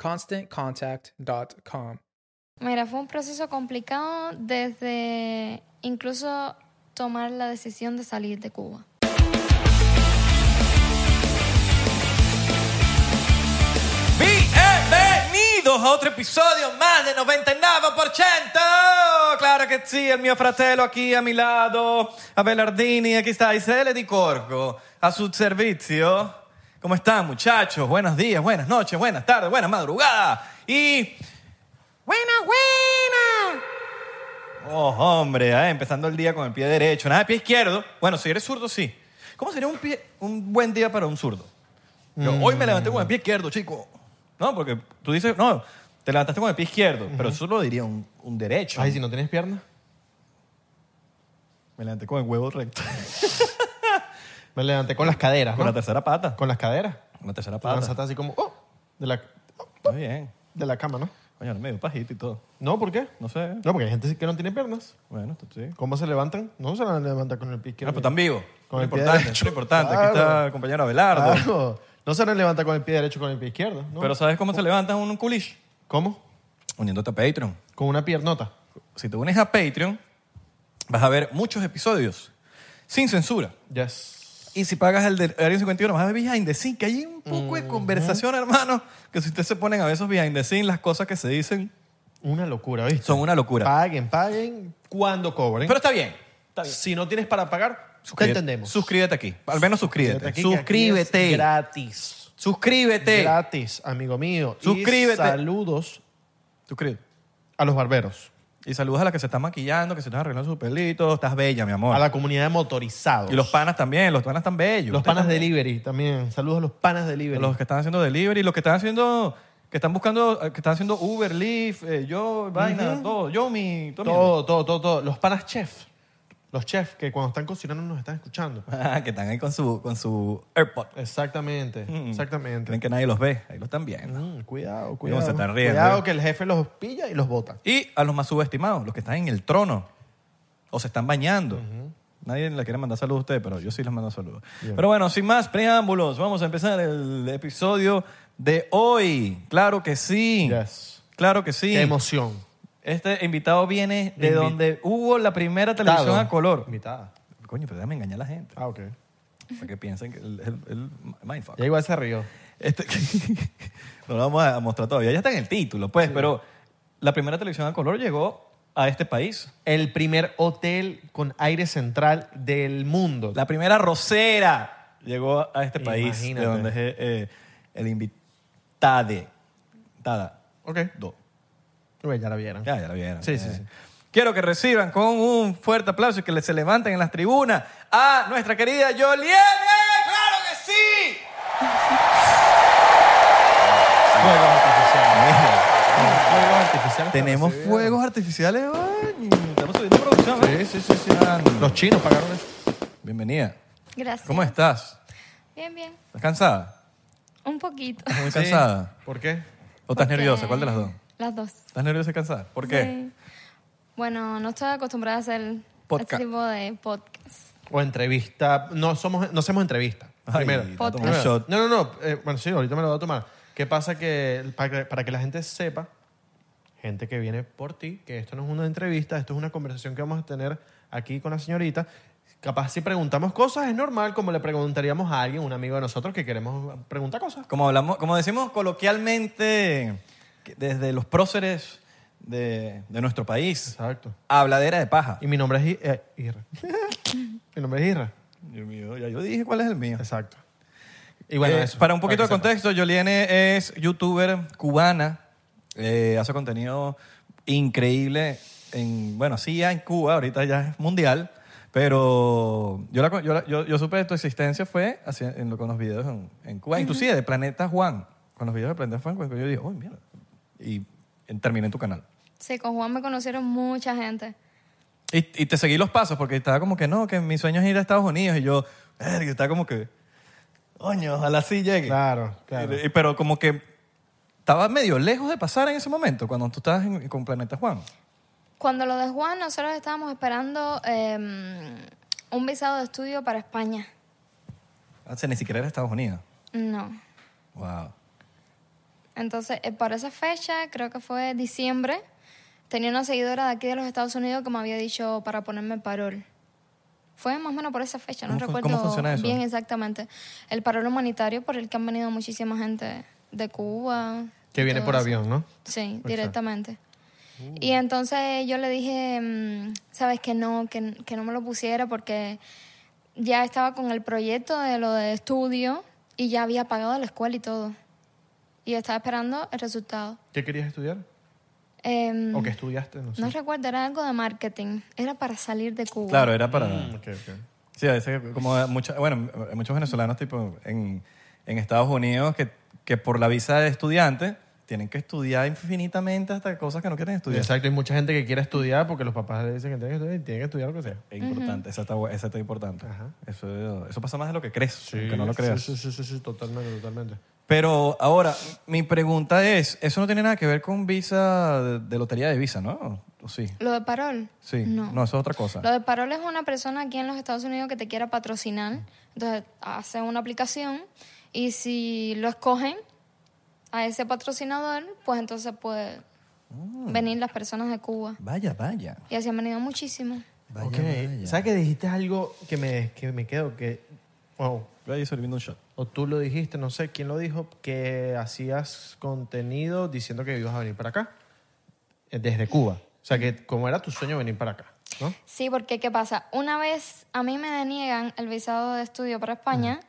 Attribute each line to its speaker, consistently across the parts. Speaker 1: ConstantContact.com.
Speaker 2: Mira, fue un proceso complicado desde incluso tomar la decisión de salir de Cuba.
Speaker 3: Bienvenidos a otro episodio más de 99%. Claro que sí, el mio fratello aquí a mi lado, a Belardini, aquí está Isele Di Corco, a su servicio. ¿Cómo están, muchachos? Buenos días, buenas noches, buenas tardes, buenas madrugadas y. ¡Buena, buena! Oh, hombre, eh, empezando el día con el pie derecho, nada de pie izquierdo. Bueno, si eres zurdo, sí. ¿Cómo sería un, pie- un buen día para un zurdo? Yo,
Speaker 4: Mm.
Speaker 3: Hoy me levanté con el pie izquierdo, chico. No, porque tú dices, no, te levantaste con el pie izquierdo, pero eso lo diría un, un derecho.
Speaker 4: Ay, si no tienes pierna,
Speaker 3: Me levanté con el huevo recto.
Speaker 4: me levanté con las caderas,
Speaker 3: Con
Speaker 4: ¿no?
Speaker 3: la tercera pata.
Speaker 4: Con las caderas.
Speaker 3: Con la tercera
Speaker 4: Te
Speaker 3: pata.
Speaker 4: lanzaste así como, oh, de la,
Speaker 3: Muy bien.
Speaker 4: de la cama, ¿no?
Speaker 3: Coño, me dio pajito y todo.
Speaker 4: No, ¿por qué?
Speaker 3: No sé.
Speaker 4: No, porque hay gente que no tiene piernas.
Speaker 3: Bueno, tú sí.
Speaker 4: ¿Cómo se levantan? No se van a levantar con el
Speaker 3: No,
Speaker 4: pie izquierdo.
Speaker 3: pero están vivos.
Speaker 4: Con
Speaker 3: Lo
Speaker 4: el pie
Speaker 3: importante,
Speaker 4: derecho.
Speaker 3: lo importante. Aquí está
Speaker 4: Claro.
Speaker 3: el compañero Abelardo.
Speaker 4: Claro. No se van a levantar con el pie derecho con el pie izquierdo. ¿no?
Speaker 3: Pero ¿sabes cómo se levanta un culish?
Speaker 4: ¿Cómo?
Speaker 3: Uniéndote a Patreon.
Speaker 4: Con una piernota.
Speaker 3: Si te unes a Patreon, vas a ver muchos episodios sin censura.
Speaker 4: Yes.
Speaker 3: Y si pagas el de Área 51, vas a ver behind the scene, que hay un poco de conversación, hermano, que si ustedes se ponen a ver esos behind the scene, las cosas que se dicen
Speaker 4: Una locura, ¿viste?
Speaker 3: son una locura.
Speaker 4: Paguen, paguen cuando cobren.
Speaker 3: Pero está bien.
Speaker 4: si no tienes para pagar, te
Speaker 3: Suscríbete-
Speaker 4: entendemos.
Speaker 3: Suscríbete aquí. Al menos suscríbete.
Speaker 4: Aquí, que aquí
Speaker 3: suscríbete.
Speaker 4: es Gratis.
Speaker 3: suscríbete.
Speaker 4: Gratis, amigo mío. Y
Speaker 3: Suscríbete.
Speaker 4: saludos
Speaker 3: Suscríbete.
Speaker 4: a los barberos.
Speaker 3: Y saludos a las que se están maquillando, que se están arreglando sus pelitos. Estás bella, mi amor.
Speaker 4: A la comunidad de motorizados.
Speaker 3: Y los panas también. Los panas están bellos.
Speaker 4: Los
Speaker 3: Ustedes
Speaker 4: panas
Speaker 3: están
Speaker 4: delivery también. Saludos a los panas delivery.
Speaker 3: Los que están haciendo delivery, los que están haciendo, que están buscando, eh, que están haciendo Uber, Lyft, eh, yo, vaina, todo, yo, mi, todo. mierda.
Speaker 4: todo, todo, todo, todo. Los panas chef. Los chefs que cuando están cocinando nos están escuchando.
Speaker 3: Ah, que están ahí con su, con su AirPod.
Speaker 4: Exactamente,
Speaker 3: Mm.
Speaker 4: exactamente.
Speaker 3: Creen que nadie los ve, ahí los están viendo.
Speaker 4: Mm, cuidado, cuidado.
Speaker 3: se están riendo. ¿eh?
Speaker 4: Cuidado que el jefe los pilla y los bota.
Speaker 3: Y a los más subestimados, los que están en el trono o se están bañando. Nadie le quiere mandar saludos a usted, pero yo sí les mando saludos. Pero bueno, sin más preámbulos, vamos a empezar el episodio de hoy. Claro que sí.
Speaker 4: Yes.
Speaker 3: Claro que sí.
Speaker 4: Qué emoción.
Speaker 3: Este invitado viene de
Speaker 4: Invi-
Speaker 3: donde hubo la primera televisión
Speaker 4: Invitado.
Speaker 3: a color.
Speaker 4: Invitada.
Speaker 3: Coño, pero déjame engañar a la gente.
Speaker 4: Ah, ok.
Speaker 3: Para que piensen que el, el- el mindfuck.
Speaker 4: Ya igual se rió.
Speaker 3: Este- no lo vamos a mostrar todavía. Ya está en el título, pues. Pero la primera televisión a color llegó a este país.
Speaker 4: El primer hotel con aire central del mundo.
Speaker 3: La primera rosera. llegó a este país
Speaker 4: Imagínate.
Speaker 3: de donde es eh, eh, el invitade. Tada.
Speaker 4: Ok.
Speaker 3: Do.
Speaker 4: Uy, Ya la vieron.
Speaker 3: Ya, ya la vieron.
Speaker 4: Sí, sí,
Speaker 3: Eh,
Speaker 4: sí.
Speaker 3: Quiero que reciban con un fuerte aplauso y que le- se levanten en las tribunas a nuestra querida Yoliene. ¡Claro que sí!
Speaker 4: Fuegos artificiales. Fuegos artificiales.
Speaker 3: Tenemos
Speaker 4: para recibir.
Speaker 3: fuegos artificiales hoy. Estamos subiendo producción. ¿eh?
Speaker 4: Sí, sí, sí, sí. Los chinos pagaron eso.
Speaker 3: Bienvenida.
Speaker 2: Gracias.
Speaker 3: ¿Cómo estás?
Speaker 2: Bien, bien.
Speaker 3: ¿Estás cansada?
Speaker 2: Un poquito.
Speaker 3: ¿Estás muy
Speaker 4: Sí.
Speaker 3: cansada?
Speaker 4: ¿Por qué?
Speaker 3: ¿O estás
Speaker 2: Porque-
Speaker 3: nerviosa? ¿Cuál de las dos?
Speaker 2: Las dos.
Speaker 3: ¿Estás nerviosa y cansada? ¿Por qué?
Speaker 2: Sí. Bueno, no estoy acostumbrada a hacer
Speaker 3: Podcast.
Speaker 2: este tipo de podcast.
Speaker 4: O entrevista. No, somos, no hacemos entrevista.
Speaker 3: Ay,
Speaker 4: primero.
Speaker 3: te
Speaker 2: va a tomar
Speaker 4: Primero.
Speaker 3: un shot.
Speaker 4: No, no, no. Eh, bueno, sí, ahorita me lo voy a tomar. ¿Qué pasa que para, que para que la gente sepa, gente que viene por ti, que esto no es una entrevista, esto es una conversación que vamos a tener aquí con la señorita. Capaz si preguntamos cosas es normal, como le preguntaríamos a alguien, un amigo de nosotros que queremos preguntar cosas.
Speaker 3: Como, hablamos, como decimos coloquialmente, que desde los próceres de, de nuestro país,
Speaker 4: Exacto.
Speaker 3: habladera de paja.
Speaker 4: Y mi nombre es I- eh, Irra. mi nombre es Irra.
Speaker 3: Dios mío, ya yo dije cuál es el mío.
Speaker 4: Exacto. Y bueno,
Speaker 3: Eh,
Speaker 4: eso,
Speaker 3: para un poquito
Speaker 4: que
Speaker 3: de contexto, Yoliene es youtuber cubana, eh, hace contenido increíble, en, bueno, sí ya en Cuba, ahorita ya es mundial, pero yo, la con- yo, la- yo- yo supe de tu existencia fue así en lo- con los videos en, en Cuba, inclusive de Planeta Juan, con los videos de Planeta Juan, cuando yo dije, uy, mierda, y en- terminé en tu canal.
Speaker 2: Sí, con Juan me conocieron mucha gente.
Speaker 3: Y, y te seguí los pasos porque estaba como que no, que mi sueño es ir a Estados Unidos y yo, "Verga", estaba como que, coño, ojalá sí llegue.
Speaker 4: Claro, claro.
Speaker 3: Y- y- Pero como que estaba medio lejos de pasar en ese momento cuando tú estabas en- con Planeta Juan.
Speaker 2: Cuando lo de Juan, nosotros estábamos esperando eh, un visado de estudio para España.
Speaker 3: O sea, ni siquiera era Estados Unidos.
Speaker 2: No.
Speaker 3: Wow.
Speaker 2: Entonces, eh, para esa fecha, creo que fue diciembre, tenía una seguidora de aquí de los Estados Unidos que me había dicho para ponerme el parol. Fue más o menos por esa fecha, no
Speaker 3: ¿Cómo fun-
Speaker 2: recuerdo
Speaker 3: cómo funciona eso?
Speaker 2: bien exactamente. El parol humanitario por el que han venido muchísima gente de Cuba.
Speaker 4: Que viene
Speaker 2: todo
Speaker 4: por
Speaker 2: eso.
Speaker 4: avión, ¿no?
Speaker 2: Sí, directamente.
Speaker 3: Uh.
Speaker 2: Y entonces yo le dije, mm, sabes que no, que, que no me lo pusiera porque ya estaba con el proyecto de lo de estudio y ya había pagado la escuela y todo. Y estaba esperando el resultado.
Speaker 4: ¿Qué querías estudiar?
Speaker 2: Em,
Speaker 4: ¿O qué estudiaste? Mm. No sé.
Speaker 2: No recuerdo, era algo de marketing. Era para salir de Cuba.
Speaker 3: Claro, era para...
Speaker 4: Mm, ok, ok.
Speaker 3: Sí, a veces como a mucha- bueno, hay muchos venezolanos tipo en, en Estados Unidos que, que por la visa de estudiante tienen que estudiar infinitamente hasta cosas que no quieren estudiar.
Speaker 4: Exacto, hay mucha gente que quiere estudiar porque los papás le dicen que tienen que estudiar y tienen que estudiar lo que sea.
Speaker 3: Es importante, esa está, bu- esa está importante.
Speaker 4: Ajá.
Speaker 3: Eso, eso pasa más de lo que crees, aunque no lo creas.
Speaker 4: Sí, sí, sí, sí, totalmente, totalmente.
Speaker 3: Pero ahora, mi pregunta es, eso no tiene nada que ver con visa de, de lotería de visa, ¿no? ¿O sí?
Speaker 2: ¿Lo de parol?
Speaker 3: Sí, no,
Speaker 2: No.
Speaker 3: eso es otra cosa.
Speaker 2: Lo de parol es una persona aquí en los Estados Unidos que te quiera patrocinar. Entonces, hace una aplicación y si lo escogen a ese patrocinador, pues entonces puede venir las personas de Cuba.
Speaker 3: Vaya, vaya.
Speaker 2: Y así han venido muchísimo.
Speaker 3: Vaya,
Speaker 4: ok,
Speaker 3: vaya.
Speaker 4: ¿sabes que dijiste algo que me, que me quedo? Que, wow,
Speaker 3: Voy a ir sirviendo un shot.
Speaker 4: o tú lo dijiste, no sé quién lo dijo, que hacías contenido diciendo que ibas a venir para acá, eh, desde Cuba. O sea, que como era tu sueño venir para acá, ¿no?
Speaker 2: Sí, porque ¿qué pasa? Una vez a mí me deniegan el visado de estudio para España,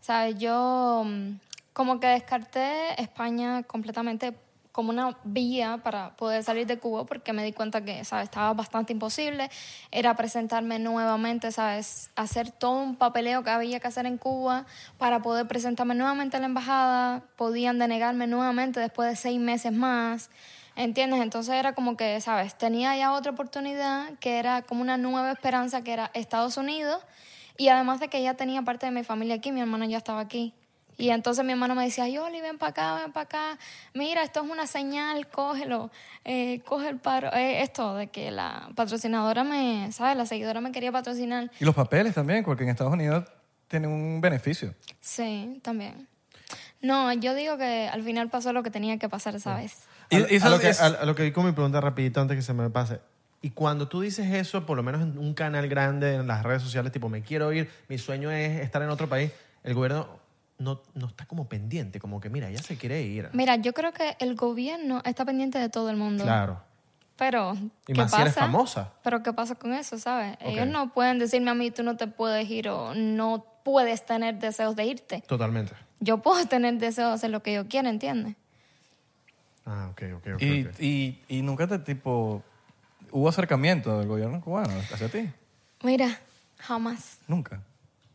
Speaker 2: ¿sabes? Yo mm, como que descarté España completamente como una vía para poder salir de Cuba porque me di cuenta que, ¿sabes? Estaba bastante imposible. Era presentarme nuevamente, ¿sabes? Hacer todo un papeleo que había que hacer en Cuba para poder presentarme nuevamente a la embajada. Podían denegarme nuevamente después de seis meses más. ¿Entiendes? Entonces era como que, ¿sabes? Tenía ya otra oportunidad que era como una nueva esperanza que era Estados Unidos y además de que ya tenía parte de mi familia aquí, mi hermano ya estaba aquí. Y entonces mi hermano me decía, Yoli, ven para acá, ven para acá. Mira, esto es una señal, cógelo, eh, coge el paro. Eh, esto de que la patrocinadora me, ¿sabes? La seguidora me quería patrocinar.
Speaker 3: Y los papeles también, porque en Estados Unidos tienen un beneficio.
Speaker 2: Sí, también. No, yo digo que al final pasó lo que tenía que pasar, ¿sabes?
Speaker 3: Y-
Speaker 4: A,
Speaker 3: y
Speaker 4: a
Speaker 3: eso
Speaker 4: lo que,
Speaker 3: es-
Speaker 4: a- a lo que vi con mi pregunta rapidito antes que se me pase. Y cuando tú dices eso, por lo menos en un canal grande, en las redes sociales, tipo, me quiero ir, mi sueño es estar en otro país, el gobierno no, no está como pendiente, como que, mira, ella se quiere ir.
Speaker 2: Mira, yo creo que el gobierno está pendiente de todo el mundo.
Speaker 4: Claro.
Speaker 2: Pero,
Speaker 4: Y
Speaker 2: ¿qué
Speaker 4: más si
Speaker 2: pasa?
Speaker 4: eres famosa.
Speaker 2: Pero, ¿qué pasa con eso, sabes?
Speaker 4: Ok.
Speaker 2: Ellos no pueden decirme a mí, tú no te puedes ir o no puedes tener deseos de irte.
Speaker 4: Totalmente.
Speaker 2: Yo puedo tener deseos de hacer lo que yo quiera, ¿entiendes?
Speaker 4: Ah, ok, ok, ok.
Speaker 3: Y,
Speaker 4: ok.
Speaker 3: y, y nunca te, tipo, hubo acercamiento del gobierno cubano hacia ti.
Speaker 2: Mira, jamás,
Speaker 3: Nunca.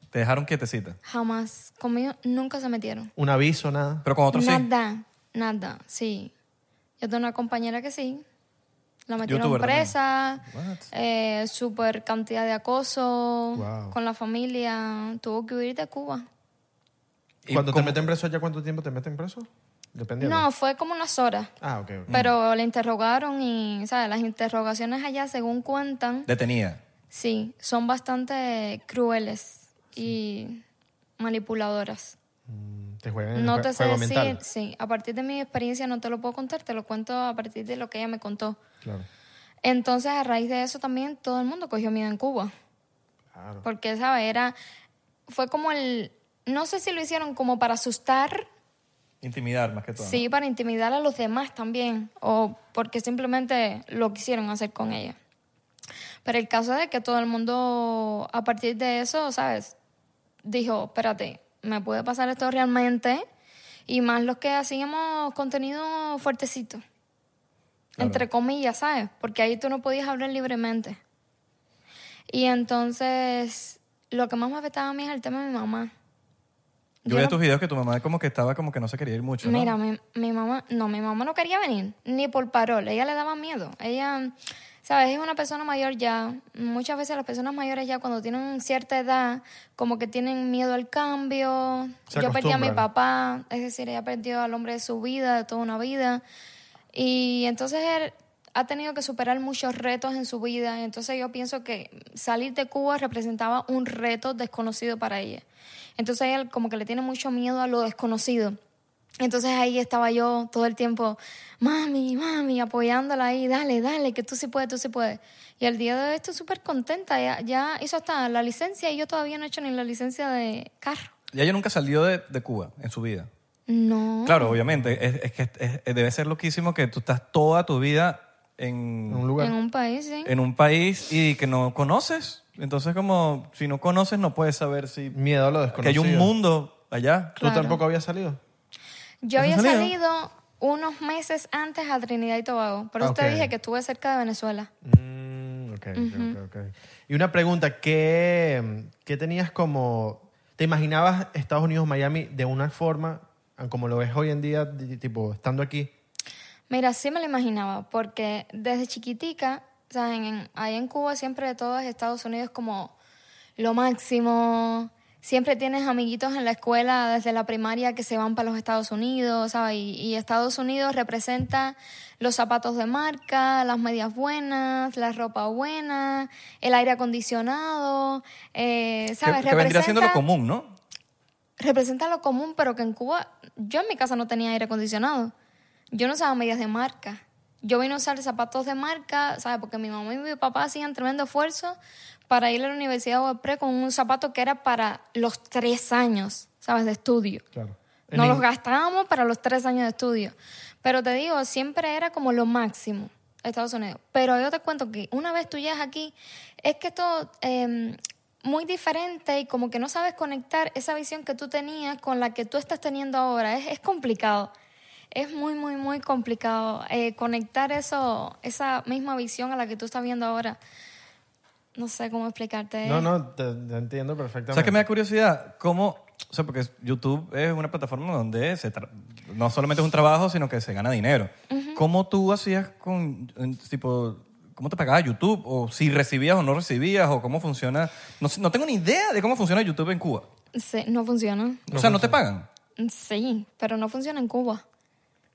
Speaker 3: Te dejaron quietecita.
Speaker 2: jamás. Conmigo nunca se metieron.
Speaker 4: Un aviso, nada.
Speaker 3: Pero con otros sí.
Speaker 2: Nada, nada, sí. Yo tengo una compañera que sí. La metieron
Speaker 3: Youtuber
Speaker 2: presa,
Speaker 3: What?
Speaker 2: eh, super cantidad de acoso
Speaker 4: Wow.
Speaker 2: con la familia. Tuvo que huir de Cuba.
Speaker 3: ¿Y
Speaker 4: Cuando te
Speaker 3: cómo-
Speaker 4: meten preso, ¿ya cuánto tiempo te meten preso? Dependiendo.
Speaker 2: No, fue como unas horas.
Speaker 4: Ah, ok, ok.
Speaker 2: Pero le interrogaron y, ¿sabes? Las interrogaciones allá, según cuentan,
Speaker 3: Detenida.
Speaker 2: sí, son bastante crueles y manipuladoras.
Speaker 4: Mm, Te juegan en
Speaker 2: No
Speaker 4: el
Speaker 2: te
Speaker 4: jue-
Speaker 2: sé
Speaker 4: juego
Speaker 2: decir,
Speaker 4: mental.
Speaker 2: sí, a partir de mi experiencia no te lo puedo contar, te lo cuento a partir de lo que ella me contó.
Speaker 4: Claro.
Speaker 2: Entonces, a raíz de eso también todo el mundo cogió miedo en Cuba.
Speaker 4: Claro.
Speaker 2: Porque, ¿sabes? Era. Fue como el. No sé si lo hicieron como para asustar,
Speaker 3: Intimidar más que todo. ¿no?
Speaker 2: sí, para intimidar a los demás también, o porque simplemente lo quisieron hacer con ella. Pero el caso es de que todo el mundo, a partir de eso, ¿sabes? Dijo, espérate, ¿me puede pasar esto realmente? Y más los que hacíamos contenido fuertecito. Entre comillas, ¿sabes? Porque ahí tú no podías hablar libremente. Y entonces, lo que más me afectaba a mí es el tema de mi mamá.
Speaker 3: Yo
Speaker 2: Yo
Speaker 3: veía
Speaker 2: no-
Speaker 3: tus videos que tu mamá como que estaba como que no se quería ir mucho. ¿no?
Speaker 2: Mira, mi, mi mamá, no, mi mamá no quería venir, ni por parol, ella le daba miedo. Ella, sabes, es una persona mayor ya. Muchas veces las personas mayores ya cuando tienen cierta edad, como que tienen miedo al cambio.
Speaker 4: Se
Speaker 2: Yo perdí a mi
Speaker 4: acostumbran.
Speaker 2: papá, es decir, ella perdió al hombre de su vida, de toda una vida. Y entonces él ha tenido que superar muchos retos en su vida. Entonces yo pienso que salir de Cuba representaba un reto desconocido para ella. Entonces él como que le tiene mucho miedo a lo desconocido. Entonces ahí estaba yo todo el tiempo, mami, mami, apoyándola ahí, dale, dale, que tú sí puedes, tú sí puedes. Y al día de hoy estoy súper contenta, ya, ya hizo hasta la licencia y yo todavía no he hecho ni la licencia de carro.
Speaker 3: Y ella nunca salió de, de Cuba en su vida.
Speaker 2: No.
Speaker 3: Claro, obviamente. Es, es que es- es- debe ser loquísimo que tú estás toda tu vida en,
Speaker 4: En un lugar.
Speaker 2: En un país, sí.
Speaker 3: en un país y que no conoces. Entonces, como si no conoces, no puedes saber si
Speaker 4: Miedo a lo
Speaker 3: que
Speaker 4: desconocido.
Speaker 3: hay un mundo allá.
Speaker 4: ¿Tú
Speaker 2: Claro.
Speaker 4: tampoco habías salido?
Speaker 2: Yo
Speaker 3: ¿Has
Speaker 2: había
Speaker 3: salido?
Speaker 2: salido unos meses antes a Trinidad y Tobago. Por eso
Speaker 4: Ah, Ok.
Speaker 2: te dije que estuve cerca de Venezuela.
Speaker 4: Mm, ok, ok, ok, ok. Y una pregunta, ¿qué, ¿qué tenías como... ¿Te imaginabas Estados Unidos, Miami de una forma a como lo ves hoy en día, di- tipo, estando aquí?
Speaker 2: Mira, sí me lo imaginaba, porque desde chiquitica, o sea, en- en- ahí en Cuba siempre todo es Estados Unidos como lo máximo. Siempre tienes amiguitos en la escuela desde la primaria que se van para los Estados Unidos, ¿sabes? Y, y Estados Unidos representa los zapatos de marca, las medias buenas, la ropa buena, el aire acondicionado, eh,
Speaker 3: Que,
Speaker 2: ¿sabes?
Speaker 3: que vendría siendo lo
Speaker 2: Representa-
Speaker 3: común, ¿no?
Speaker 2: representa lo común, pero que en Cuba, yo en mi casa no tenía aire acondicionado. Yo no usaba medias de marca. Yo vine a usar zapatos de marca, ¿sabes? Porque mi mamá y mi papá hacían tremendo esfuerzo para ir a la universidad o al pre con un zapato que era para los tres años, ¿sabes? De estudio.
Speaker 4: Claro.
Speaker 2: No los gastábamos para los tres años de estudio. Pero te digo, siempre era como lo máximo Estados Unidos. Pero yo te cuento que una vez tú llegas aquí, es que todo eh, muy diferente y como que no sabes conectar esa visión que tú tenías con la que tú estás teniendo ahora. Es, es complicado. Es muy, muy, muy complicado eh, conectar eso, esa misma visión a la que tú estás viendo ahora. No sé cómo explicarte.
Speaker 4: No, no, te, te entiendo
Speaker 3: O
Speaker 4: perfectamente.
Speaker 3: sea, que me da curiosidad cómo... O sea, porque YouTube es una plataforma donde se tra- no solamente es un trabajo, sino que se gana dinero. ¿Cómo tú hacías con, en- tipo, cómo te pagaba YouTube? ¿O si recibías o no recibías? ¿O cómo funciona? No, sé- no tengo ni idea de cómo funciona YouTube en Cuba.
Speaker 2: Sí, no funciona.
Speaker 3: o sea, ¿no te pagan?
Speaker 2: Sí, pero no funciona en Cuba.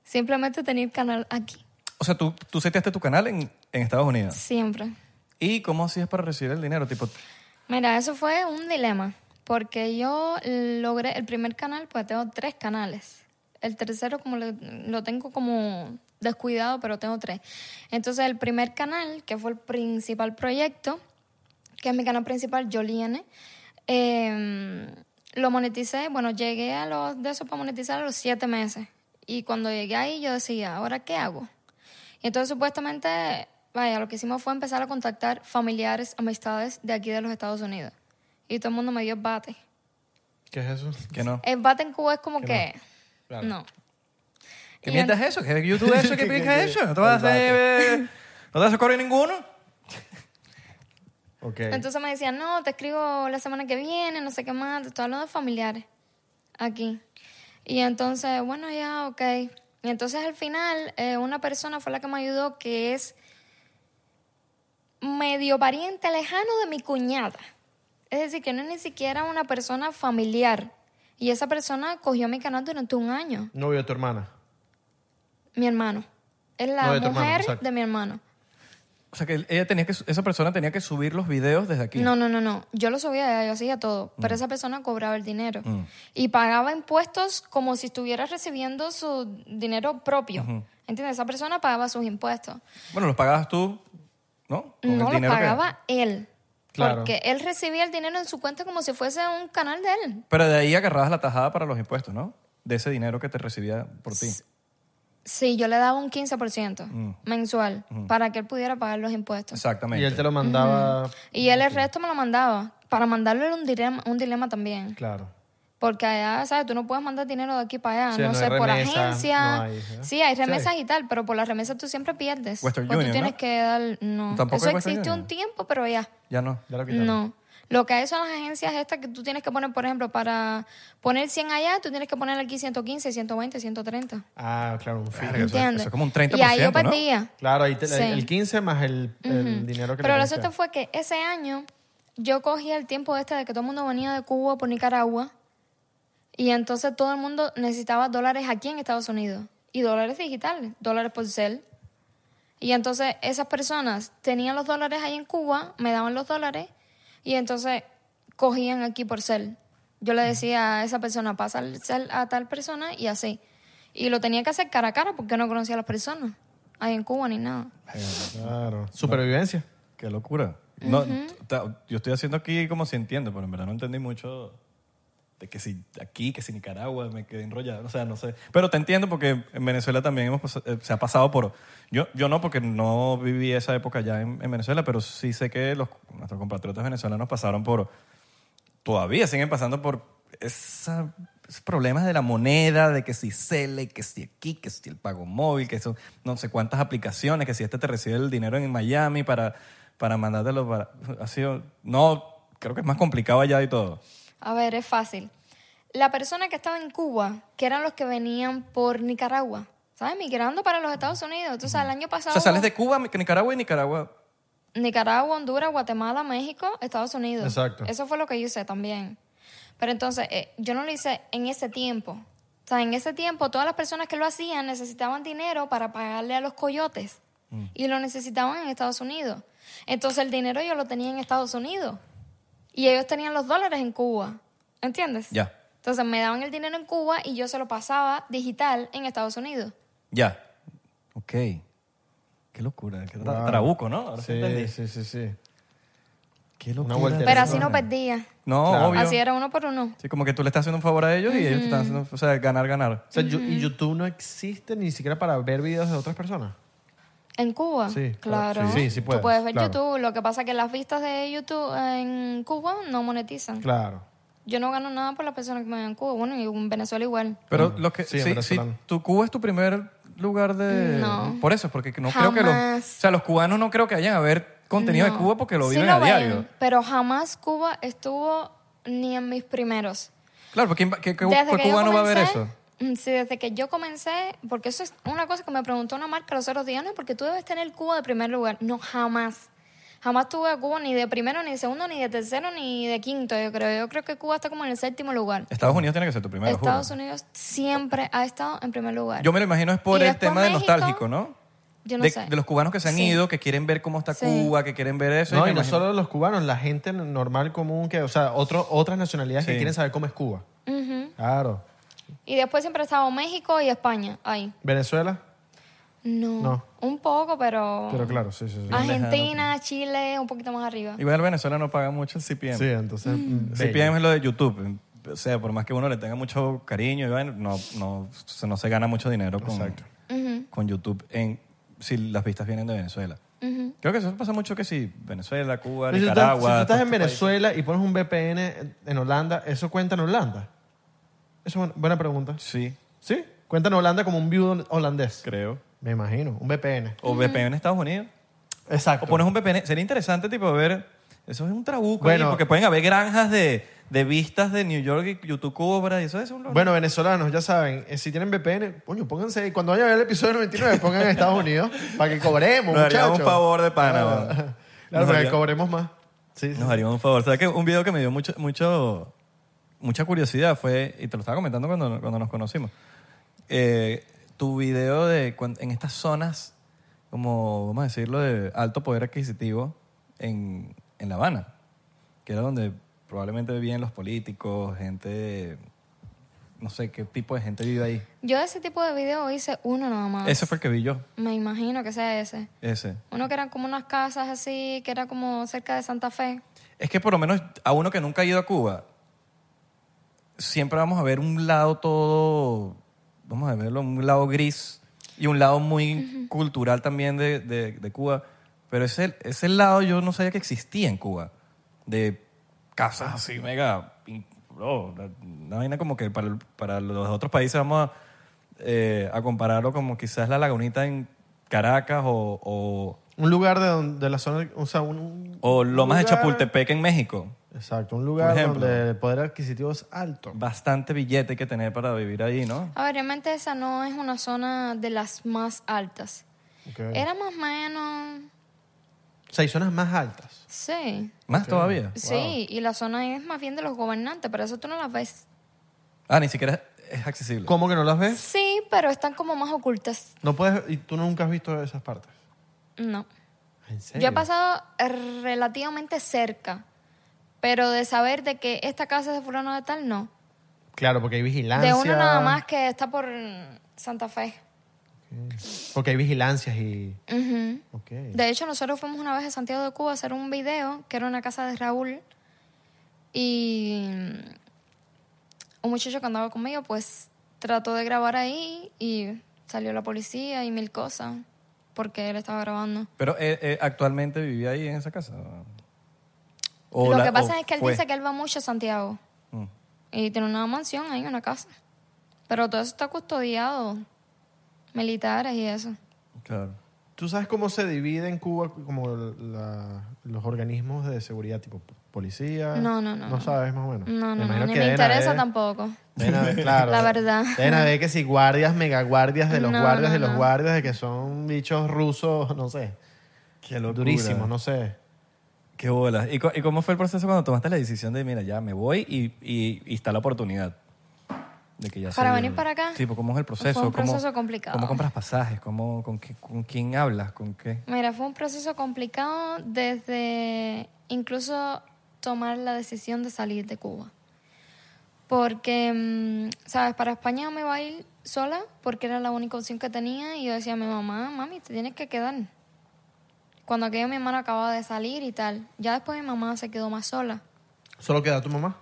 Speaker 2: Simplemente tener canal aquí,
Speaker 3: O sea, tú, tú seteaste tu canal en, en Estados Unidos.
Speaker 2: siempre.
Speaker 3: ¿Y cómo hacías para recibir el dinero? Tipo,
Speaker 2: Mira, eso fue un dilema, porque yo logré el primer canal, pues tengo tres canales. El tercero como lo, lo tengo como descuidado, pero tengo tres. Entonces el primer canal, que fue el principal proyecto, que es mi canal principal, Joliene, eh, lo moneticé, bueno, llegué a los de eso para monetizar a los siete meses. Y cuando llegué ahí yo decía, ¿ahora qué hago? Y entonces supuestamente, vaya, lo que hicimos fue empezar a contactar familiares, amistades de aquí de los Estados Unidos. Y todo el mundo me dio bate.
Speaker 4: ¿Qué es eso?
Speaker 3: Que no.
Speaker 2: El bate en Cuba es como que.
Speaker 4: Claro.
Speaker 2: No.
Speaker 3: ¿Qué
Speaker 2: Y
Speaker 3: mierda
Speaker 2: en-
Speaker 3: es eso? ¿Qué YouTube es eso? ¿Qué
Speaker 4: Que-
Speaker 3: pica
Speaker 4: que-
Speaker 3: es eso? ¿No te vas a hacer, eh, ¿No te vas a correr ninguno?
Speaker 4: Ok.
Speaker 2: Entonces me decían, no, te escribo la semana que viene, no sé qué más, te estoy hablando de familiares aquí. Y entonces, bueno, ya, ok. Y entonces al final, eh, una persona fue la que me ayudó que es medio pariente lejano de mi cuñada. Es decir, que no es ni siquiera una persona familiar. Y esa persona cogió mi canal durante un año,
Speaker 4: Novio de tu hermana.
Speaker 2: mi hermano. Es la
Speaker 4: No, de tu
Speaker 2: mujer
Speaker 4: hermano, exacto.
Speaker 2: de mi hermano.
Speaker 3: O sea, que ella tenía que, esa persona tenía que subir los videos desde aquí.
Speaker 2: No, no, no, no. Yo lo subía, yo hacía todo.
Speaker 3: Mm.
Speaker 2: Pero esa persona cobraba el dinero. Y pagaba impuestos como si estuviera recibiendo su dinero propio. ¿Entiendes? Esa persona pagaba sus impuestos.
Speaker 3: Bueno, los pagabas tú, ¿no?
Speaker 2: no
Speaker 3: Con el
Speaker 2: los
Speaker 3: dinero que-
Speaker 2: pagaba él.
Speaker 4: Claro.
Speaker 2: Porque él recibía el dinero en su cuenta como si fuese un canal de él.
Speaker 3: Pero de ahí agarrabas la tajada para los impuestos, ¿no? De ese dinero que te recibía por ti.
Speaker 2: Sí, yo le daba un 15%
Speaker 3: Mm.
Speaker 2: mensual para que él pudiera pagar los impuestos.
Speaker 3: Exactamente.
Speaker 4: Y él te lo mandaba.
Speaker 2: Y él el resto me lo mandaba. Para mandarlo era un dilema, un dilema también.
Speaker 4: Claro.
Speaker 2: Porque allá, ¿sabes? Tú no puedes mandar dinero de aquí para allá.
Speaker 4: Sí,
Speaker 2: no,
Speaker 4: no hay
Speaker 2: sé, por
Speaker 4: remesas,
Speaker 2: agencia.
Speaker 4: no hay, ¿eh?
Speaker 2: Sí, hay remesas y tal, pero por las remesas tú siempre pierdes.
Speaker 3: Western
Speaker 2: Pues
Speaker 3: Union,
Speaker 2: tú tienes
Speaker 3: ¿no?
Speaker 2: que dar. No.
Speaker 3: Tampoco
Speaker 2: Eso
Speaker 3: hay Western
Speaker 2: existe
Speaker 3: Union.
Speaker 2: un tiempo, pero ya.
Speaker 3: Ya no.
Speaker 4: Ya lo quitaron.
Speaker 2: No. Lo que hay son las agencias estas que tú tienes que poner, por ejemplo, para poner 100 allá, tú tienes que poner aquí 115, 120, 130.
Speaker 4: Ah, claro, un fin.
Speaker 3: Verga, eso-
Speaker 2: ¿Entiendes?
Speaker 3: eso es como un
Speaker 2: Y ahí yo
Speaker 3: 30%, ¿no?
Speaker 2: perdía.
Speaker 4: Claro, ahí te-
Speaker 2: Sí.
Speaker 4: el 15 más el, el dinero que
Speaker 2: Pero
Speaker 4: le
Speaker 2: lo
Speaker 4: diste.
Speaker 2: cierto fue que ese año yo cogía el tiempo este de que todo el mundo venía de Cuba por Nicaragua y entonces todo el mundo necesitaba dólares aquí en Estados Unidos y dólares digitales, dólares por cel. Y entonces esas personas tenían los dólares ahí en Cuba, me daban los dólares y entonces cogían aquí por cel. Yo le decía a esa persona, pasa el cel a tal persona y así. Y lo tenía que hacer cara a cara porque no conocía a las personas ahí en Cuba ni nada.
Speaker 4: Claro. Supervivencia.
Speaker 3: Qué locura. No, ta- yo estoy haciendo aquí como si entiendo, pero en verdad no entendí mucho de que si aquí, que si Nicaragua, me quedé enrollado. O sea, no sé. Pero te entiendo porque en Venezuela también hemos pas- eh, se ha pasado por... Yo, yo no, porque no viví esa época ya en, en Venezuela, pero sí sé que los, nuestros compatriotas venezolanos pasaron por... Todavía siguen pasando por esa- esos problemas de la moneda, de que si Cele, que si aquí, que si el pago móvil, que eso, no sé cuántas aplicaciones, que si este te recibe el dinero en Miami para, para mandártelo. Para, ha sido... No, creo que es más complicado allá y todo.
Speaker 2: A ver, es fácil. La persona que estaba en Cuba, que eran los que venían por Nicaragua, ¿sabes? Migrando para los Estados Unidos. Tú sabes, el año
Speaker 3: O
Speaker 2: pasado.
Speaker 3: sea, sales
Speaker 2: hubo
Speaker 3: de Cuba, Mi- Nicaragua y Nicaragua.
Speaker 2: Nicaragua, Honduras, Guatemala, México, Estados Unidos.
Speaker 4: Exacto.
Speaker 2: Eso fue lo que yo hice también. Pero entonces, eh, yo no lo hice en ese tiempo. O sea, en ese tiempo, todas las personas que lo hacían necesitaban dinero para pagarle a los coyotes. Y lo necesitaban en Estados Unidos. Entonces, el dinero yo lo tenía en Estados Unidos. Y ellos tenían los dólares en Cuba. ¿Entiendes?
Speaker 3: Ya.
Speaker 2: Entonces me daban el dinero en Cuba y yo se lo pasaba digital en Estados Unidos.
Speaker 3: Ya. Ok. Qué locura. Qué tra-
Speaker 4: Wow.
Speaker 3: trabuco, ¿no? Ahora sí, entendí.
Speaker 4: Sí, sí, sí, sí.
Speaker 3: Qué locura.
Speaker 4: Una vuelta de
Speaker 2: Pero así
Speaker 4: Claro.
Speaker 2: no perdía.
Speaker 3: No,
Speaker 4: Claro.
Speaker 3: obvio.
Speaker 2: Así era uno por uno.
Speaker 3: Sí, como que tú le estás haciendo un favor a ellos y ellos te están haciendo... O sea, ganar, ganar.
Speaker 4: O sea, yo- y YouTube no existe ni siquiera para ver videos de otras personas.
Speaker 2: En Cuba,
Speaker 4: Sí, claro.
Speaker 2: claro.
Speaker 4: Sí, sí puedes,
Speaker 2: Tú puedes ver
Speaker 4: claro.
Speaker 2: YouTube. Lo que pasa es que las vistas de YouTube en Cuba no monetizan.
Speaker 4: Claro.
Speaker 2: Yo no gano nada por las personas que me ven en Cuba. Bueno, y en Venezuela igual.
Speaker 3: Pero
Speaker 4: Bueno,
Speaker 3: lo que
Speaker 4: Mm. sí,
Speaker 3: sí,
Speaker 4: en
Speaker 3: sí,
Speaker 4: venezolano.
Speaker 3: tu Cuba es tu primer lugar de
Speaker 2: No.
Speaker 3: por eso, porque no creo que los,
Speaker 2: Jamás.
Speaker 3: o sea, los cubanos no creo que vayan a ver contenido
Speaker 2: No.
Speaker 3: de Cuba porque lo
Speaker 2: Sí
Speaker 3: viven a
Speaker 2: ven,
Speaker 3: diario.
Speaker 2: Pero jamás Cuba estuvo ni en mis primeros.
Speaker 3: Claro, porque qué, qué-
Speaker 2: Desde
Speaker 3: qué
Speaker 2: que yo
Speaker 3: cubano va a ver
Speaker 2: comencé-
Speaker 3: eso?
Speaker 2: Mm, Sí, desde que yo comencé, porque eso es una cosa que me preguntó una marca los otros días, no, porque tú debes tener Cuba de primer lugar. No, jamás. Jamás tuve a Cuba ni de primero, ni de segundo, ni de tercero, ni de quinto, yo creo. Yo creo que Cuba está como en el séptimo lugar.
Speaker 3: Estados Unidos tiene que ser tu primero. juro.
Speaker 2: Estados Unidos siempre ha estado en primer lugar.
Speaker 3: Yo me lo imagino es por
Speaker 2: Y
Speaker 3: el
Speaker 2: después
Speaker 3: tema de
Speaker 2: México,
Speaker 3: nostálgico, ¿no?
Speaker 2: yo no
Speaker 3: de,
Speaker 2: sé.
Speaker 3: de los cubanos que se han
Speaker 2: Sí.
Speaker 3: ido, que quieren ver cómo está
Speaker 2: Sí.
Speaker 3: Cuba, que quieren ver eso.
Speaker 4: no,
Speaker 3: me
Speaker 4: y no
Speaker 3: imagino-
Speaker 4: solo los cubanos, la gente normal, común, que, o sea, otro, otras nacionalidades que
Speaker 3: Sí.
Speaker 4: quieren saber cómo es Cuba.
Speaker 2: Ujú.
Speaker 4: Claro.
Speaker 2: Y después siempre ha estado México y España ahí.
Speaker 4: Venezuela,
Speaker 2: No.
Speaker 4: No.
Speaker 2: Un poco, pero...
Speaker 4: pero claro, sí, sí, sí.
Speaker 2: Argentina, Chile, un poquito más arriba.
Speaker 3: Igual Venezuela no paga mucho el CPM.
Speaker 4: Sí, entonces. mm, bello.
Speaker 3: CPM es lo de YouTube. O sea, por más que uno le tenga mucho cariño, y vaina, no, no, se- no se gana mucho dinero con,
Speaker 4: Exacto.
Speaker 3: con YouTube en, si las vistas vienen de Venezuela. Creo que eso pasa mucho que si Venezuela, Cuba,
Speaker 4: Pero si tú estás-
Speaker 3: Nicaragua.
Speaker 4: si tú estás
Speaker 3: todos
Speaker 4: en
Speaker 3: estos países.
Speaker 4: Venezuela y pones un VPN en- en Holanda, ¿eso cuenta en Holanda? Eso es una buena pregunta.
Speaker 3: Sí,
Speaker 4: ¿Sí? Cuenta en Holanda como un viudo holandés.
Speaker 3: creo.
Speaker 4: Me imagino, un VPN.
Speaker 3: O VPN en Estados Unidos.
Speaker 4: Exacto.
Speaker 3: O pones un VPN. Sería interesante, tipo, ver. Eso es un trabuco.
Speaker 4: Bueno.
Speaker 3: ahí, porque pueden haber granjas de, de vistas de New York y YouTube Cobra. Y eso es un.
Speaker 4: Bueno, venezolanos, ya saben, eh, si tienen VPN, coño, pónganse, cuando vayan a ver el episodio 99, pongan en Estados Unidos para que cobremos,
Speaker 3: nos haría
Speaker 4: muchachos. Ah,
Speaker 3: un favor de
Speaker 4: Claro,
Speaker 3: pana.
Speaker 4: Claro,
Speaker 3: Nos
Speaker 4: para que
Speaker 3: haría-
Speaker 4: cobremos más. Sí, sí.
Speaker 3: Nos haría un favor. ¿Sabes que un video que me dio mucho, mucho, mucha curiosidad fue, y te lo estaba comentando cuando, cuando nos conocimos, eh, tu video de cuan- en estas zonas, como vamos a decirlo, de alto poder adquisitivo en, en La Habana, que era donde probablemente vivían los políticos, gente, no sé qué tipo de gente vive ahí.
Speaker 2: Yo de ese tipo de video hice uno nada más.
Speaker 3: Ese fue el que vi yo,
Speaker 2: Me imagino que sea ese.
Speaker 3: ese.
Speaker 2: Uno que eran como unas casas así, que era como cerca de Santa Fe.
Speaker 3: Es que por lo menos a uno que nunca ha ido a Cuba, siempre vamos a ver un lado todo, vamos a verlo, un lado gris y un lado muy cultural también de, de- de Cuba. Pero ese, ese lado yo no sabía que existía en Cuba, de casas así mega, in- bro, una- una vaina como que para, para los otros países vamos a, eh, a compararlo como quizás la lagunita en Caracas o- o
Speaker 4: Un lugar de, donde, de la zona, o sea, un...
Speaker 3: o
Speaker 4: un
Speaker 3: Lomas de
Speaker 4: lugar-
Speaker 3: Chapultepec en México.
Speaker 4: Exacto, un lugar
Speaker 3: Por ejemplo.
Speaker 4: donde el poder adquisitivo es alto.
Speaker 3: Bastante billete hay que tener para vivir ahí, ¿no?
Speaker 2: A ver, realmente esa no es una zona de las más altas.
Speaker 4: Ok.
Speaker 2: Era más o menos...
Speaker 4: O sea, hay zonas más altas.
Speaker 2: Sí.
Speaker 3: Más todavía.
Speaker 2: Sí, y la zona ahí es más bien de los gobernantes, pero eso tú no las ves.
Speaker 3: Ah, ni siquiera es accesible.
Speaker 4: ¿Cómo que no las ves?
Speaker 2: Sí, pero están como más ocultas.
Speaker 4: No puedes, y tú nunca has visto esas partes.
Speaker 2: No.
Speaker 4: ¿En serio?
Speaker 2: Yo he pasado eh, relativamente cerca, pero de saber de que esta casa es de fulano de tal, no.
Speaker 4: Claro, porque hay vigilancia.
Speaker 2: De uno nada más que está por Santa Fe.
Speaker 4: Porque hay vigilancias y...
Speaker 2: Ujú.
Speaker 4: Ok.
Speaker 2: De hecho, nosotros fuimos una vez a Santiago de Cuba a hacer un video que era una casa de Raúl y un muchacho que andaba conmigo pues trató de grabar ahí y salió la policía y mil cosas porque él estaba grabando.
Speaker 3: Pero eh, eh, actualmente vivía ahí en esa casa.
Speaker 2: Lo que pasa es que él dice que él va mucho a Santiago
Speaker 4: Mm.
Speaker 2: y tiene una mansión ahí, una casa. Pero todo eso está custodiado, militares y eso.
Speaker 3: Claro.
Speaker 4: ¿Tú sabes cómo se divide en Cuba como la- los organismos de seguridad, tipo policía?
Speaker 2: No, no, no,
Speaker 4: No
Speaker 2: no.
Speaker 4: sabes más o menos.
Speaker 2: No, no,
Speaker 4: imagino
Speaker 2: no, ni
Speaker 4: que
Speaker 2: me
Speaker 4: deben
Speaker 2: interesa
Speaker 4: haber-
Speaker 2: tampoco.
Speaker 4: deben haber, claro.
Speaker 2: La verdad.
Speaker 4: Deben haber que si guardias, megaguardias de los
Speaker 2: No,
Speaker 4: guardias
Speaker 2: no,
Speaker 4: de los
Speaker 2: no.
Speaker 4: guardias, de que son bichos rusos, no sé.
Speaker 3: Qué
Speaker 4: Durísimos, no sé.
Speaker 3: Qué bola. ¿Y, cu- y cómo fue el proceso cuando tomaste la decisión de, mira, ya me voy y, y, y está la oportunidad? De que ya
Speaker 2: ¿Para
Speaker 3: soy-
Speaker 2: venir para acá?
Speaker 3: Sí, pues, ¿cómo es el proceso?
Speaker 2: Fue un
Speaker 3: ¿Cómo-
Speaker 2: proceso complicado.
Speaker 3: ¿Cómo compras pasajes? ¿Cómo, con, qué- ¿Con quién hablas? ¿Con qué?
Speaker 2: Mira, fue un proceso complicado desde incluso tomar la decisión de salir de Cuba. Porque, mm, ¿sabes? Para España me iba a ir sola porque era la única opción que tenía y yo decía a mi mamá, mami, te tienes que quedar. Cuando aquello mi hermano acababa de salir y tal. Ya después mi mamá se quedó más sola.
Speaker 4: ¿Solo queda tu mamá?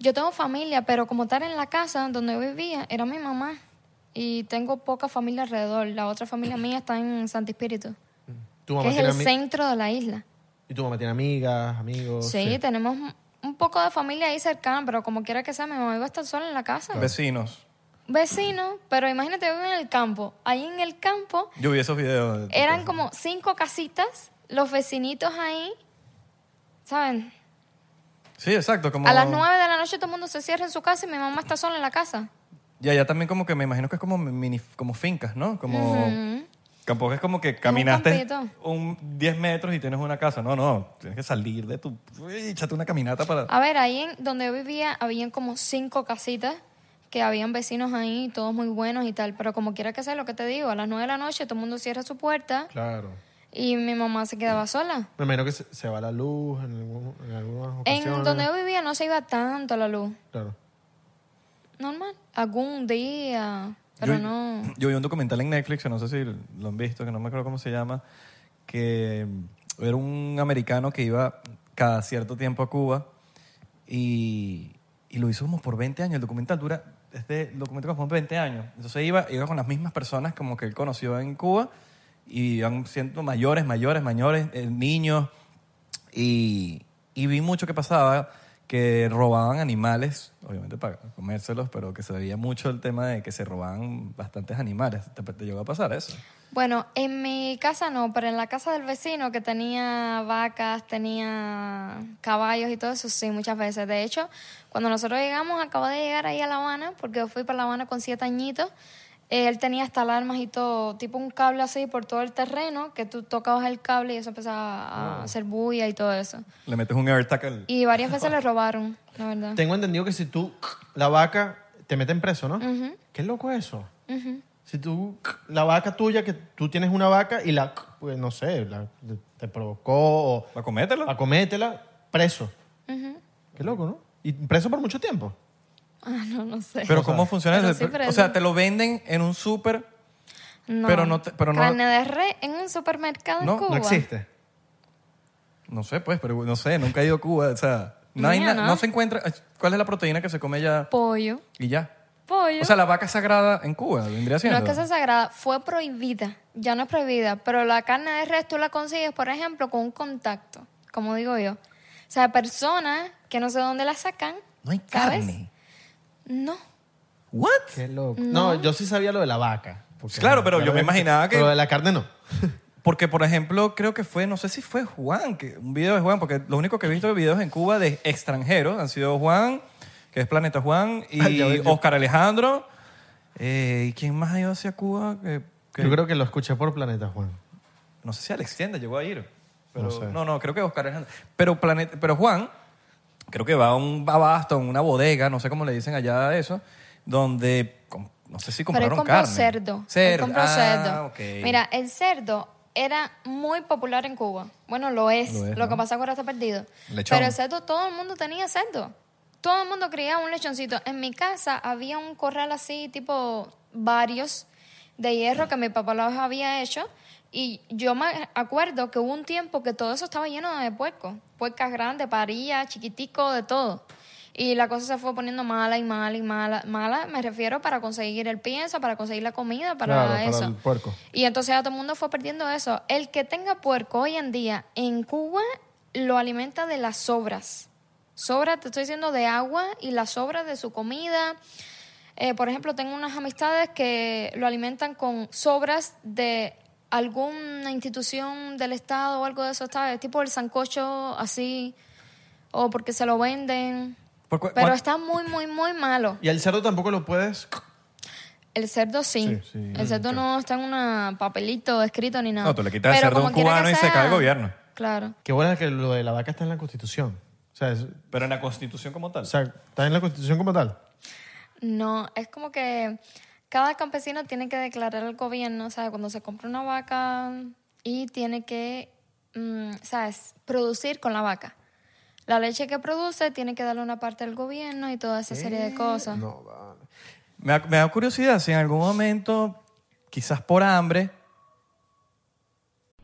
Speaker 2: Yo tengo familia, pero como tal en la casa donde yo vivía era mi mamá y tengo poca familia alrededor. La otra familia mía está en Santo Espíritu,
Speaker 4: Tu
Speaker 2: que
Speaker 4: mamá
Speaker 2: es
Speaker 4: tiene
Speaker 2: el
Speaker 4: ami-
Speaker 2: centro de la isla.
Speaker 4: Y tu mamá tiene amigas, amigos.
Speaker 2: Sí, tenemos un- un poco de familia ahí cercana, pero como quiera que sea, mi mamá iba a estar sola en la casa.
Speaker 3: Vecinos.
Speaker 2: Vecino, pero imagínate, yo vivo en el campo. Ahí en el campo
Speaker 3: Yo vi esos videos. de-
Speaker 2: eran como cinco casitas, los vecinitos ahí, ¿saben?
Speaker 3: Sí, exacto. Como...
Speaker 2: A las nueve de la noche todo el mundo se cierra en su casa y mi mamá está sola en la casa.
Speaker 3: Y allá también como que me imagino que es como mini, como fincas, ¿no? Como tampoco es como que caminaste
Speaker 2: campito.
Speaker 3: un 10 metros y tienes una casa. No, no, tienes que salir de tu Uy, échate una caminata para
Speaker 2: A ver, ahí en donde yo vivía habían como cinco casitas que habían vecinos ahí, todos muy buenos y tal, pero como quiera que sea lo que te digo, a las nueve de la noche todo el mundo cierra su puerta
Speaker 4: Claro.
Speaker 2: y mi mamá se quedaba sola.
Speaker 4: Me imagino que se, se va la luz en, algún- en algunas ocasiones.
Speaker 2: En donde yo vivía no se iba tanto la luz.
Speaker 4: Claro.
Speaker 2: Normal. Algún día. Pero
Speaker 3: yo,
Speaker 2: no.
Speaker 3: Yo vi un documental en Netflix, que no sé si lo han visto, que no me acuerdo cómo se llama, que mm, era un americano que iba cada cierto tiempo a Cuba y, y lo hizo como por 20 años. El documental dura, este documental como por 20 años. Entonces iba, iba con las mismas personas como que él conoció en Cuba y van siendo mayores, mayores, mayores, eh, niños. Y, y vi mucho que pasaba que robaban animales, obviamente para comérselos, pero que se veía mucho el tema de que se robaban bastantes animales. ¿Te, te llegó a pasar eso?
Speaker 2: Bueno, en mi casa no, pero en la casa del vecino que tenía vacas, tenía caballos y todo eso, sí, muchas veces. De hecho, cuando nosotros llegamos, acabo de llegar ahí a La Habana, porque yo fui para La Habana con siete añitos. eh, Él tenía hasta alarmas y todo, tipo un cable así por todo el terreno, que tú tocabas el cable y eso empezaba
Speaker 3: Oh.
Speaker 2: a hacer bulla y todo eso.
Speaker 3: Le metes un AirTag al...
Speaker 2: Y varias veces le robaron, la verdad.
Speaker 4: Tengo entendido que si tú la vaca te meten preso, ¿no? Qué loco eso. Si tú la vaca tuya que tú tienes una vaca y la pues, no sé, la- te provocó o
Speaker 3: ¿Va a comértelo?
Speaker 2: Ah,
Speaker 4: acométela preso. Qué loco, ¿no? Y preso por mucho tiempo.
Speaker 2: Ah, no, no sé.
Speaker 3: Pero ¿cómo funciona
Speaker 2: Pero
Speaker 3: eso?
Speaker 2: sí, pero
Speaker 3: o sea,
Speaker 2: eso-
Speaker 3: te lo venden en un súper. pero no te- pero no-
Speaker 2: Carne de res en un supermercado
Speaker 3: No,
Speaker 2: en
Speaker 3: no
Speaker 2: Cuba.
Speaker 4: No existe.
Speaker 3: No sé, pues, pero no sé, nunca he ido a Cuba. O sea, no, hay
Speaker 2: Mira,
Speaker 3: na-
Speaker 2: ¿no?
Speaker 3: no se encuentra... eh, ¿Cuál es la proteína que se come ya
Speaker 2: Pollo.
Speaker 3: y ya?
Speaker 2: Pollo.
Speaker 3: O sea, la vaca sagrada en Cuba vendría
Speaker 2: No
Speaker 3: siendo.
Speaker 2: es que sea sagrada, fue prohibida. Ya no es prohibida, pero la carne de res tú la consigues, por ejemplo, con un contacto, como digo yo. O sea, personas que no sé dónde la sacan.
Speaker 3: No hay
Speaker 2: ¿sabes?
Speaker 3: carne.
Speaker 2: No.
Speaker 3: ¿What?
Speaker 4: Qué loco. No, yo sí sabía lo de la vaca. porque-
Speaker 3: Claro, pero yo me imaginaba que-
Speaker 4: Pero de la carne no.
Speaker 3: Porque, por ejemplo, creo que fue, no sé si fue Juan, que, un video de Juan, porque lo único que he visto de videos en Cuba de extranjeros han sido Juan, que es Planeta Juan, y
Speaker 4: Ah, ya ves, yo-
Speaker 3: Oscar Alejandro. Eh, ¿Y quién más ha ido hacia Cuba? Que, que-
Speaker 4: Yo creo que lo escuché por Planeta Juan.
Speaker 3: No sé si Alex Tienda llegó a ir. Pero,
Speaker 4: No
Speaker 3: no,
Speaker 4: sé.
Speaker 3: no, creo que Oscar Alejandro. Pero, Planeta, pero Juan, creo que va a un abasto, a una bodega, no sé cómo le dicen allá a eso, donde com- no sé si
Speaker 2: Pero él
Speaker 3: compraron
Speaker 2: compró
Speaker 3: carne.
Speaker 2: cerdo. Él
Speaker 3: Cerdo.
Speaker 2: compró cerdo.
Speaker 3: Ah, ok.
Speaker 2: Mira, el cerdo era muy popular en Cuba. Bueno, lo es.
Speaker 3: Lo
Speaker 2: Lo,
Speaker 3: es, ¿no?
Speaker 2: que pasa es que ahora está perdido.
Speaker 3: Lechón.
Speaker 2: Pero el cerdo, todo el mundo tenía cerdo. Todo el mundo criaba un lechoncito. En mi casa había un corral así, tipo varios, de hierro que mi papá los había hecho. Y yo me acuerdo que hubo un tiempo que todo eso estaba lleno de puercos. Puercas grandes, parillas, chiquitico, de todo. Y la cosa se fue poniendo mala y mala y mala. Mala, me refiero para conseguir el pienso, para conseguir la comida, para
Speaker 4: Claro, para
Speaker 2: eso.
Speaker 4: el puerco.
Speaker 2: Y entonces ya todo el mundo fue perdiendo eso. El que tenga puerco hoy en día en Cuba lo alimenta de las sobras. Sobras, te estoy diciendo, de agua y las sobras de su comida. Eh, por ejemplo, tengo unas amistades que lo alimentan con sobras de alguna institución del Estado o algo de eso, ¿sabes? Tipo el sancocho así, o porque se lo venden.
Speaker 3: ¿Por cu-
Speaker 2: Pero
Speaker 3: cuán-
Speaker 2: está muy, muy, muy malo.
Speaker 4: Y al cerdo tampoco lo puedes.
Speaker 2: El cerdo sí.
Speaker 4: Sí, sí.
Speaker 2: El cerdo no está en un papelito escrito ni nada.
Speaker 3: No, tú le quitas el cerdo a
Speaker 2: como
Speaker 3: un
Speaker 2: quiera que
Speaker 3: cubano y se
Speaker 2: sea-
Speaker 3: cae el gobierno.
Speaker 2: Claro.
Speaker 4: Qué bueno que lo de la vaca está en la Constitución. O sea, es-
Speaker 3: Pero en la Constitución como tal.
Speaker 4: o sea, está en la Constitución como tal.
Speaker 2: No, es como que cada campesino tiene que declarar al gobierno, ¿sabes? Cuando se compra una vaca y tiene que, mm, ¿sabes? Producir con la vaca. La leche que produce tiene que darle una parte al gobierno y toda esa serie
Speaker 3: Eh,
Speaker 2: de cosas.
Speaker 3: me, da, me da curiosidad si en algún momento, quizás por hambre,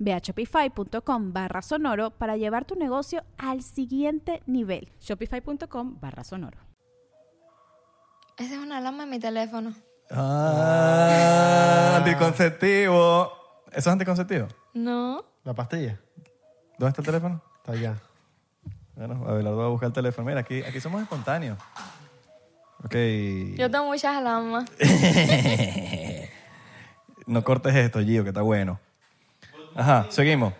Speaker 5: Ve a shopify.com barra sonoro para llevar tu negocio al siguiente nivel.
Speaker 6: Shopify.com barra sonoro.
Speaker 2: Esa es una alarma en mi teléfono.
Speaker 3: Ah, anticonceptivo. ¿Eso es anticonceptivo?
Speaker 2: No.
Speaker 4: La pastilla
Speaker 3: ¿Dónde está el teléfono?
Speaker 4: está allá.
Speaker 3: Bueno, Abelardo va a buscar el teléfono. Mira, aquí, aquí somos espontáneos. Ok.
Speaker 2: Yo tengo muchas alarmas.
Speaker 3: No cortes esto, Gio, que está bueno. Ajá, seguimos.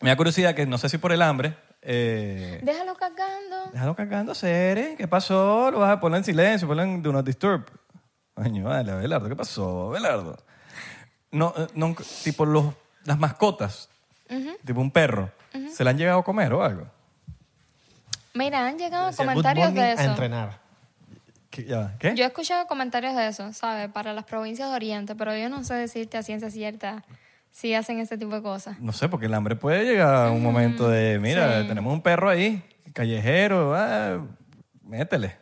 Speaker 3: Me da curiosidad que no sé si por el hambre Eh,
Speaker 2: Déjalo cargando.
Speaker 3: déjalo cagando, Cere. ¿Qué pasó? Lo vas a poner en silencio, ponlo en Do Not Disturb. Coño, vale, Abelardo, ¿qué pasó, Abelardo? No, eh, no, tipo los, las mascotas, tipo un perro, ¿se la han llegado a comer o algo?
Speaker 2: Mira, han llegado
Speaker 4: Decía, "Good
Speaker 2: comentarios
Speaker 4: morning",
Speaker 2: de
Speaker 4: A
Speaker 2: eso.
Speaker 4: entrenar.
Speaker 3: ¿Qué? ya va, ¿Qué?
Speaker 2: Yo he escuchado comentarios de eso, ¿sabes? Para las provincias de Oriente, pero yo no sé decirte a ciencia cierta si hacen este tipo de cosas.
Speaker 3: No sé, porque el hambre puede llegar a
Speaker 2: Mm,
Speaker 3: un momento de, mira, tenemos un perro ahí, callejero, ah, métele.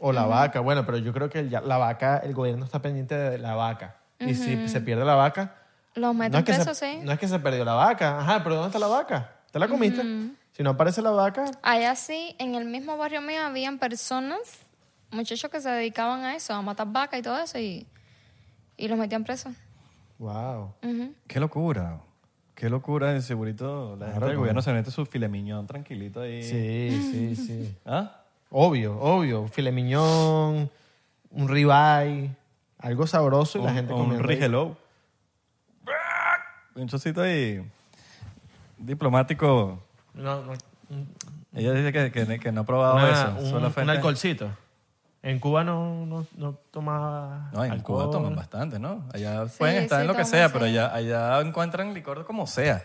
Speaker 4: O la vaca, bueno, pero yo creo que el- ya- la vaca, el gobierno está pendiente de la vaca. Y si se pierde la vaca,
Speaker 2: Los meten
Speaker 4: no es, que
Speaker 2: presos,
Speaker 4: se,
Speaker 2: sí.
Speaker 4: no es que se perdió la vaca. Ajá, pero ¿dónde está la vaca? ¿Te la comiste? Si no aparece la vaca,
Speaker 2: Allá sí, en el mismo barrio mío habían personas, muchachos que se dedicaban a eso, a matar vacas y todo eso, y, y los metían presos.
Speaker 4: wow.
Speaker 2: Ujú.
Speaker 3: Qué locura. Qué locura, el segurito. La gente del
Speaker 4: claro.
Speaker 3: gobierno se mete su filemiñón tranquilito ahí.
Speaker 4: Sí, sí, sí.
Speaker 3: ¿Ah?
Speaker 4: Obvio, obvio. Filet miñón, un ribeye, algo sabroso y la
Speaker 3: Un-
Speaker 4: gente
Speaker 3: un
Speaker 4: comiendo. ahí.
Speaker 3: Rigelow. Un chocito ahí diplomático.
Speaker 4: No, no,
Speaker 3: Ella dice que, que- que no ha probado
Speaker 4: una-
Speaker 3: eso.
Speaker 4: un,
Speaker 3: Solo
Speaker 4: un
Speaker 3: frente-
Speaker 4: alcoholcito. En Cuba no, no, no tomaba
Speaker 3: No, en
Speaker 4: alcohol.
Speaker 3: Cuba toman bastante, ¿no? Allá
Speaker 2: Sí,
Speaker 3: pueden estar
Speaker 2: sí,
Speaker 3: en lo que
Speaker 2: toman,
Speaker 3: sea,
Speaker 2: sí.
Speaker 3: pero allá, allá encuentran licor como sea.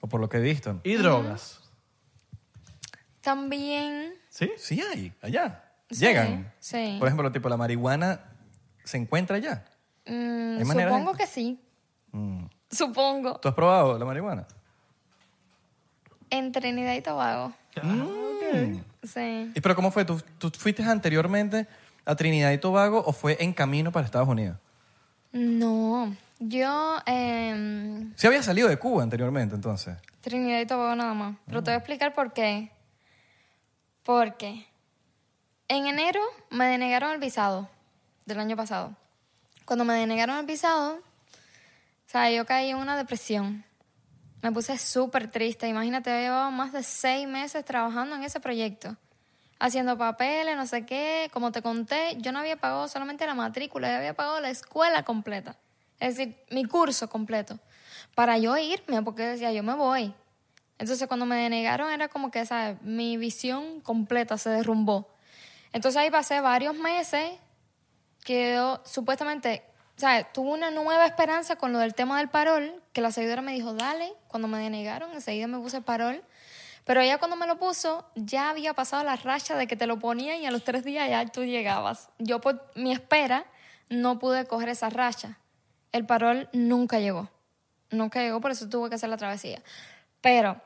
Speaker 3: O por lo que he visto.
Speaker 4: Y drogas.
Speaker 2: También,
Speaker 3: ¿Sí? Sí hay, allá.
Speaker 2: Sí,
Speaker 3: Llegan.
Speaker 2: sí.
Speaker 3: Por ejemplo, tipo la marihuana se encuentra allá.
Speaker 2: mm,
Speaker 3: ¿Hay manera de- Mm.
Speaker 2: supongo que sí. Supongo.
Speaker 3: ¿Tú has probado la marihuana?
Speaker 2: En Trinidad y Tobago.
Speaker 3: Ah,
Speaker 2: Sí.
Speaker 3: ¿Y pero cómo fue? ¿Tú, tú fuiste anteriormente a Trinidad y Tobago o fue en camino para Estados Unidos?
Speaker 2: No, yo em,
Speaker 3: Sí había salido de Cuba anteriormente, entonces.
Speaker 2: Trinidad y Tobago nada más. Pero te voy a explicar por qué. Porque en enero me denegaron el visado del año pasado. Cuando me denegaron el visado, o sea, yo caí en una depresión. Me puse súper triste. Imagínate, yo llevaba más de seis meses trabajando en ese proyecto. Haciendo papeles, no sé qué. Como te conté, yo no había pagado solamente la matrícula, yo había pagado la escuela completa. Es decir, mi curso completo. Para yo irme, porque yo decía, yo me voy. Entonces, cuando me denegaron, era como que, ¿sabes? Mi visión completa se derrumbó. Entonces, ahí pasé varios meses que yo supuestamente, ¿sabes? Tuve una nueva esperanza con lo del tema del parol, que la seguidora me dijo, dale, cuando me denegaron, enseguida me puse parol. Pero ya cuando me lo puso, ya había pasado la racha de que te lo ponían y a los tres días ya tú llegabas. Yo por mi espera no pude coger esa racha. El parol nunca llegó. Nunca llegó, por eso tuve que hacer la travesía. Pero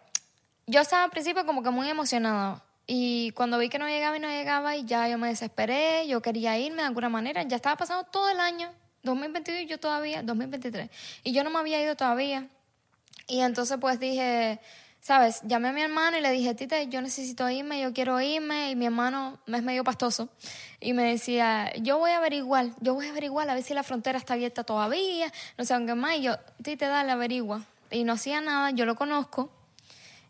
Speaker 2: yo estaba al principio como que muy emocionada. Y cuando vi que no llegaba y no llegaba, y ya yo me desesperé, yo quería irme de alguna manera. Ya estaba pasando todo el año, 2022 y yo todavía, 2023. Y yo no me había ido todavía. Y entonces pues dije, ¿sabes? Llamé a mi hermano y le dije, Tita, yo necesito irme, yo quiero irme. Y mi hermano es medio pastoso. Y me decía, yo voy a averiguar, yo voy a averiguar a ver si la frontera está abierta todavía, no sé qué más. Y yo, Tita, dale, averigua. Y no hacía nada, yo lo conozco.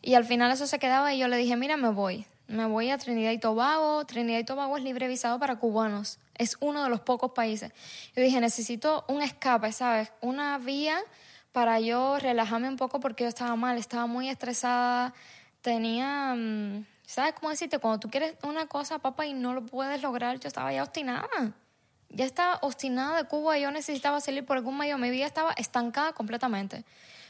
Speaker 2: Y al final eso se quedaba y yo le dije, mira, me voy. Me voy a Trinidad y Tobago. Trinidad y Tobago es libre visado para cubanos. Es uno de los pocos países. Yo dije, necesito un escape, ¿sabes? Una vía para yo relajarme un poco porque yo estaba mal, estaba muy estresada. Tenía, mm, ¿sabes cómo decirte? Cuando tú quieres una cosa, papá, y no lo puedes lograr, yo estaba ya obstinada. Ya estaba obstinada de Cuba, yo necesitaba salir por algún medio. Mi vida estaba estancada completamente.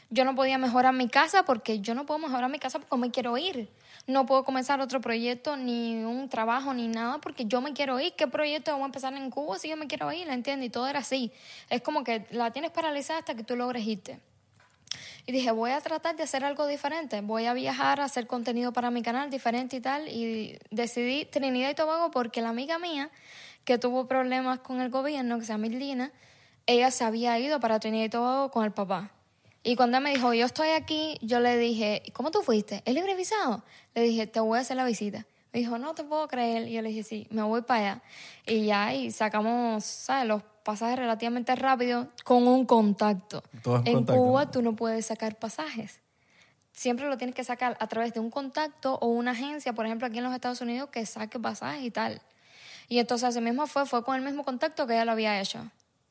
Speaker 2: Yo no podía mejorar mi casa porque yo no puedo mejorar mi casa porque me quiero ir. No puedo comenzar otro proyecto, ni un trabajo, ni nada porque yo me quiero ir. ¿Qué proyecto vamos a empezar en Cuba si yo me quiero ir? ¿Entiendes? Y todo era así. Es como que la tienes paralizada hasta que tú logres irte. Y dije, voy a tratar de hacer algo diferente. Voy a viajar, a hacer contenido para mi canal diferente y tal. Y decidí Trinidad y Tobago porque la amiga mía, que tuvo problemas con el gobierno, que se llama Irlina, ella se había ido para Trinidad y Tobago con el papá. Y cuando ella me dijo, yo estoy aquí, yo le dije, "¿Y ¿cómo tú fuiste? ¿Es libre visado? Le dije, te voy a hacer la visita. Me dijo, no te puedo creer. Y yo le dije, sí, me voy para allá. Y ya, y sacamos, ¿sabes? Los pasajes relativamente rápido con un contacto.
Speaker 3: Todo es un
Speaker 2: en
Speaker 3: contacto, ¿no?
Speaker 2: Cuba tú no puedes sacar pasajes. Siempre lo tienes que sacar a través de un contacto o una agencia, por ejemplo, aquí en los Estados Unidos, que saque pasajes y tal. Y entonces así mismo fue, fue con el mismo contacto que ella lo había hecho.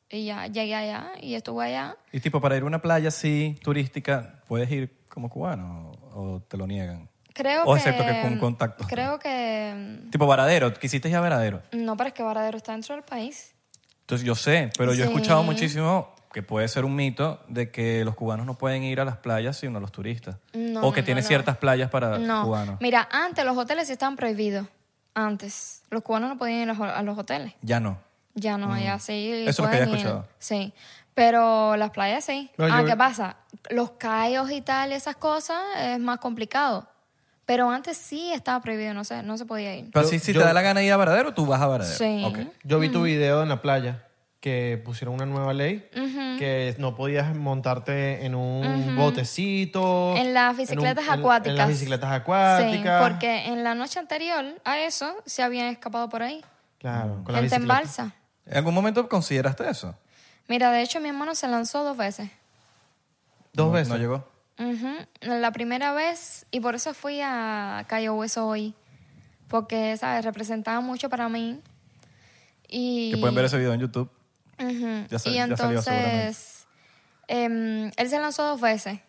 Speaker 2: Y ya llegué allá y estuve allá.
Speaker 3: Y tipo, para ir a una playa así, turística, ¿puedes ir como cubano o te lo niegan?
Speaker 2: Creo
Speaker 3: O
Speaker 2: que...
Speaker 3: excepto que con contacto.
Speaker 2: Creo que... mm,
Speaker 3: Tipo Varadero, quisiste ir a Varadero.
Speaker 2: No, pero es que Varadero está dentro del país.
Speaker 3: Entonces yo sé, pero yo he
Speaker 2: Sí.
Speaker 3: escuchado muchísimo que puede ser un mito de que los cubanos no pueden ir a las playas sino los turistas.
Speaker 2: No,
Speaker 3: o que
Speaker 2: no,
Speaker 3: tiene
Speaker 2: no.
Speaker 3: ciertas playas para
Speaker 2: No.
Speaker 3: cubanos.
Speaker 2: Mira, antes los hoteles sí estaban prohibidos. Antes. Los cubanos no podían ir a los- a los hoteles.
Speaker 3: Ya no.
Speaker 2: Ya no,
Speaker 4: Mm.
Speaker 2: ya sí.
Speaker 3: Eso es lo que
Speaker 2: pueden
Speaker 3: había
Speaker 2: ir.
Speaker 3: escuchado.
Speaker 2: pues Sí. Pero las playas sí.
Speaker 4: No,
Speaker 2: ah,
Speaker 4: yo-
Speaker 2: ¿qué pasa? Los callos y tal, esas cosas, es más complicado. Pero antes sí estaba prohibido, no sé, no se podía ir.
Speaker 3: Pero
Speaker 4: Yo-
Speaker 3: si, si
Speaker 4: yo-
Speaker 3: te da la gana ir a Varadero, tú vas a Varadero.
Speaker 2: Sí.
Speaker 3: Ok.
Speaker 4: Yo vi tu
Speaker 2: Mm.
Speaker 4: video en la playa que pusieron una nueva ley que no podías montarte en un botecito.
Speaker 2: En las
Speaker 4: un-
Speaker 2: bicicletas
Speaker 4: en-
Speaker 2: acuáticas.
Speaker 4: En las bicicletas acuáticas.
Speaker 2: Sí, porque en la noche anterior a eso se habían escapado por ahí.
Speaker 4: Claro, con las
Speaker 2: gente en
Speaker 4: bicicletas.
Speaker 2: balsa.
Speaker 3: ¿En algún momento consideraste eso?
Speaker 2: Mira, de hecho, mi hermano se lanzó dos veces.
Speaker 4: Dos
Speaker 3: No-
Speaker 4: veces.
Speaker 3: No llegó.
Speaker 2: Ujú. La primera vez, y por eso fui a Cayo Hueso hoy, porque, ¿sabes? Representaba mucho para mí. Y,
Speaker 3: Que pueden ver ese video en YouTube.
Speaker 2: Ujú.
Speaker 3: Ya sa-
Speaker 2: y
Speaker 3: ya salió
Speaker 2: entonces, em, él se lanzó dos veces,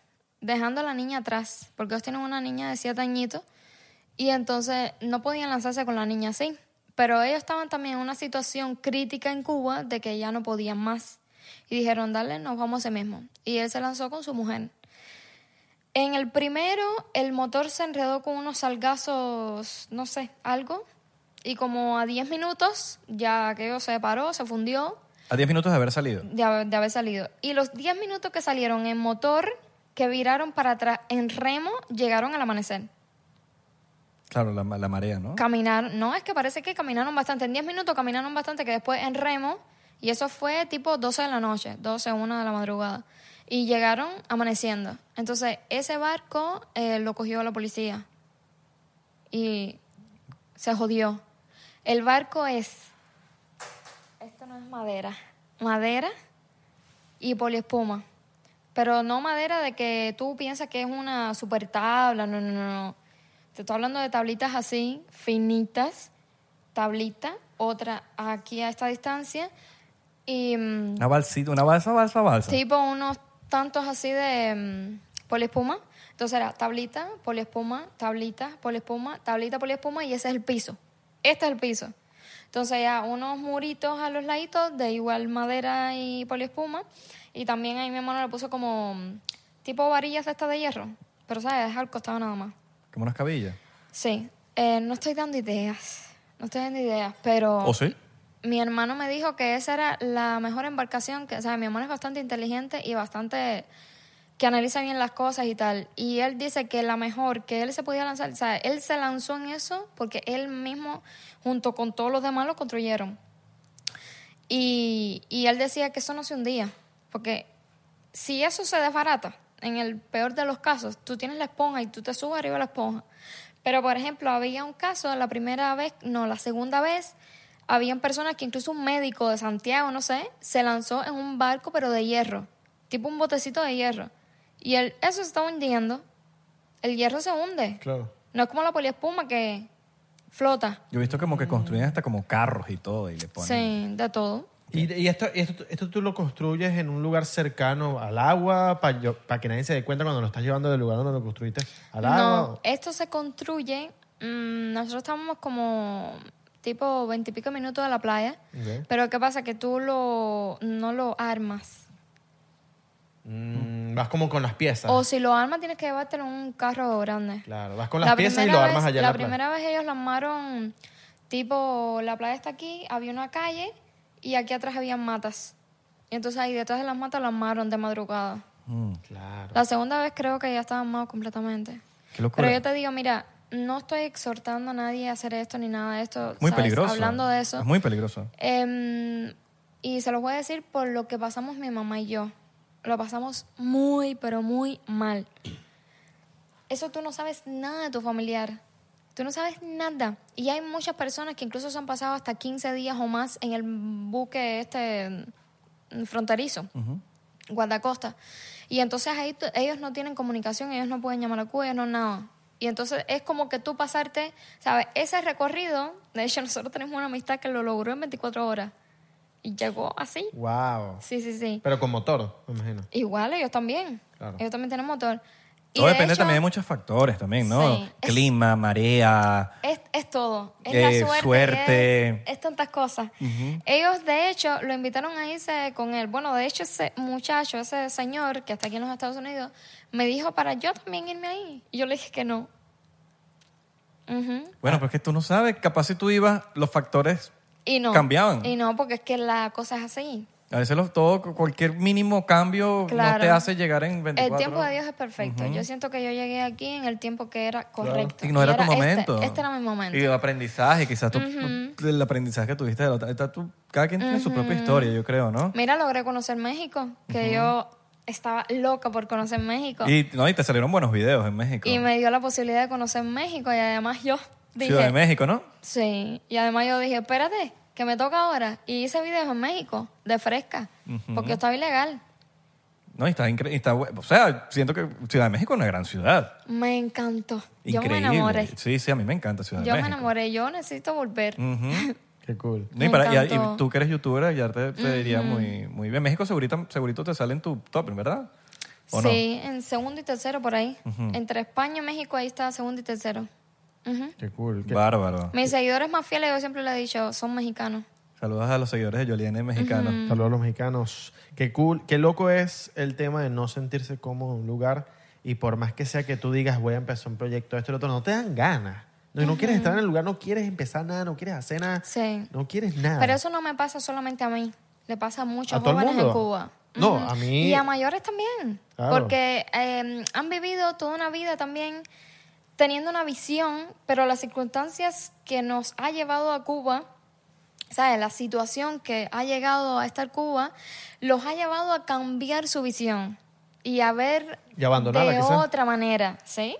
Speaker 2: dejando a la niña atrás, porque ellos tienen una niña de siete añitos, y entonces no podían lanzarse con la niña así. Pero ellos estaban también en una situación crítica en Cuba de que ya no podían más. Y dijeron, dale, nos vamos ese mismo. Y él se lanzó con su mujer. En el primero, el motor se enredó con unos salgazos, no sé, algo. Y como a 10 minutos, ya aquello se paró, se fundió
Speaker 3: A 10 minutos de haber salido.
Speaker 2: de haber, de haber salido. Y los 10 minutos que salieron en motor, que viraron para atrás en remo, llegaron al amanecer.
Speaker 3: Claro, la, la marea, ¿no?
Speaker 2: Caminaron, no, es que parece que caminaron bastante. En 10 minutos caminaron bastante, que después en remo, y eso fue tipo 12 de la noche, 12, 1 de la madrugada. Y llegaron amaneciendo. Entonces, ese barco eh, lo cogió la policía. Y se jodió. El barco es. Esto no es madera. Madera y poliespuma. Pero no madera de que tú piensas que es una super tabla. No, no, no. no. Te estoy hablando de tablitas así, finitas. Tablita, otra aquí a esta distancia. Y mm,
Speaker 3: Una balsita, una balsa, balsa, balsa.
Speaker 2: tipo pues, unos tantos así de mm, poliespuma. Entonces era tablita, poliespuma, tablita, poliespuma, tablita, poliespuma y ese es el piso. Este es el piso. Entonces ya unos muritos a los laditos de igual madera y poliespuma. Y también ahí mi hermano le puso como mm, tipo varillas de estas de hierro. Pero sabes, es al costado nada más.
Speaker 3: Como unas cabillas.
Speaker 2: Sí, eh, no estoy dando ideas. No estoy dando ideas, pero...
Speaker 3: ¿O ¿Oh, sí?
Speaker 2: Mi hermano me dijo que esa era la mejor embarcación, que, o sea, mi hermano es bastante inteligente y bastante que analiza bien las cosas y tal. Y él dice que la mejor que él se podía lanzar, o sea, él se lanzó en eso porque él mismo, junto con todos los demás, lo construyeron. Y, y él decía que eso no se hundía, porque si eso se desbarata, en el peor de los casos, tú tienes la esponja y tú te subes arriba de la esponja. Pero, por ejemplo, había un caso, la primera vez, no, la segunda vez, habían personas que incluso un médico de Santiago, no sé, se lanzó en un barco, pero de hierro, tipo un botecito de hierro. Y él, eso se está hundiendo. El hierro se hunde.
Speaker 4: Claro.
Speaker 2: No es como la poliespuma que flota.
Speaker 3: Yo he visto como que construyen hasta como carros y todo y le ponen.
Speaker 2: Sí, de todo.
Speaker 4: Y, y esto, y esto, esto tú lo construyes en un lugar cercano al agua para que nadie se dé cuenta cuando lo estás llevando del lugar donde lo construiste al agua.
Speaker 2: No, esto se construye. mm, nosotros estábamos como tipo veintipico minutos de la playa.
Speaker 4: Ok.
Speaker 2: Pero ¿qué pasa? Que tú lo, no lo armas.
Speaker 4: Mm, vas como con las piezas.
Speaker 2: O si lo armas, tienes que llevártelo en un carro grande.
Speaker 4: Claro, vas con las piezas y lo
Speaker 2: primera
Speaker 4: armas
Speaker 2: vez-
Speaker 4: allá en
Speaker 2: La,
Speaker 4: la playa.
Speaker 2: primera vez ellos lo armaron, tipo, la playa está aquí, había una calle y aquí atrás había matas. Y entonces ahí detrás de las matas lo armaron de madrugada.
Speaker 3: Mm.
Speaker 4: Claro.
Speaker 2: La segunda vez creo que ya estaba armado completamente.
Speaker 3: Qué locura.
Speaker 2: Pero yo te digo, mira, no estoy exhortando a nadie a hacer esto ni nada de esto.
Speaker 3: Muy
Speaker 2: ¿sabes?
Speaker 3: peligroso.
Speaker 2: Hablando de eso.
Speaker 3: Es muy peligroso.
Speaker 2: Em, y se los voy a decir por lo que pasamos mi mamá y yo. Lo pasamos muy, pero muy mal. Eso tú no sabes nada de tu familiar. Tú no sabes nada. Y hay muchas personas que incluso se han pasado hasta 15 días o más en el buque este mm, fronterizo, guardacosta. Y entonces ahí tú- ellos no tienen comunicación, ellos no pueden llamar a Cuba, ellos no nada. Y entonces es como que tú pasarte, ¿sabes? Ese recorrido, de hecho nosotros tenemos una amistad que lo logró en 24 horas. Y llegó así.
Speaker 4: Wow.
Speaker 2: Sí, sí, sí.
Speaker 4: Pero con motor, me imagino.
Speaker 2: Igual ellos también.
Speaker 4: Claro.
Speaker 2: Ellos también tienen motor. Y
Speaker 3: Todo
Speaker 2: de
Speaker 3: depende
Speaker 2: hecho,
Speaker 3: también de muchos factores también, ¿no?
Speaker 2: Sí, es-
Speaker 3: Clima, marea.
Speaker 2: Es, es todo. Es
Speaker 3: Eh,
Speaker 2: la suerte.
Speaker 3: suerte.
Speaker 2: Es, es tantas cosas. Ellos, de hecho, lo invitaron a irse con él. Bueno, de hecho, ese muchacho, ese señor que está aquí en los Estados Unidos, me dijo para yo también irme ahí. Y yo le dije que no. Ujú.
Speaker 3: Bueno, pues que tú no sabes, capaz si tú ibas, los factores,
Speaker 2: Y no.
Speaker 3: Cambiaban.
Speaker 2: Y no, porque es que la cosa es así.
Speaker 3: a veces los, todo, cualquier mínimo cambio
Speaker 2: Claro.
Speaker 3: no te hace llegar en 24
Speaker 2: El tiempo de
Speaker 3: horas.
Speaker 2: Dios es perfecto. Yo siento que yo llegué aquí en el tiempo que era correcto.
Speaker 3: Y no
Speaker 2: Y
Speaker 3: era, tu
Speaker 2: este-
Speaker 3: momento.
Speaker 2: Este, era mi momento.
Speaker 3: Y de aprendizaje, quizás tú, el aprendizaje que tuviste de la otra. está tú- cada quien tiene su propia historia, yo creo, ¿no?
Speaker 2: Mira, logré conocer México, que yo estaba loca por conocer México.
Speaker 3: Y, no, y te salieron buenos videos en México.
Speaker 2: Y me dio la posibilidad de conocer México y además yo dije...
Speaker 3: Ciudad de México, ¿no?
Speaker 2: Sí, y además yo dije, espérate, que me toca ahora. Y hice videos en México, de fresca, porque estaba ilegal.
Speaker 3: No, y está increíble. o sea, siento que Ciudad de México es una gran ciudad.
Speaker 2: Me encantó.
Speaker 3: Increíble.
Speaker 2: Yo me enamoré.
Speaker 3: Sí, sí, a mí me encanta Ciudad
Speaker 2: Yo
Speaker 3: de
Speaker 2: me
Speaker 3: México. Mm,
Speaker 2: enamoré, yo necesito volver.
Speaker 3: Ujú.
Speaker 4: Qué cool.
Speaker 3: No, y,
Speaker 2: Me
Speaker 3: para- y- y
Speaker 2: encantó.
Speaker 3: tú que eres youtuber, ya te, te diría muy, muy bien. México segurito, segurito te sale en tu top, ¿verdad? ¿O no?
Speaker 2: Sí, en segundo y tercero por ahí. Entre España y México ahí estaba segundo y tercero. Ujú.
Speaker 4: Qué cool. Qué-
Speaker 3: Bárbaro.
Speaker 2: Mis seguidores más fieles, yo siempre les he dicho, son mexicanos.
Speaker 3: Saludos a los seguidores de Yoliene Mexicano.
Speaker 4: Saludos a los mexicanos. Qué cool, qué loco es el tema de no sentirse cómodo en un lugar y por más que sea que tú digas voy a empezar un proyecto, esto y lo otro, no te dan ganas. No, no quieres estar en el lugar, no quieres empezar nada, no quieres hacer nada,
Speaker 2: Sí.
Speaker 4: no quieres nada.
Speaker 2: Pero eso no me pasa solamente a mí. Le pasa a muchos
Speaker 4: Ah. ¿A todo el
Speaker 2: jóvenes en
Speaker 4: mundo?
Speaker 2: Cuba.
Speaker 4: No,
Speaker 2: Ujú.
Speaker 4: a mí-
Speaker 2: Y a mayores también.
Speaker 4: Claro.
Speaker 2: Porque eh, han vivido toda una vida también teniendo una visión, pero las circunstancias que nos ha llevado a Cuba, ¿sabes? La situación que ha llegado a estar Cuba, los ha llevado a cambiar su visión y a ver
Speaker 4: Y abandonarla,
Speaker 2: de
Speaker 4: quizás.
Speaker 2: otra manera, ¿sí?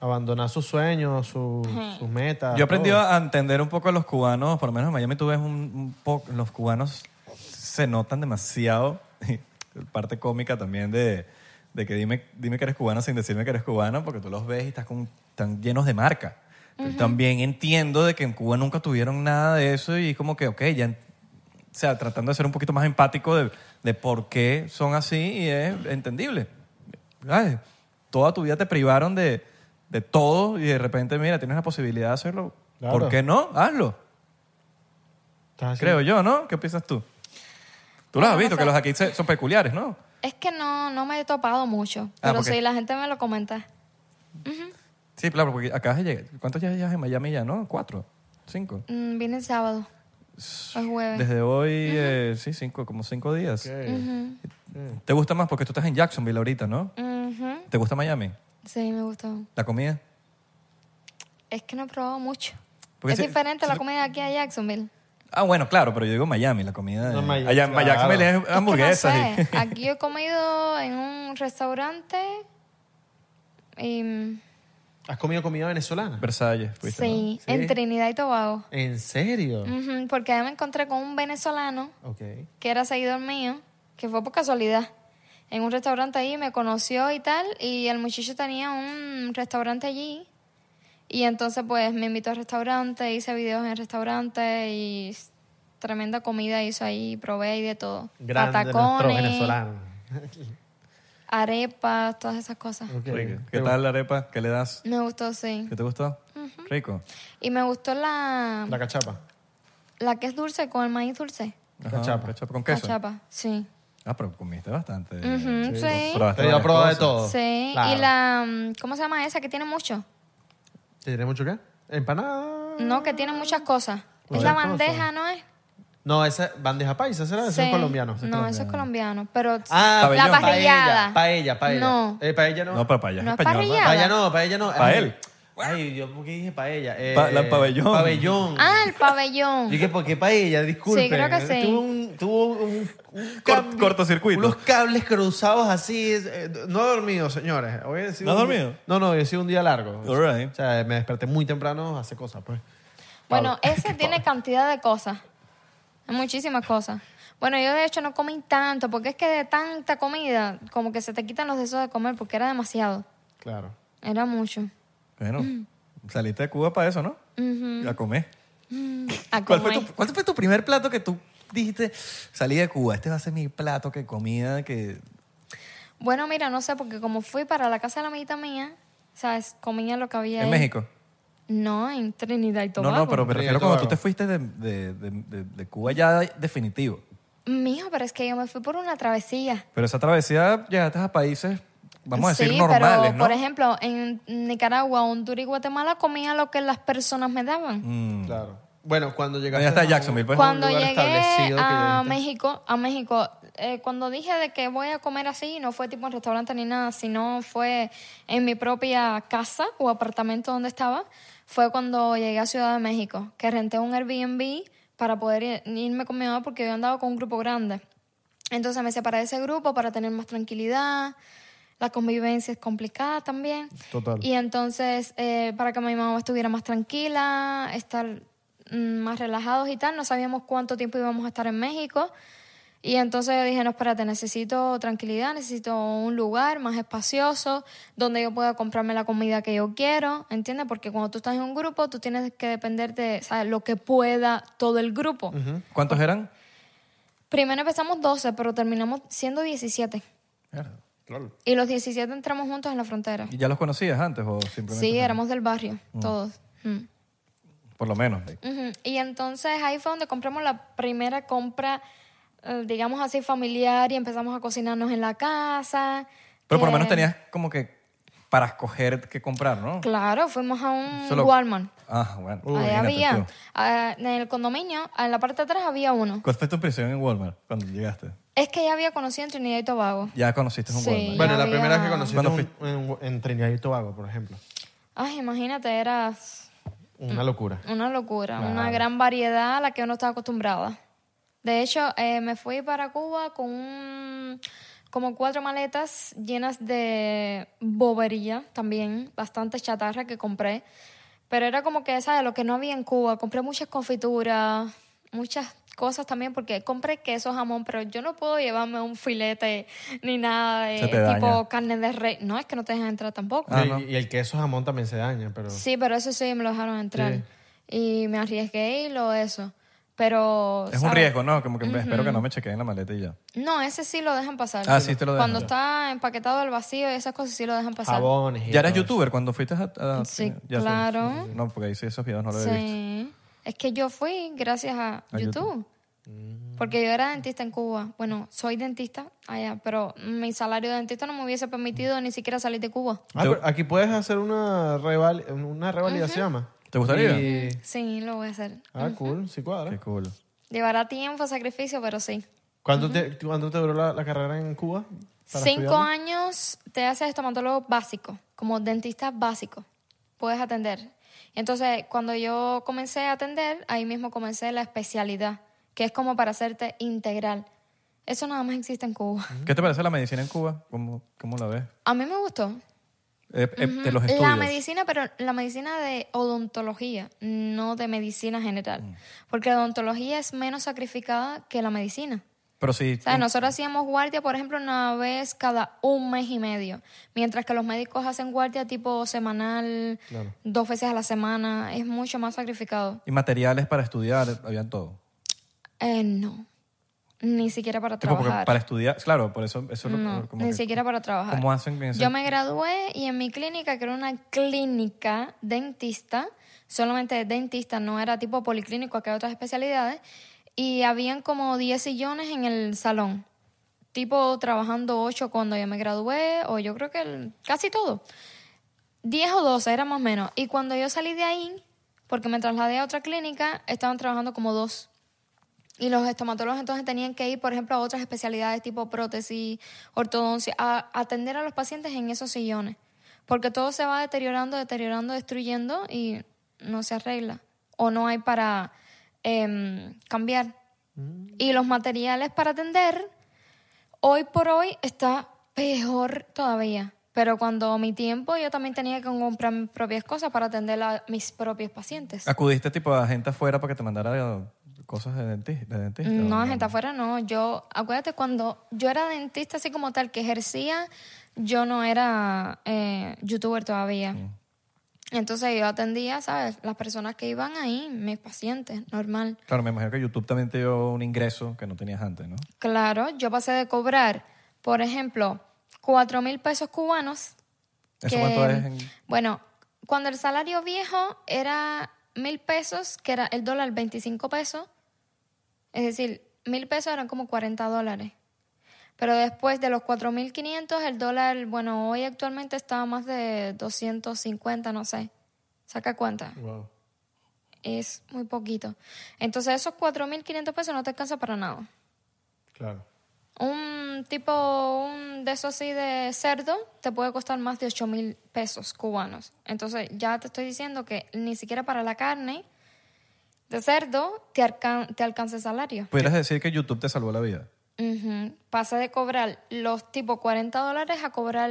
Speaker 4: Abandonar sus sueños, su- sus metas.
Speaker 3: Yo aprendí
Speaker 4: todo.
Speaker 3: a entender un poco a los cubanos, por lo menos en Miami tú ves un, un poco, los cubanos se notan demasiado, parte cómica también de, de que dime, dime que eres cubano sin decirme que eres cubano, porque tú los ves y estás con, están llenos de marca. Yo También entiendo de que en Cuba nunca tuvieron nada de eso y como que, ok, ya, en- o sea, tratando de ser un poquito más empático de, de por qué son así y es entendible. Ay, toda tu vida te privaron de, de todo y de repente, mira, tienes la posibilidad de hacerlo.
Speaker 4: Claro.
Speaker 3: ¿Por qué no? Hazlo.
Speaker 4: Estás así.
Speaker 3: Creo yo, ¿no? ¿Qué piensas tú? Tú los has
Speaker 2: no
Speaker 3: visto, que
Speaker 2: sé.
Speaker 3: los aquí se- son peculiares, ¿no?
Speaker 2: Es que no, no me he topado mucho,
Speaker 3: Ah,
Speaker 2: pero
Speaker 3: porque-
Speaker 2: sí, la gente me lo comenta.
Speaker 3: Sí, claro, porque acabas de llegar. ¿Cuántos ya llevas en Miami ya, no? ¿Cuatro? ¿Cinco?
Speaker 2: Mm, vine el sábado. Es jueves.
Speaker 3: Desde hoy, eh, sí, cinco, como cinco días.
Speaker 4: Ok.
Speaker 3: ¿Te gusta más? Porque tú estás en Jacksonville ahorita, ¿no?
Speaker 2: Ujú.
Speaker 3: ¿Te gusta Miami?
Speaker 2: Sí, me gustó.
Speaker 3: ¿La comida?
Speaker 2: Es que no he probado mucho.
Speaker 3: Porque
Speaker 2: es
Speaker 3: si-
Speaker 2: diferente
Speaker 3: si-
Speaker 2: la comida de aquí a Jacksonville.
Speaker 3: Ah, bueno, claro, pero yo digo Miami, la comida. De...
Speaker 4: No, Miami,
Speaker 3: Allá en
Speaker 4: claro.
Speaker 3: Jacksonville
Speaker 4: Es
Speaker 3: es hamburguesas.
Speaker 2: Es que no sé.
Speaker 3: y-
Speaker 2: Aquí yo he comido en un restaurante y, mm,
Speaker 4: ¿Has comido comida venezolana?
Speaker 3: Versalles,
Speaker 2: sí,
Speaker 3: fuiste, ¿no? Ah.
Speaker 2: en
Speaker 4: Sí.
Speaker 2: Trinidad y Tobago.
Speaker 4: ¿En serio?
Speaker 2: Ujú, porque ahí me encontré con un venezolano
Speaker 4: Ok.
Speaker 2: que era seguidor mío, que fue por casualidad. En un restaurante allí me conoció y tal, y el muchacho tenía un restaurante allí. Y entonces pues me invitó al restaurante, hice videos en el restaurante y s- tremenda comida hizo ahí, probé y de todo.
Speaker 4: Grande nuestro
Speaker 2: Patacones,
Speaker 4: venezolano.
Speaker 2: arepas, todas esas cosas.
Speaker 4: Ok.
Speaker 3: Rico. ¿Qué tal la arepa? ¿Qué le das?
Speaker 2: Me gustó, sí.
Speaker 3: ¿Qué te gustó? Rico.
Speaker 2: Y me gustó la,
Speaker 4: La cachapa.
Speaker 2: la que es dulce con el maíz dulce.
Speaker 3: Ajá,
Speaker 4: Cachapa.
Speaker 3: Cachapa con queso.
Speaker 2: Cachapa, sí.
Speaker 3: Ah, pero comiste bastante.
Speaker 2: Ujú, sí.
Speaker 3: Probaste
Speaker 4: Te he
Speaker 3: varias
Speaker 4: probado de
Speaker 3: cosas.
Speaker 4: todo.
Speaker 2: Sí.
Speaker 4: Oh, Claro.
Speaker 2: Y la, mm, ¿cómo se llama esa que tiene mucho?
Speaker 4: ¿Te diré mucho qué? ¿Empanada?
Speaker 2: No, que tiene muchas cosas.
Speaker 4: Muchas
Speaker 2: es la
Speaker 4: cosas.
Speaker 2: bandeja, ¿no es?
Speaker 4: No, esa bandeja paisa, ¿será? Eso
Speaker 2: Sí.
Speaker 4: es colombiano.
Speaker 2: No, eso es colombiano. Pero
Speaker 4: Ah,
Speaker 3: Pabellón.
Speaker 2: la parrillada.
Speaker 4: Paella, paella.
Speaker 2: No.
Speaker 4: Eh, paella no.
Speaker 3: No, pero para allá.
Speaker 2: No es
Speaker 3: español,
Speaker 2: parrilla.
Speaker 3: ¿verdad?
Speaker 4: paella no, paella no.
Speaker 3: Pa'
Speaker 4: Ay,
Speaker 3: él.
Speaker 4: Ay, yo por qué dije paella. Eh,
Speaker 3: Pa- la pabellón.
Speaker 4: Pabellón.
Speaker 2: Ah, el pabellón.
Speaker 4: Dije, ¿por qué paella? Disculpe.
Speaker 2: Sí, creo que sí.
Speaker 4: Tuvo un, tuvo un, un
Speaker 3: Cor-
Speaker 4: cambio-
Speaker 3: cortocircuito.
Speaker 4: Unos cables cruzados así. eh, no he dormido, señores. Hoy he
Speaker 3: ¿No
Speaker 4: sido
Speaker 3: has
Speaker 4: un-
Speaker 3: dormido?
Speaker 4: No, no, hoy ha sido un día largo.
Speaker 3: All right.
Speaker 4: O sea, me desperté muy temprano a hacer cosas, pues.
Speaker 2: Bueno, ese tiene cantidad de cosas. Hay muchísimas cosas. Bueno, yo de hecho no comí tanto, porque es que de tanta comida, como que se te quitan los deseos de comer, porque era demasiado.
Speaker 4: Claro.
Speaker 2: Era mucho.
Speaker 3: Bueno,
Speaker 2: Mm.
Speaker 3: saliste de Cuba para eso, ¿no? A comer.
Speaker 2: A
Speaker 3: ¿Cuál fue,
Speaker 2: comer.
Speaker 3: tu, cuál fue tu primer plato que tú dijiste, salí de Cuba, este va a ser mi plato, que comida, que...
Speaker 2: Bueno, mira, no sé, porque como fui para la casa de la amiguita mía, ¿sabes? Comía lo que había.
Speaker 3: ¿En
Speaker 2: ahí.
Speaker 3: México?
Speaker 2: No, en Trinidad y
Speaker 3: No,
Speaker 2: Tobago.
Speaker 3: no, pero me
Speaker 4: Trinidad y
Speaker 3: refiero cuando tú
Speaker 4: Tobago.
Speaker 3: te fuiste de, de- de- de- de Cuba ya definitivo.
Speaker 2: Mijo, pero es que yo me fui por una travesía.
Speaker 3: Pero esa travesía llegaste a países, vamos a decir,
Speaker 2: sí, pero,
Speaker 3: normales, ¿no?
Speaker 2: por ejemplo, en Nicaragua, Honduras y Guatemala comía lo que las personas me daban.
Speaker 3: Mm.
Speaker 4: Claro. Bueno, cuando llegaste
Speaker 3: Ya está
Speaker 4: a un-
Speaker 3: Jacksonville, pues.
Speaker 2: cuando
Speaker 4: lugar
Speaker 2: llegué
Speaker 4: establecido que ya
Speaker 2: a
Speaker 4: dijiste.
Speaker 2: México, a México, eh, cuando dije de que voy a comer así, no fue tipo en restaurante ni nada, sino fue en mi propia casa o apartamento donde estaba, fue cuando llegué a Ciudad de México, que renté un Airbnb para poder ir- irme con mi mamá porque yo andaba con un grupo grande. Entonces me separé de ese grupo para tener más tranquilidad. La convivencia es complicada también.
Speaker 4: Total.
Speaker 2: Y entonces, eh, para que mi mamá estuviera más tranquila, estar mm, más relajados y tal, no sabíamos cuánto tiempo íbamos a estar en México. Y entonces yo dije, no, espérate, necesito tranquilidad, necesito un lugar más espacioso, donde yo pueda comprarme la comida que yo quiero, ¿entiendes? Porque cuando tú estás en un grupo, tú tienes que depender de ¿sabes? lo que pueda todo el grupo.
Speaker 3: ¿Cuántos eran?
Speaker 2: Primero empezamos 12, pero terminamos siendo 17.
Speaker 4: Claro.
Speaker 2: Y los 17 entramos juntos en la frontera.
Speaker 3: ¿Y ya los conocías antes o simplemente?
Speaker 2: Sí, éramos del barrio, todos. Mm.
Speaker 3: Por lo menos.
Speaker 2: Ujú. Y entonces ahí fue donde compramos la primera compra, eh, digamos así, familiar y empezamos a cocinarnos en la casa.
Speaker 3: Pero por
Speaker 2: que-
Speaker 3: lo menos tenías como que para escoger qué comprar, ¿no?
Speaker 2: Claro, fuimos a un
Speaker 3: Solo-
Speaker 2: Walmart.
Speaker 3: Ah, bueno.
Speaker 2: Ahí
Speaker 3: imagínate
Speaker 2: había,
Speaker 3: tú.
Speaker 2: ah, en el condominio, en la parte de atrás había uno.
Speaker 3: ¿Cuál fue tu impresión en Walmart cuando llegaste?
Speaker 2: Es que ya había conocido en Trinidad y Tobago.
Speaker 3: Ya conociste un
Speaker 2: Sí.
Speaker 3: Walmart.
Speaker 4: Bueno, la
Speaker 2: había-
Speaker 4: primera vez que conocí
Speaker 3: Cuando
Speaker 4: en, en Trinidad y Tobago, por ejemplo.
Speaker 2: Ay, imagínate, era
Speaker 4: Una
Speaker 2: Mm.
Speaker 4: locura.
Speaker 2: una locura, una gran variedad a la que yo no estaba acostumbrada. De hecho, eh, me fui para Cuba con un- como cuatro maletas llenas de bobería también, bastante chatarra que compré. Pero era como que, ¿sabes? Lo que no había en Cuba. Compré muchas confituras, muchas cosas también, porque compré queso, jamón, pero yo no puedo llevarme un filete ni nada de
Speaker 3: Se te
Speaker 2: tipo
Speaker 3: daña.
Speaker 2: carne de rey. No, es que no te dejan entrar tampoco.
Speaker 3: Ah,
Speaker 4: y,
Speaker 3: no.
Speaker 4: y el queso jamón también se daña, pero...
Speaker 2: Sí, pero eso sí, me lo dejaron entrar.
Speaker 4: Sí.
Speaker 2: Y me arriesgué y lo eso. Pero...
Speaker 3: Es un
Speaker 2: ¿sabes?
Speaker 3: riesgo, ¿no? Como que espero que no me chequeen la maleta y ya.
Speaker 2: No, ese sí lo dejan pasar.
Speaker 3: Ah, sí, te lo dejan. Ah,
Speaker 2: Cuando está empaquetado al vacío y esas cosas sí lo dejan pasar.
Speaker 4: Jabones y
Speaker 3: ¿Ya eras
Speaker 4: todo eso.
Speaker 3: youtuber cuando fuiste a...? a-
Speaker 2: Sí,
Speaker 3: ya sé.
Speaker 2: claro.
Speaker 3: No, porque ahí sí esos videos no los he visto.
Speaker 2: Sí. Es que yo fui gracias a,
Speaker 3: A Mm.
Speaker 2: YouTube. Porque yo era dentista en Cuba. Bueno, soy dentista allá, pero mi salario de dentista no me hubiese permitido ni siquiera salir de Cuba.
Speaker 4: Ah,
Speaker 3: Yo-
Speaker 4: pero aquí puedes hacer una, reval- una revalida, se llama.
Speaker 3: ¿Te gustaría?
Speaker 4: Y-
Speaker 2: Sí, lo voy a hacer.
Speaker 4: Ah, cool, sí
Speaker 3: Qué
Speaker 4: cuadra.
Speaker 3: cool.
Speaker 2: Llevará tiempo, sacrificio, pero sí.
Speaker 4: ¿Cuánto te, cuánto te duró la, la carrera en Cuba? para
Speaker 2: Cinco
Speaker 4: estudiarla?
Speaker 2: años te haces estomatólogo básico, como dentista básico. Puedes atender. Entonces, cuando yo comencé a atender, ahí mismo comencé la especialidad, que es como para hacerte integral. Eso nada más existe en Cuba.
Speaker 3: ¿Qué te parece la medicina en Cuba? ¿Cómo, cómo la ves?
Speaker 2: A mí me gustó.
Speaker 3: Eh, eh, De los estudios.
Speaker 2: La medicina, pero la medicina de odontología, no de medicina general.
Speaker 3: Mm.
Speaker 2: Porque la odontología es menos sacrificada que la medicina.
Speaker 3: Pero sí,
Speaker 2: O sea, nosotros hacíamos guardia, por ejemplo, una vez cada un mes y medio, mientras que los médicos hacen guardia tipo semanal, dos veces a la semana, es mucho más sacrificado.
Speaker 3: y materiales para estudiar, habían todo.
Speaker 2: Eh, no, ni siquiera para
Speaker 3: Tipo, porque
Speaker 2: trabajar.
Speaker 3: para estudiar, claro, por eso, eso es lo-
Speaker 2: No,
Speaker 3: como
Speaker 2: ni
Speaker 3: que-
Speaker 2: siquiera para trabajar.
Speaker 3: ¿Cómo hacen que eso-
Speaker 2: Yo me gradué y en mi clínica, que era una clínica dentista, solamente dentista, no era tipo policlínico, que hay otras especialidades, y habían como 10 sillones en el salón, tipo trabajando 8 cuando yo me gradué, o yo creo que el- casi todo. 10 o 12 era más o menos. Y cuando yo salí de ahí, porque me trasladé a otra clínica, estaban trabajando como dos. Y los estomatólogos entonces tenían que ir, por ejemplo, a otras especialidades tipo prótesis, ortodoncia, a atender a los pacientes en esos sillones. Porque todo se va deteriorando, deteriorando, destruyendo y no se arregla. O no hay para em, cambiar. Y los materiales para atender, hoy por hoy está peor todavía. Pero cuando mi tiempo, yo también tenía que comprar mis propias cosas para atender a mis propios pacientes.
Speaker 3: ¿Acudiste tipo a gente afuera para que te mandara eh, cosas de dentista? De dentista
Speaker 2: No,
Speaker 3: ¿O
Speaker 2: gente afuera no. Yo, acuérdate, cuando yo era dentista así como tal, que ejercía, yo no era eh, youtuber todavía. Entonces yo atendía, ¿sabes? Las personas que iban ahí, mis pacientes, normal.
Speaker 3: Claro, me imagino que YouTube también te dio un ingreso que no tenías antes, ¿no?
Speaker 2: Claro, yo pasé de cobrar, por ejemplo, 4 mil pesos cubanos.
Speaker 3: ¿Eso
Speaker 2: que-
Speaker 3: cuánto es? en-
Speaker 2: Bueno, cuando el salario viejo era mil pesos, que era el dólar 25 pesos, es decir, mil pesos eran como 40 dólares. Pero después de los 4.500, el dólar, bueno, hoy actualmente está a más de 250, no sé. Saca cuenta.
Speaker 4: Wow.
Speaker 2: Es muy poquito. Entonces esos 4.500 pesos no te alcanza para nada.
Speaker 4: Claro.
Speaker 2: Un tipo un de esos así de cerdo te puede costar más de 8 mil pesos cubanos. Entonces ya te estoy diciendo que ni siquiera para la carne de cerdo te, alcan- te alcanza el salario.
Speaker 3: Pudieras decir que YouTube te salvó la vida.
Speaker 2: Ujú. Pasé de cobrar los tipo 40 dólares a cobrar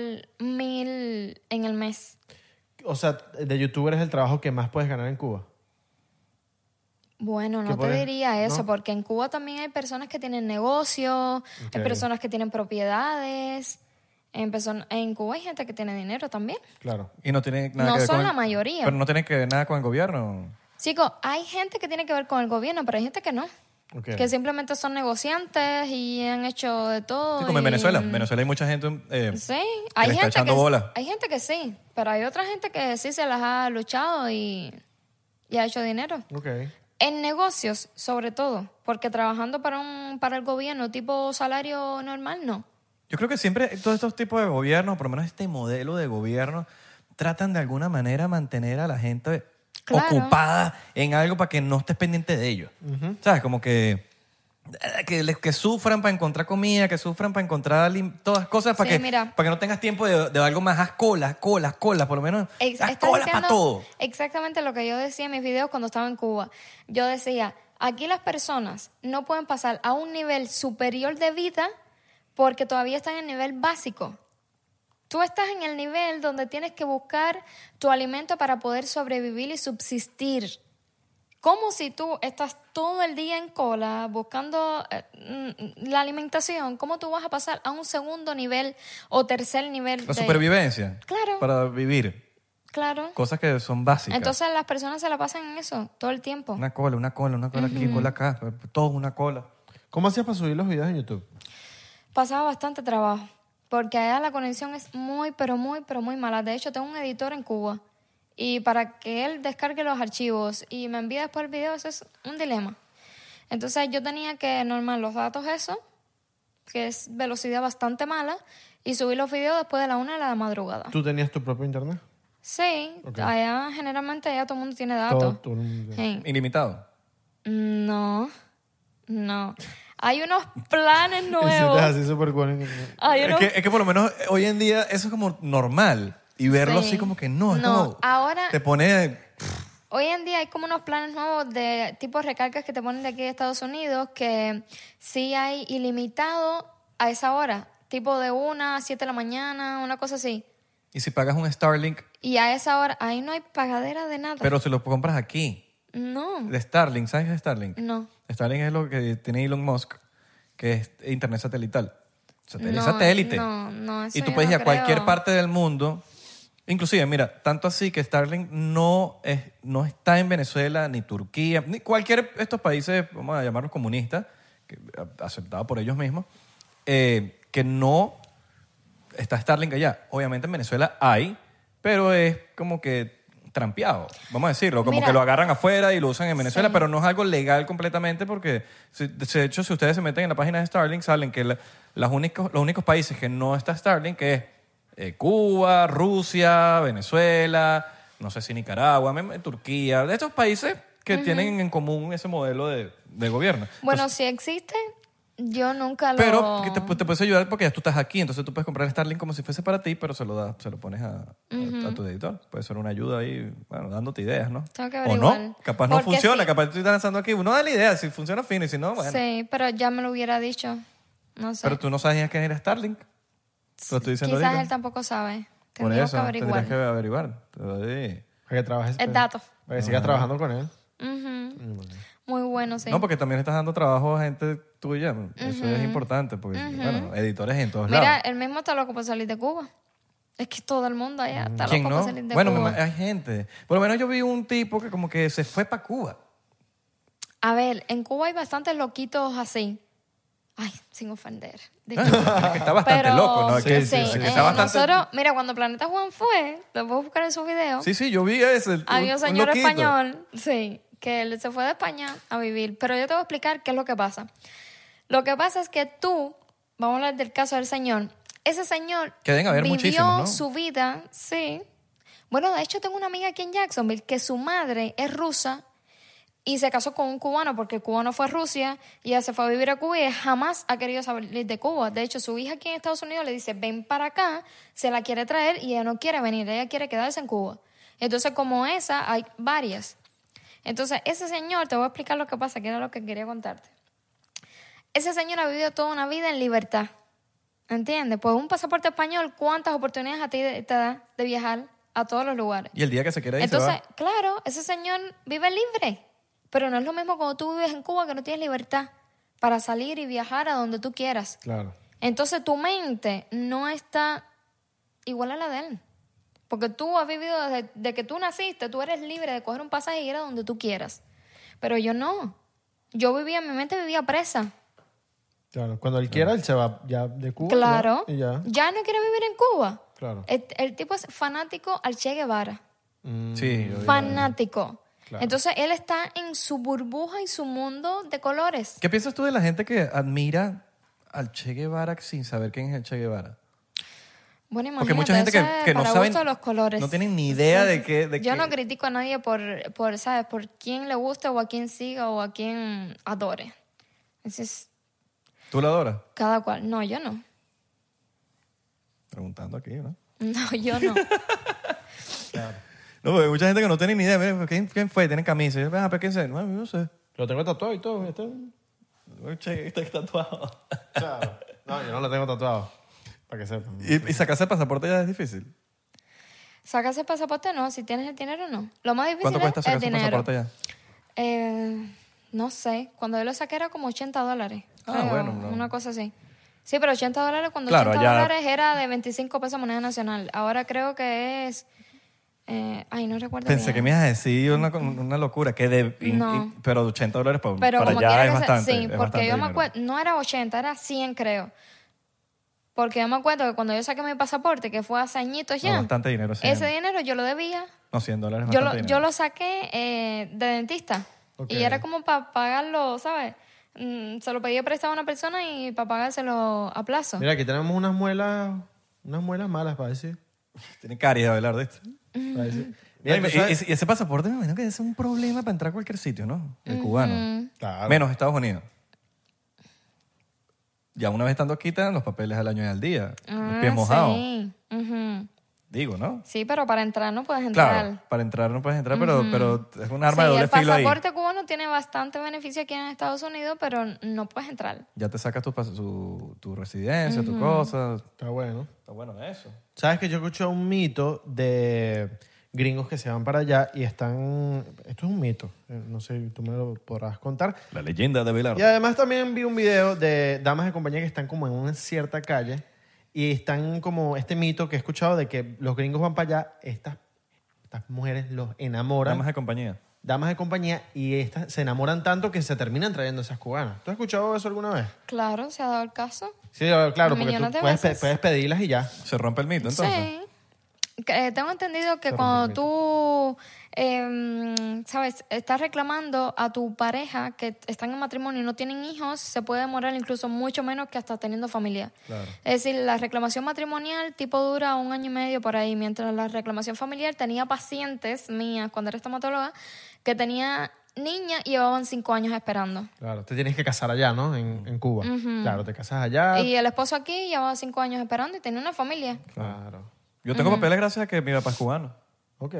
Speaker 2: mil en el mes.
Speaker 4: O sea, de youtuber es el trabajo que más puedes ganar en Cuba.
Speaker 2: Bueno,
Speaker 4: ¿Qué
Speaker 2: no te
Speaker 4: puedes-
Speaker 2: diría eso,
Speaker 4: no?
Speaker 2: porque en Cuba también hay personas que tienen negocios, hay
Speaker 4: Ok.
Speaker 2: personas que tienen propiedades. En, person- en Cuba hay gente que tiene dinero también.
Speaker 4: Claro.
Speaker 3: Y no tiene nada
Speaker 2: No
Speaker 3: que ver
Speaker 2: son
Speaker 3: con el-
Speaker 2: la mayoría.
Speaker 3: Pero no tiene que ver nada con el gobierno.
Speaker 2: Chicos, hay gente que tiene que ver con el gobierno, pero hay gente que no.
Speaker 4: Ok.
Speaker 2: Que simplemente son negociantes y han hecho de todo.
Speaker 3: Sí, como en
Speaker 2: y-
Speaker 3: Venezuela. En Venezuela hay mucha gente eh,
Speaker 2: Sí,
Speaker 3: que
Speaker 2: hay
Speaker 3: le está
Speaker 2: gente
Speaker 3: echando
Speaker 2: que
Speaker 3: bola.
Speaker 2: hay gente que sí, pero hay otra gente que sí se las ha luchado y, y ha hecho dinero.
Speaker 4: Ok.
Speaker 2: En negocios, sobre todo, porque trabajando para un para el gobierno tipo salario normal no.
Speaker 3: Yo creo que siempre todos estos tipos de gobiernos, por lo menos este modelo de gobierno, tratan de alguna manera mantener a la gente
Speaker 2: Claro.
Speaker 3: ocupada en algo para que no estés pendiente de ellos. ¿Sabes? Como que eh, que, les- que sufran para encontrar comida, que sufran para encontrar lim- todas las cosas para
Speaker 2: Sí,
Speaker 3: que
Speaker 2: mira.
Speaker 3: para que no tengas tiempo de, de algo más haz colas, colas, colas, por lo menos
Speaker 2: Ex-
Speaker 3: haz
Speaker 2: estás
Speaker 3: colas para
Speaker 2: diciendo
Speaker 3: todo.
Speaker 2: Exactamente lo que yo decía en mis videos cuando estaba en Cuba. Yo decía, aquí las personas no pueden pasar a un nivel superior de vida porque todavía están en nivel básico. Tú estás en el nivel donde tienes que buscar tu alimento para poder sobrevivir y subsistir. Como si tú estás todo el día en cola buscando eh, mm, la alimentación, ¿cómo tú vas a pasar a un segundo nivel o tercer nivel? de-
Speaker 3: La supervivencia.
Speaker 2: Claro.
Speaker 3: Para vivir.
Speaker 2: Claro.
Speaker 3: Cosas que son básicas.
Speaker 2: Entonces las personas se la pasan en eso todo el tiempo.
Speaker 3: una cola, una cola, una cola aquí, cola acá, todo una cola.
Speaker 4: ¿Cómo hacías para subir los videos en YouTube?
Speaker 2: Pasaba bastante trabajo, porque allá la conexión es muy, pero muy, pero muy mala. De hecho, tengo un editor en Cuba y para que él descargue los archivos y me envíe después el video, eso es un dilema. Entonces yo tenía que normal los datos eso, que es velocidad bastante mala, y subir los videos después de la una de la madrugada.
Speaker 4: ¿Tú tenías tu propio internet?
Speaker 2: Sí,
Speaker 4: Ok.
Speaker 2: allá generalmente allá Ah, todo el mundo tiene
Speaker 4: Todo,
Speaker 2: datos.
Speaker 4: todo el mundo.
Speaker 2: Sí.
Speaker 3: Ilimitado.
Speaker 2: No, no. Hay unos planes
Speaker 4: Eso
Speaker 2: nuevos.
Speaker 4: te hace súper bueno.
Speaker 2: Hay
Speaker 3: Es
Speaker 2: unos...
Speaker 3: que, es que por lo menos eh, hoy en día eso es como normal. Y verlo
Speaker 2: Sí.
Speaker 3: así como que no, es
Speaker 2: No,
Speaker 3: como-
Speaker 2: ahora-
Speaker 3: Te pone...
Speaker 2: Hoy en día hay como unos planes nuevos de tipo recargas que te ponen de aquí de Estados Unidos que sí hay ilimitado a esa hora, tipo de una a 7 de la mañana, una cosa así.
Speaker 3: Y si pagas un Starlink,
Speaker 2: Y a esa hora, ahí no hay pagadera de nada.
Speaker 3: pero si lo compras aquí,
Speaker 2: no,
Speaker 3: de Starlink, ¿sabes de Starlink?
Speaker 2: no.
Speaker 3: Starlink es lo que tiene Elon Musk, que es internet satelital. Satélite,
Speaker 2: No,
Speaker 3: satélite.
Speaker 2: no, no, eso
Speaker 3: y tú
Speaker 2: yo
Speaker 3: puedes
Speaker 2: no
Speaker 3: ir a cualquier
Speaker 2: creo.
Speaker 3: parte del mundo. Inclusive, mira, tanto así que Starlink no, es, no está en Venezuela, ni Turquía, ni cualquier de estos países, vamos a llamarlos comunistas, que, a- aceptados por ellos mismos, eh, que no está Starlink allá. Obviamente en Venezuela hay, pero es como que trampeado, vamos a decirlo, como
Speaker 2: Mira.
Speaker 3: que lo agarran afuera y lo usan en Venezuela,
Speaker 2: Sí.
Speaker 3: pero no es algo legal completamente porque, si- de hecho, si ustedes se meten en la página de Starlink, salen que la- las únicos, los únicos países que no está Starlink que es eh, Cuba, Rusia, Venezuela, no sé si Nicaragua, mem- Turquía, de estos países que tienen en común ese modelo de, de gobierno.
Speaker 2: Bueno,
Speaker 3: Entonces,
Speaker 2: si existe, yo nunca lo...
Speaker 3: Pues pero que te, te puedes ayudar porque ya tú estás aquí, entonces tú puedes comprar Starlink como si fuese para ti, pero se lo das, se lo pones a, a- a tu editor. Puede ser una ayuda ahí, bueno, dándote ideas, ¿no?
Speaker 2: Tengo que
Speaker 3: o no,
Speaker 2: averiguar.
Speaker 3: capaz no
Speaker 2: Porque
Speaker 3: funciona,
Speaker 2: sí.
Speaker 3: capaz estoy lanzando aquí, uno da la idea, si funciona fino y si no, bueno.
Speaker 2: Sí, pero ya me lo hubiera dicho. No sé.
Speaker 3: Pero tú no sabías quién era Starlink. Te Lo estoy diciendo
Speaker 2: Quizás
Speaker 3: ahorita.
Speaker 2: él tampoco sabe.
Speaker 3: Por
Speaker 2: Tendríamos
Speaker 3: eso,
Speaker 2: que
Speaker 3: tendrías
Speaker 2: averiguar.
Speaker 3: que averiguar. Te lo di.
Speaker 4: Para que trabajes. pues.
Speaker 2: El dato.
Speaker 4: Para que sigas trabajando con él.
Speaker 2: Ujú. Muy bueno, sí.
Speaker 3: No, pues, porque también estás dando trabajo a gente tuya. Eso es importante, porque, bueno, editores en todos
Speaker 2: Mira,
Speaker 3: lados.
Speaker 2: el mismo está loco por salir de Cuba. Es que todo el mundo allá está
Speaker 3: ¿Quién
Speaker 2: loco por
Speaker 3: no?
Speaker 2: salir de
Speaker 3: Bueno, me
Speaker 2: Cuba.
Speaker 3: ma- hay gente. Por lo menos yo vi un tipo que como que se fue para Cuba.
Speaker 2: A ver, en Cuba hay bastantes loquitos así. Ay, sin ofender.
Speaker 3: que está bastante loco, ¿no? Es que-
Speaker 2: sí,
Speaker 3: es que
Speaker 2: eh,
Speaker 3: está bastante-
Speaker 2: Nosotros, mira, cuando Planeta Juan fue, lo puedo buscar en su video.
Speaker 3: Sí, sí, yo vi ese. un-
Speaker 2: Había un
Speaker 3: un
Speaker 2: señor
Speaker 3: loquito.
Speaker 2: español, sí, que él se fue de España a vivir. Pero yo te voy a explicar qué es lo que pasa. Lo que pasa es que tú, vamos a hablar del caso del señor. Ese señor
Speaker 3: Que deben haber
Speaker 2: vivió
Speaker 3: muchísimos, ¿no?
Speaker 2: su vida, sí. Bueno, de hecho tengo una amiga aquí en Jacksonville que su madre es rusa y se casó con un cubano porque el cubano fue a Rusia y ella se fue a vivir a Cuba y jamás ha querido salir de Cuba. De hecho, su hija aquí en Estados Unidos le dice, ven para acá, se la quiere traer y ella no quiere venir, ella quiere quedarse en Cuba. Entonces, como esa, hay varias. Entonces, ese señor, te voy a explicar lo que pasa, que era lo que quería contarte. Ese señor ha vivido toda una vida en libertad. ¿Entiendes? Pues un pasaporte español, ¿cuántas oportunidades a ti de- te da de viajar a todos los lugares?
Speaker 3: Y el día que se quiera ir, se
Speaker 2: Entonces,
Speaker 3: va.
Speaker 2: claro, ese señor vive libre. Pero no es lo mismo cuando tú vives en Cuba que no tienes libertad para salir y viajar a donde tú quieras.
Speaker 4: Claro.
Speaker 2: Entonces tu mente no está igual a la de él. Porque tú has vivido desde de que tú naciste, tú eres libre de coger un pasaje y ir a donde tú quieras. Pero yo no. Yo vivía, mi mente vivía presa.
Speaker 4: Claro, cuando él quiera, él se va ya de
Speaker 3: Uh,
Speaker 4: Cuba. ya,
Speaker 2: Claro.
Speaker 4: Y ya.
Speaker 2: no quiere vivir en Cuba.
Speaker 4: Claro.
Speaker 2: El, el tipo es fanático al Che Guevara.
Speaker 4: Mm,
Speaker 3: Sí, yo vi.
Speaker 2: Fanático.
Speaker 4: Claro.
Speaker 2: Entonces él está en su burbuja y su mundo de colores.
Speaker 3: ¿Qué piensas tú de la gente que admira al Che Guevara sin saber quién es el Che Guevara?
Speaker 2: Bueno, imagínate,
Speaker 3: Porque mucha gente que,
Speaker 2: eso es
Speaker 3: que no
Speaker 2: para
Speaker 3: saben,
Speaker 2: gusto los colores.
Speaker 3: no tienen ni idea de qué... De
Speaker 2: Yo
Speaker 3: qué-
Speaker 2: no critico a nadie por, por, ¿sabes? Por quién le gusta o a quién siga o a quién adore. Ese es
Speaker 3: ¿Tú la adoras?
Speaker 2: cada cual. No, yo no.
Speaker 3: Preguntando aquí, ¿no?
Speaker 2: No, yo no.
Speaker 3: No, porque hay mucha gente que no tiene ni idea. Mira, ¿Quién, quién fue? Tienen camisa. Y yo, "Ah, pero ¿quién es? No, yo no sé.
Speaker 4: Lo tengo tatuado y todo. Este...
Speaker 3: El Che está tatuado.
Speaker 4: Claro. No, yo no lo tengo tatuado. Para que sepan.
Speaker 3: Y, y sacarse el pasaporte ya es difícil.
Speaker 2: Sacarse el pasaporte no. Si tienes el dinero, no. Lo más difícil
Speaker 3: ¿Cuánto cuesta
Speaker 2: es el
Speaker 3: sacarse el
Speaker 2: dinero.
Speaker 3: pasaporte ya?
Speaker 2: Eh, no sé. Cuando yo lo saqué era como 80 dólares.
Speaker 3: Ah,
Speaker 2: creo,
Speaker 3: bueno, no.
Speaker 2: Una cosa así. Sí, pero 80 dólares cuando
Speaker 3: Claro,
Speaker 2: 80
Speaker 3: ya-
Speaker 2: dólares era de 25 pesos moneda nacional. Ahora creo que es... eh, ay, no recuerdo
Speaker 3: Pensé
Speaker 2: bien.
Speaker 3: que me ibas a decir una, una locura. Que de, y-
Speaker 2: No.
Speaker 3: y- pero 80 dólares para,
Speaker 2: Pero
Speaker 3: para
Speaker 2: como
Speaker 3: allá
Speaker 2: quiera
Speaker 3: es
Speaker 2: que sea- Sí,
Speaker 3: bastante. es
Speaker 2: porque
Speaker 3: bastante
Speaker 2: yo me
Speaker 3: dinero.
Speaker 2: acuerdo, no era 80, era 100 creo. Porque yo me acuerdo que cuando yo saqué mi pasaporte, que fue hace añitos
Speaker 3: No,
Speaker 2: ya,
Speaker 3: bastante dinero. sí.
Speaker 2: ese dinero yo lo debía.
Speaker 3: No, 100 dólares. es
Speaker 2: Yo lo,
Speaker 3: bastante
Speaker 2: yo
Speaker 3: dinero.
Speaker 2: lo saqué eh, de dentista.
Speaker 4: Ok.
Speaker 2: Y era como para pagarlo, ¿sabes? Mm, se lo pedí prestado a una persona y para pagárselo a plazo.
Speaker 4: Mira, aquí tenemos unas muelas, unas muelas malas para decir.
Speaker 3: Tiene caries de hablar de esto.
Speaker 4: Para decir.
Speaker 3: No,
Speaker 4: Mira,
Speaker 3: y,
Speaker 4: tú
Speaker 3: y-
Speaker 4: sabes-
Speaker 3: y ese pasaporte me imagino que es un problema para entrar a cualquier sitio, ¿no? El cubano.
Speaker 4: Claro.
Speaker 3: Menos Estados Unidos. Ya una vez estando aquí, te dan los papeles al año y al día. los
Speaker 2: Ah,
Speaker 3: pies mojados.
Speaker 2: Sí. Ujú.
Speaker 3: Digo, ¿no?
Speaker 2: Sí, pero para entrar no puedes entrar.
Speaker 3: Claro, para entrar no puedes entrar, pero, pero es un arma
Speaker 2: Sí,
Speaker 3: de doble
Speaker 2: el
Speaker 3: filo ahí.
Speaker 2: pasaporte cubano tiene bastante beneficio aquí en Estados Unidos, pero no puedes entrar.
Speaker 3: Ya te sacas tu, pas- su- tu residencia, tu cosa.
Speaker 4: Está bueno.
Speaker 3: Está bueno eso.
Speaker 4: Sabes que yo escuché un mito de gringos que se van para allá y están... Esto es un mito. eh, No sé, tú me lo podrás contar.
Speaker 3: La leyenda de Bilardo.
Speaker 4: Y además también vi un video de damas de compañía que están como en una cierta calle y están como este mito que he escuchado de que los gringos van para allá, estas, estas mujeres los enamoran,
Speaker 3: Damas
Speaker 4: damas de,
Speaker 3: de compañía.
Speaker 4: compañía, y estas se enamoran tanto que se terminan trayendo esas cubanas. ¿Tú has escuchado eso alguna vez?
Speaker 2: Claro, se ha dado el caso.
Speaker 4: Sí, eh, claro, porque
Speaker 2: Millones
Speaker 4: tú
Speaker 2: de
Speaker 4: puedes, pe-
Speaker 2: veces.
Speaker 4: puedes pedirlas y ya.
Speaker 3: Se rompe el mito, entonces.
Speaker 2: Sí. Que, eh, tengo entendido que cuando tú, eh, ¿sabes? Estás reclamando a tu pareja que están en matrimonio y no tienen hijos, se puede demorar incluso mucho menos que hasta teniendo familia. Es decir, la reclamación matrimonial tipo dura un año y medio por ahí, mientras la reclamación familiar tenía pacientes mías cuando era estomatóloga que tenía niña y llevaban cinco años esperando.
Speaker 4: Claro, te tienes que casar allá, ¿no? En, en Cuba. Claro, te casas allá.
Speaker 2: Y el esposo aquí llevaba cinco años esperando y tenía una familia.
Speaker 4: Claro.
Speaker 3: Yo tengo papeles gracias a que mi papá es cubano.
Speaker 4: Ok.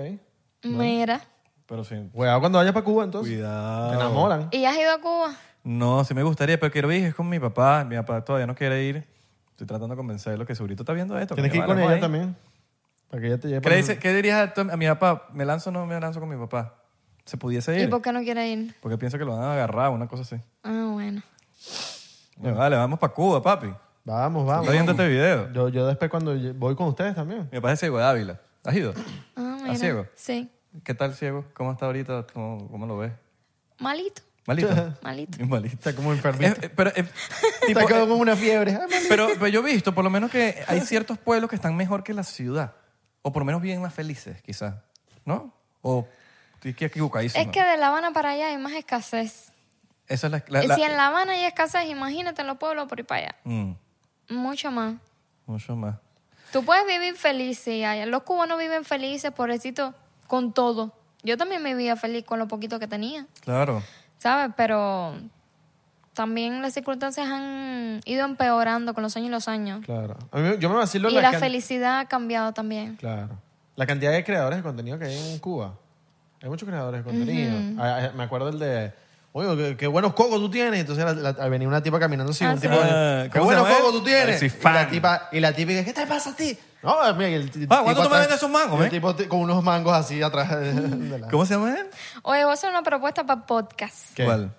Speaker 2: Mira.
Speaker 3: Pero sin...
Speaker 4: Cuidado cuando vayas para Cuba, entonces.
Speaker 3: Cuidado.
Speaker 4: Te enamoran.
Speaker 2: ¿Y has ido a Cuba?
Speaker 3: No, sí me gustaría, pero quiero ir es con mi papá. Mi papá todavía no quiere ir. Estoy tratando de convencerlo que segurito está viendo esto.
Speaker 4: Tienes que ir
Speaker 3: Mira,
Speaker 4: con
Speaker 3: vamos
Speaker 4: ella
Speaker 3: ahí.
Speaker 4: también. Para que ella te lleve
Speaker 3: ¿Qué,
Speaker 4: para
Speaker 3: le dice- qué dirías a, tu- a mi papá? ¿Me lanzo o no me lanzo con mi papá? ¿Se pudiese
Speaker 2: ¿Y
Speaker 3: ir?
Speaker 2: por qué no quiere ir?
Speaker 3: Porque piensa que lo van a agarrar, una cosa así.
Speaker 2: Ah, bueno.
Speaker 3: Yo, Vale, vamos para Cuba, papi.
Speaker 4: Vamos, vamos.
Speaker 3: Está viendo este video.
Speaker 4: Yo, yo después cuando lle- voy con ustedes también.
Speaker 3: Mi papá es ciego de Ávila. ¿Has ido?
Speaker 2: Ah,
Speaker 3: ¿Estás
Speaker 2: mira.
Speaker 3: ciego?
Speaker 2: Sí.
Speaker 3: ¿Qué tal ciego? ¿Cómo está ahorita? ¿Cómo, cómo lo ves?
Speaker 2: Malito.
Speaker 3: Malito.
Speaker 2: Malito.
Speaker 3: Malito.
Speaker 4: Está como enfermito.
Speaker 3: Es- es- Eh, pero, es- tipo,
Speaker 4: Está
Speaker 3: eh,
Speaker 4: como una fiebre. Ay, malito.
Speaker 3: pero, pero yo he visto, por lo menos, que hay ciertos pueblos que están mejor que la ciudad. O por lo menos bien más felices, quizás. ¿No? O estoy aquí equivocadísimo.
Speaker 2: Es que de La Habana para allá hay más escasez.
Speaker 3: Esa es la... la- la-
Speaker 2: Si en La Habana hay escasez, imagínate en los pueblos por ahí para allá.
Speaker 3: Mm,
Speaker 2: Mucho más.
Speaker 3: mucho más.
Speaker 2: Tú puedes vivir feliz, sí, allá. Los cubanos viven felices, pobrecito, con todo. Yo también vivía feliz con lo poquito que tenía,
Speaker 3: Claro.
Speaker 2: ¿sabes? Pero también las circunstancias han ido empeorando con los años y los años.
Speaker 4: Claro. A mí, yo me vacilo
Speaker 2: Y la
Speaker 4: can-
Speaker 2: felicidad ha cambiado también.
Speaker 4: Claro. La cantidad de creadores de contenido que hay en Cuba. Hay muchos creadores de contenido. Ah, ah, me acuerdo el de. Oye, qué, qué buenos cocos tú tienes. Entonces la- la- venía una tipa caminando así,
Speaker 2: Ah,
Speaker 4: un
Speaker 2: sí.
Speaker 4: tipo.
Speaker 3: Ah,
Speaker 4: qué
Speaker 3: ¿cómo se
Speaker 4: buenos
Speaker 3: llama
Speaker 4: cocos
Speaker 3: él?
Speaker 4: tú tienes.
Speaker 3: Alexis
Speaker 4: Y la,
Speaker 3: Fan.
Speaker 4: tipa, y la tipa dice, ¿qué te pasa a ti? No, mira, y el t-
Speaker 3: Ah, ¿cuánto
Speaker 4: tipo
Speaker 3: tú me
Speaker 4: atrás-
Speaker 3: vendes esos mangos,
Speaker 4: y
Speaker 3: eh?
Speaker 4: El tipo t- con unos mangos así atrás de, de la.
Speaker 3: ¿Cómo se llama él?
Speaker 2: Oye, voy a hacer una propuesta para podcast
Speaker 4: ¿Qué?
Speaker 3: ¿Cuál?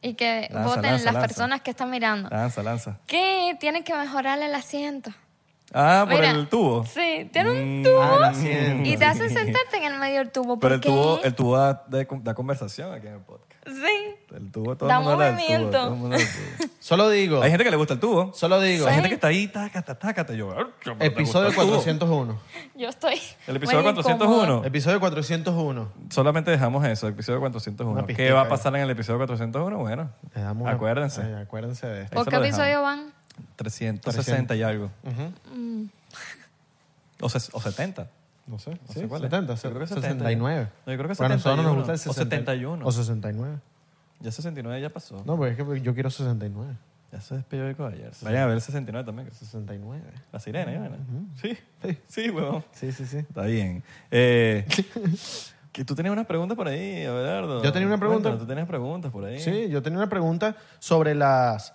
Speaker 2: y que
Speaker 3: Lanza,
Speaker 2: voten las
Speaker 3: lanza, lanza. Ah.
Speaker 2: personas que están mirando.
Speaker 3: Lanza, lanza.
Speaker 2: ¿Qué? Tienen que mejorar el asiento.
Speaker 3: Ah, por
Speaker 2: Mira,
Speaker 3: el tubo.
Speaker 2: Sí, tiene un
Speaker 3: Mm,
Speaker 2: tubo.
Speaker 4: Ah, el asiento.
Speaker 2: Y te hacen sentarte en el medio del tubo.
Speaker 3: Pero
Speaker 2: ¿por
Speaker 3: el
Speaker 2: qué?
Speaker 3: tubo, el tubo da, da- da conversación aquí en el podcast.
Speaker 2: Sí.
Speaker 3: El tubo, todo
Speaker 2: Da
Speaker 3: el mundo habla del tubo,
Speaker 2: movimiento.
Speaker 3: todo el mundo habla del tubo.
Speaker 4: Solo digo.
Speaker 3: Hay gente que le gusta el tubo.
Speaker 4: Solo digo.
Speaker 3: Hay gente que está ahí, taca, taca, taca. Yo, "Ay, pero te
Speaker 4: Episodio
Speaker 3: gusta el tubo".
Speaker 4: 401.
Speaker 2: Yo estoy.
Speaker 3: El episodio
Speaker 2: muy
Speaker 3: 401.
Speaker 4: Episodio 401.
Speaker 3: Solamente dejamos eso, el episodio 401.
Speaker 4: Una
Speaker 3: ¿Qué
Speaker 4: pistita
Speaker 3: va a
Speaker 4: ahí.
Speaker 3: pasar en el episodio 401? Bueno,
Speaker 4: Le damos una-
Speaker 3: acuérdense.
Speaker 4: Ay, acuérdense de esto.
Speaker 2: ¿Por
Speaker 3: se
Speaker 2: qué
Speaker 3: lo dejamos.
Speaker 2: episodio van?
Speaker 3: 360 y algo. O, ses- o 70.
Speaker 4: No sé,
Speaker 3: No
Speaker 4: sí,
Speaker 3: sé cuál es.
Speaker 4: 70,
Speaker 3: Yo creo que
Speaker 4: 69.
Speaker 3: No, yo creo que
Speaker 4: Pero a nosotros
Speaker 3: 71.
Speaker 4: nos gusta el
Speaker 3: O 71.
Speaker 4: O 69.
Speaker 3: Ya 69 ya pasó.
Speaker 4: No, pues es que yo quiero 69.
Speaker 3: Ya se despidió de ayer. Vayan a ver el 69 también. que es
Speaker 4: 69.
Speaker 3: La sirena, ¿eh? Sí, sí, sí, huevón.
Speaker 4: Sí, sí, sí.
Speaker 3: Está bien. Eh, que tú tenías unas preguntas por ahí, Abelardo.
Speaker 4: ¿Yo tenía una pregunta?
Speaker 3: Cuéntanos, tú tenías preguntas por ahí.
Speaker 4: Sí, yo tenía una pregunta sobre las...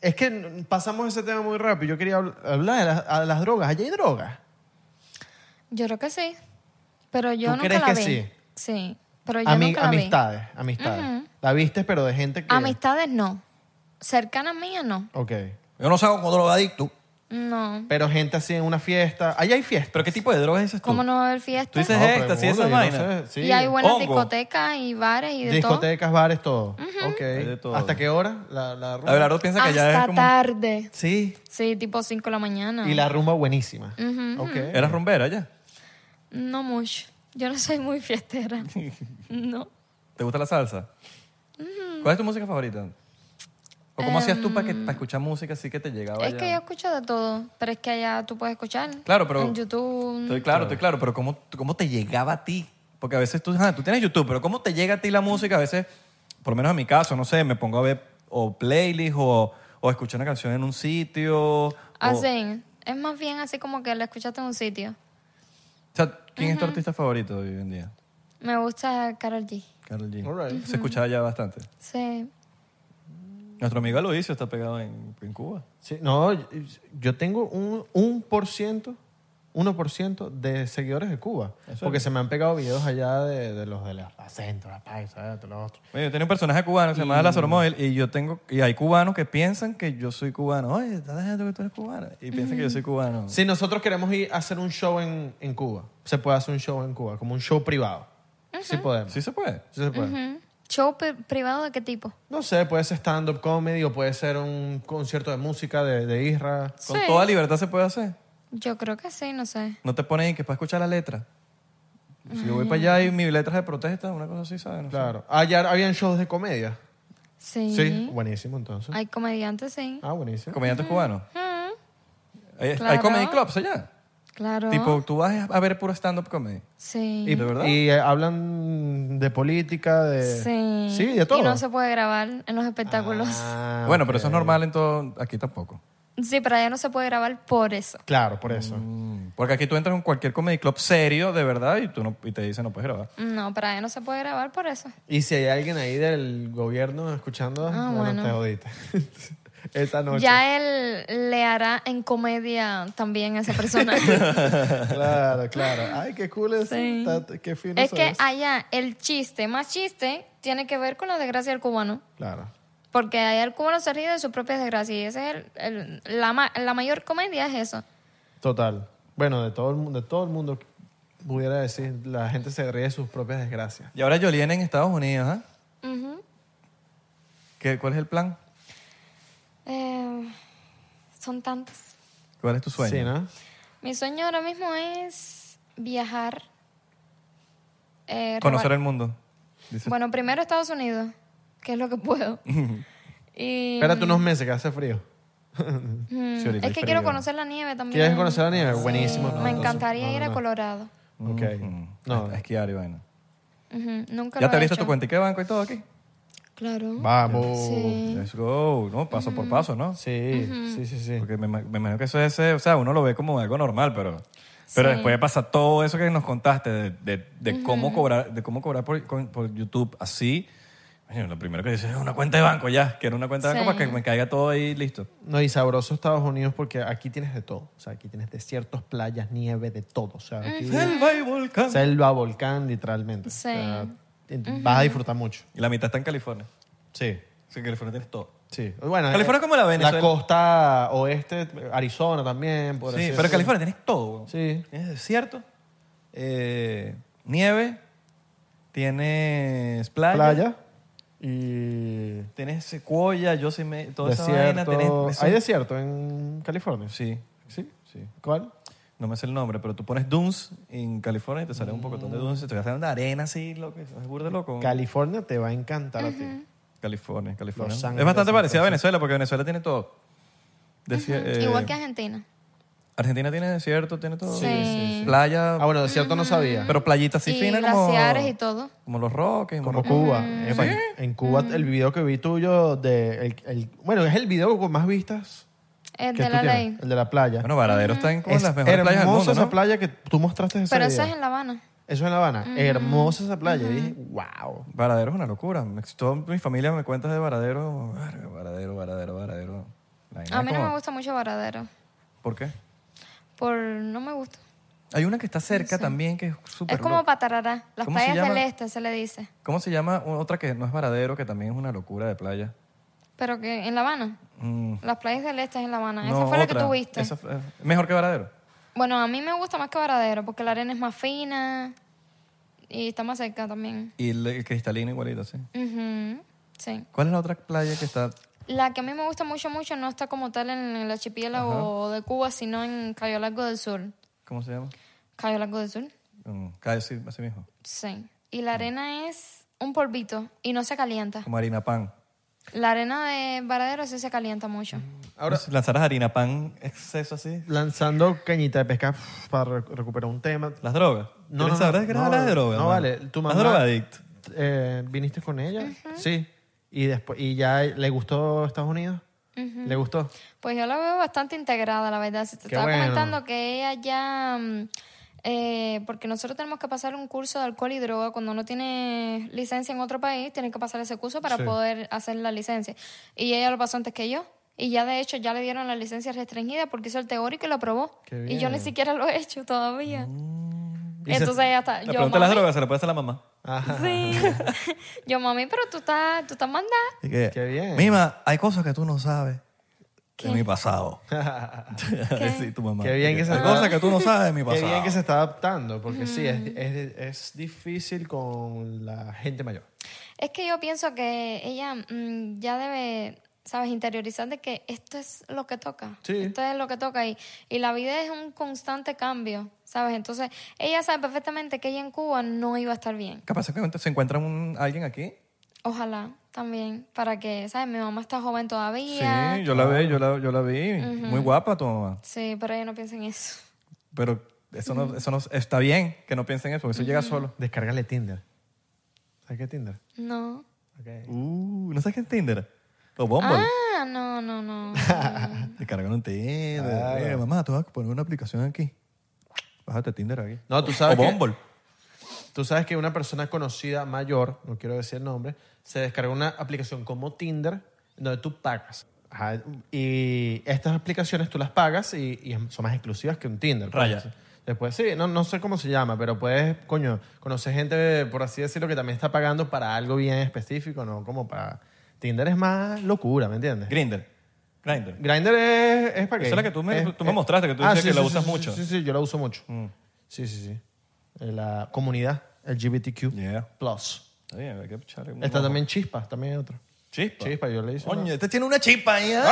Speaker 4: Es que n- pasamos ese tema muy rápido. Yo quería habl- hablar de las, a las drogas. ¿Allá hay drogas?
Speaker 2: Yo creo que sí. Pero yo
Speaker 4: ¿Tú
Speaker 2: nunca
Speaker 4: crees
Speaker 2: la
Speaker 4: que
Speaker 2: vi.
Speaker 4: sí?
Speaker 2: Sí. Pero yo
Speaker 4: Ami-
Speaker 2: nunca la vi.
Speaker 4: amistades, amistades. La viste, pero de gente que...
Speaker 2: Amistades no. Cercanas mías no.
Speaker 4: Ok.
Speaker 3: Yo no salgo con drogadicto.
Speaker 2: No.
Speaker 4: Pero gente así en una fiesta. ¿Allá hay fiesta?
Speaker 3: ¿Pero qué tipo de droga es esa?
Speaker 2: ¿Cómo no va a haber fiesta?
Speaker 3: Tú dices
Speaker 4: pero
Speaker 3: éxtasis,
Speaker 4: burda,
Speaker 3: esa
Speaker 4: yo no
Speaker 3: vaina.
Speaker 4: sé, sí.
Speaker 2: Y hay buenas
Speaker 3: Hongo.
Speaker 2: discotecas y bares y de
Speaker 4: Discotecas, bares, todo. Ok.
Speaker 3: de todo.
Speaker 4: ¿Hasta qué hora? La, la rumba.
Speaker 3: Abelardo
Speaker 2: todo.
Speaker 3: piensa que ya
Speaker 2: Hasta
Speaker 3: es como...
Speaker 2: tarde.
Speaker 4: Sí.
Speaker 2: Sí, tipo 5 de la mañana.
Speaker 4: Y la rumba buenísima. Ok.
Speaker 3: ¿Eras rumbera ya?
Speaker 2: No mucho. Yo no soy muy fiestera. no.
Speaker 3: ¿Te gusta la salsa? ¿Cuál es tu música favorita? ¿O cómo hacías tú para pa escuchar música así que te llegaba
Speaker 2: Em, Es
Speaker 3: ya?
Speaker 2: que yo escucho de todo, pero es que allá tú puedes escuchar.
Speaker 3: Claro, pero-
Speaker 2: En YouTube.
Speaker 3: Estoy claro, estoy claro, pero ¿cómo, cómo te llegaba a ti? Porque a veces tú, ah, tú tienes YouTube, pero ¿cómo te llega a ti la música? A veces, por lo menos en mi caso, no sé, me pongo a ver o playlist o, o escuchar una canción en un sitio. o-
Speaker 4: Oh.
Speaker 2: Así. Es más bien así como que la escuchaste en un sitio.
Speaker 3: o sea, ¿quién es tu artista favorito hoy en día?
Speaker 2: Me gusta Carol G.
Speaker 3: Karol G.
Speaker 4: All right.
Speaker 3: Se escuchaba ya bastante.
Speaker 2: Sí.
Speaker 3: Nuestro amigo Aloysio está pegado en, en Cuba.
Speaker 4: Sí, no, yo- yo tengo un, un por ciento, 1% de seguidores de Cuba.
Speaker 3: Eso
Speaker 4: porque
Speaker 3: es.
Speaker 4: se me han pegado videos allá de, de los de la acento, la paisa, esto, lo otro.
Speaker 3: Oye, yo tenía un personaje cubano que se llamaba Lázaro Móvil y yo tengo y hay cubanos que piensan que yo soy cubano. Oye, estás dejando que tú eres cubano y piensan que yo soy
Speaker 4: Mm.
Speaker 3: cubano.
Speaker 4: Si nosotros queremos ir a hacer un show en, en Cuba, se puede hacer un show en Cuba, como un show privado. Sí podemos.
Speaker 3: Sí se puede.
Speaker 4: Sí se puede.
Speaker 2: Mm. ¿Show pri- privado de qué tipo?
Speaker 4: No sé, puede ser stand-up comedy o puede ser un concierto de música de, de Isra.
Speaker 3: Con
Speaker 2: Sí.
Speaker 3: toda libertad se puede hacer.
Speaker 2: Yo creo que sí, no sé.
Speaker 3: No te pones ahí que para escuchar la letra. Si yo voy para allá
Speaker 4: Mm.
Speaker 3: y mi letra es de protesta, una cosa así, ¿sabes? No sé.
Speaker 4: Claro. Allá habían shows de comedia.
Speaker 2: Sí.
Speaker 4: Sí, buenísimo entonces.
Speaker 2: Hay comediantes, sí.
Speaker 4: Ah, buenísimo.
Speaker 3: Comediantes cubanos. Hay, hay
Speaker 2: Mm. Claro.
Speaker 3: comedy clubs allá.
Speaker 2: Claro.
Speaker 3: Tipo, tú vas a ver puro stand-up comedy.
Speaker 2: Sí.
Speaker 4: Y,
Speaker 3: ¿De verdad?
Speaker 4: y, eh, hablan de política, de...
Speaker 2: Sí.
Speaker 4: Sí, de todo.
Speaker 2: Y no se puede grabar en los espectáculos.
Speaker 4: Ah,
Speaker 3: bueno,
Speaker 4: ok.
Speaker 3: pero eso es normal en todo. Aquí tampoco.
Speaker 2: Sí, pero allá no se puede grabar por eso.
Speaker 4: Claro, por eso.
Speaker 3: Mm, Porque aquí tú entras en cualquier comedy club serio, de verdad, y, tú no, y te dicen no puedes grabar.
Speaker 2: No, pero allá no se puede grabar por eso.
Speaker 4: Y si hay alguien ahí del gobierno escuchando,
Speaker 2: Ah, bueno.
Speaker 4: bueno, te jodiste. Esa noche.
Speaker 2: Ya él le hará en comedia también a esa persona.
Speaker 4: Claro, claro. Ay, qué cool es.
Speaker 2: Sí.
Speaker 4: ta- Qué fino
Speaker 2: es que
Speaker 4: sos.
Speaker 2: allá el chiste, más chiste, tiene que ver con la desgracia del cubano.
Speaker 4: Claro.
Speaker 2: Porque allá el cubano se ríe de sus propias desgracias. Y ese es el- el- la, ma- la mayor comedia es eso.
Speaker 4: Total. Bueno, de todo el mundo, de todo el mundo pudiera decir, la gente se ríe de sus propias desgracias.
Speaker 3: Y ahora Jolien en Estados Unidos, ¿ah?
Speaker 2: Ujú.
Speaker 3: ¿Qué, ¿Cuál es el plan?
Speaker 2: Eh, son tantos.
Speaker 3: ¿Cuál es tu sueño?
Speaker 4: Sí, ¿no?
Speaker 2: Mi sueño ahora mismo es viajar. eh,
Speaker 3: Conocer
Speaker 2: robar-
Speaker 3: el mundo. Dices-
Speaker 2: Bueno, primero Estados Unidos, que es lo que puedo. y,
Speaker 4: Espérate unos meses que hace frío.
Speaker 2: mm,
Speaker 3: Sí, ahorita
Speaker 2: es
Speaker 3: hay
Speaker 2: que quiero
Speaker 3: frío.
Speaker 2: conocer la nieve también.
Speaker 4: ¿Quieres conocer la nieve? Buenísimo.
Speaker 2: Me
Speaker 4: No, entonces,
Speaker 2: encantaría
Speaker 4: no,
Speaker 2: ir a
Speaker 4: no.
Speaker 2: Colorado.
Speaker 4: Ok.
Speaker 3: Mm,
Speaker 4: No.
Speaker 3: a- a Esquiar y vaina.
Speaker 2: Ujú, Nunca
Speaker 3: ¿Ya
Speaker 2: lo
Speaker 3: te
Speaker 2: he
Speaker 3: abriste
Speaker 2: hecho.
Speaker 3: tu cuenta de banco y todo aquí?
Speaker 2: Claro.
Speaker 4: Vamos.
Speaker 2: Sí. Mm.
Speaker 3: Let's go, ¿no? Paso por paso, ¿no?
Speaker 4: Sí, sí, sí, sí.
Speaker 3: Porque me, ima- me imagino que eso es ese, o sea, uno lo ve como algo normal, pero, pero
Speaker 2: Sí.
Speaker 3: después de pasar todo eso que nos contaste de, de- de cómo cobrar, de cómo cobrar por, con- por YouTube así, coño, lo primero que dices es una cuenta de banco ya, que era una cuenta de banco
Speaker 2: Sí.
Speaker 3: para que me caiga todo ahí listo.
Speaker 4: No, y sabroso Estados Unidos porque aquí tienes de todo. O sea, aquí tienes desiertos, playas, nieve, de todo. O sea, aquí
Speaker 3: Selva y volcán.
Speaker 4: selva, volcán, literalmente.
Speaker 2: Sí.
Speaker 4: O sea, te- vas a disfrutar mucho.
Speaker 3: Y la mitad está en California.
Speaker 4: Sí.
Speaker 3: O sea, en California tienes todo.
Speaker 4: Sí. Bueno, eh,
Speaker 3: California es como la Venezuela.
Speaker 4: La costa oeste, Arizona también. Por
Speaker 3: sí,
Speaker 4: así
Speaker 3: pero en
Speaker 4: decirlo.
Speaker 3: California tienes todo. weón.
Speaker 4: Sí.
Speaker 3: Tienes desierto, eh, nieve, tienes playa,
Speaker 4: Playa y
Speaker 3: tienes secuoya, yo sí me... Toda esa vaina,
Speaker 4: desierto.
Speaker 3: tienes...
Speaker 4: ¿Hay desierto en California?
Speaker 3: Sí,
Speaker 4: ¿Sí?
Speaker 3: sí.
Speaker 4: ¿Cuál?
Speaker 3: No me sé el nombre, pero tú pones dunes en California y te sale un pocotón de dunes y te vas a una arena así, loco. Es burda loco.
Speaker 4: California te va a encantar a ti.
Speaker 3: California, California.
Speaker 4: Los Ángeles,
Speaker 3: Es bastante
Speaker 4: San
Speaker 3: parecida a
Speaker 4: Francisco.
Speaker 3: Venezuela porque Venezuela tiene todo. Desi- eh,
Speaker 2: Igual que Argentina.
Speaker 3: Argentina tiene desierto, tiene todo.
Speaker 2: Sí. Sí, sí,
Speaker 3: Playa,
Speaker 4: Ah, bueno, desierto no sabía.
Speaker 3: pero playitas así
Speaker 2: y
Speaker 3: finas como...
Speaker 2: glaciares y todo.
Speaker 3: Como los Roques.
Speaker 4: Como
Speaker 3: Morro-
Speaker 4: Cuba. Epa, En Cuba, el video que vi tuyo de. el- el- bueno, es el video con más vistas.
Speaker 2: El
Speaker 4: que
Speaker 2: de
Speaker 4: tú
Speaker 2: la
Speaker 4: tienes,
Speaker 2: ley.
Speaker 4: El de la playa.
Speaker 3: Bueno, Varadero está en como
Speaker 4: es
Speaker 3: las mejores playas del
Speaker 4: hermosa
Speaker 3: mundo,
Speaker 4: esa
Speaker 3: ¿no?
Speaker 4: playa que tú mostraste ese
Speaker 2: Pero
Speaker 4: video.
Speaker 2: eso es en La Habana.
Speaker 4: Eso es en La Habana. Hermosa esa playa. Y dije, wow.
Speaker 3: Varadero es una locura. Me- Toda mi familia me cuenta de Varadero. Verga, Varadero, Varadero, Varadero. La vaina
Speaker 2: A
Speaker 3: es
Speaker 2: mí no
Speaker 3: como-
Speaker 2: me gusta mucho Varadero.
Speaker 3: ¿Por qué?
Speaker 2: Por... No me gusta.
Speaker 3: Hay una que está cerca también que es súper
Speaker 2: es como
Speaker 3: loca.
Speaker 2: Patarará. Las
Speaker 3: ¿Cómo se
Speaker 2: playas del
Speaker 3: llama?
Speaker 2: este se le dice.
Speaker 3: ¿Cómo se llama U- otra que no es Varadero, que también es una locura de playa?
Speaker 2: Pero que en La Habana.
Speaker 3: Mm,
Speaker 2: Las playas del este es en La Habana.
Speaker 3: no,
Speaker 2: esa fue la que
Speaker 3: otra.
Speaker 2: tuviste.
Speaker 3: Esa fue- eh, mejor que Varadero.
Speaker 2: Bueno, a mí me gusta más que Varadero porque la arena es más fina y está más cerca también.
Speaker 3: Y el, el cristalino igualito, sí.
Speaker 2: Ujú, Sí.
Speaker 3: ¿Cuál es la otra playa que está...?
Speaker 2: La que a mí me gusta mucho, mucho no está como tal en el archipiélago de Cuba, sino en Cayo Largo del Sur.
Speaker 3: ¿Cómo se llama?
Speaker 2: Cayo Largo del Sur.
Speaker 3: Mm, cae así, así mismo.
Speaker 2: Sí. Y la arena es un polvito y no se calienta.
Speaker 3: Como harina pan.
Speaker 2: La arena de Varadero sí se calienta mucho.
Speaker 3: Ahora... Lanzarás harina pan exceso así.
Speaker 4: Lanzando cañita de pesca pff, para re- recuperar un tema.
Speaker 3: Las drogas.
Speaker 4: No, no,
Speaker 3: ¿Quieres saber
Speaker 4: no,
Speaker 3: qué
Speaker 4: no,
Speaker 3: hablas de drogas?
Speaker 4: no,
Speaker 3: man?
Speaker 4: vale, tu mamá-
Speaker 3: ¿Estás drogadicto?
Speaker 4: Eh, ¿Viniste con ella? Sí. Y después y ya le gustó Estados Unidos. ¿Le gustó?
Speaker 2: Pues yo la veo bastante integrada, la verdad. Se te
Speaker 4: Qué
Speaker 2: estaba
Speaker 4: bueno.
Speaker 2: comentando que ella ya... mm, eh, porque nosotros tenemos que pasar un curso de alcohol y droga. Cuando uno tiene licencia en otro país, tiene que pasar ese curso para
Speaker 4: Sí.
Speaker 2: poder hacer la licencia. Y ella lo pasó antes que yo. Y ya de hecho ya le dieron la licencia restringida porque hizo el teórico y lo aprobó.
Speaker 4: Qué
Speaker 2: Y yo ni
Speaker 4: bien.
Speaker 2: siquiera lo he hecho todavía.
Speaker 3: Mm. Y se-
Speaker 2: Entonces ella está...
Speaker 3: La
Speaker 2: Yo,
Speaker 3: pregunta de las
Speaker 2: mami,
Speaker 3: drogas se la puede hacer a la mamá.
Speaker 4: Ajá.
Speaker 2: yo, mami, pero tú estás, tú estás mandada.
Speaker 3: Y que,
Speaker 4: Qué bien.
Speaker 3: Mima, hay cosas que tú no sabes de mi pasado. sí, tu mamá.
Speaker 4: Qué bien que se-
Speaker 3: Hay cosas que tú no sabes de mi
Speaker 4: Qué
Speaker 3: pasado.
Speaker 4: bien que se está adaptando, porque sí, es, es- es difícil con la gente mayor.
Speaker 2: Es que yo pienso que ella mm, ya debe, ¿sabes?, interiorizar de que esto es lo que toca.
Speaker 4: Sí.
Speaker 2: Esto es lo que toca y, y la vida es un constante cambio, ¿sabes? Entonces, ella sabe perfectamente que ella en Cuba no iba a estar bien.
Speaker 3: Capaz que se encuentra un, alguien aquí.
Speaker 2: Ojalá también, para que, ¿sabes? Mi mamá está joven todavía.
Speaker 3: Sí, yo la vi, yo la, yo la vi. Muy guapa tu mamá.
Speaker 2: Sí, pero ella no piensa en eso.
Speaker 3: Pero eso no, eso no está bien que no piensen eso, porque eso llega solo.
Speaker 4: Descárgale Tinder. ¿Sabes qué es Tinder?
Speaker 2: No.
Speaker 3: Uh, ¿no sabes qué es Tinder? O Bumble.
Speaker 2: Ah, no, no, no.
Speaker 3: Te cargaron Tinder.
Speaker 4: Ah.
Speaker 3: Eh, mamá, te vas a poner una aplicación aquí. Bájate Tinder aquí.
Speaker 4: No, tú sabes
Speaker 3: O
Speaker 4: que-
Speaker 3: Bumble.
Speaker 4: Tú sabes que una persona conocida mayor, no quiero decir el nombre, se descargó una aplicación como Tinder donde tú pagas. Ajá, Y estas aplicaciones tú las pagas y, y son más exclusivas que un Tinder. pues.
Speaker 3: Raya.
Speaker 4: Después, sí, no, no sé cómo se llama, pero puedes, coño, conocer gente, por así decirlo, que también está pagando para algo bien específico, no como para... Tinder es más locura, ¿me entiendes?
Speaker 3: Grinder. Grinder.
Speaker 4: Grindr es, es para qué.
Speaker 3: Esa es la que tú me- tú me mostraste, que tú dices que la usas
Speaker 4: sí,
Speaker 3: mucho. Mm.
Speaker 4: Sí, sí, yo la uso mucho. Sí, sí, sí. Eh, La comunidad LGBTQ
Speaker 3: Yeah.
Speaker 4: plus.
Speaker 3: Está bien, hay que echarle un
Speaker 4: Está
Speaker 3: ojo.
Speaker 4: también Chispas, también hay otro.
Speaker 3: Chispa.
Speaker 4: Chispa, yo le hice
Speaker 3: Coño,
Speaker 4: una- ¿eh?
Speaker 3: este tiene una chispa ahí. ¿ah?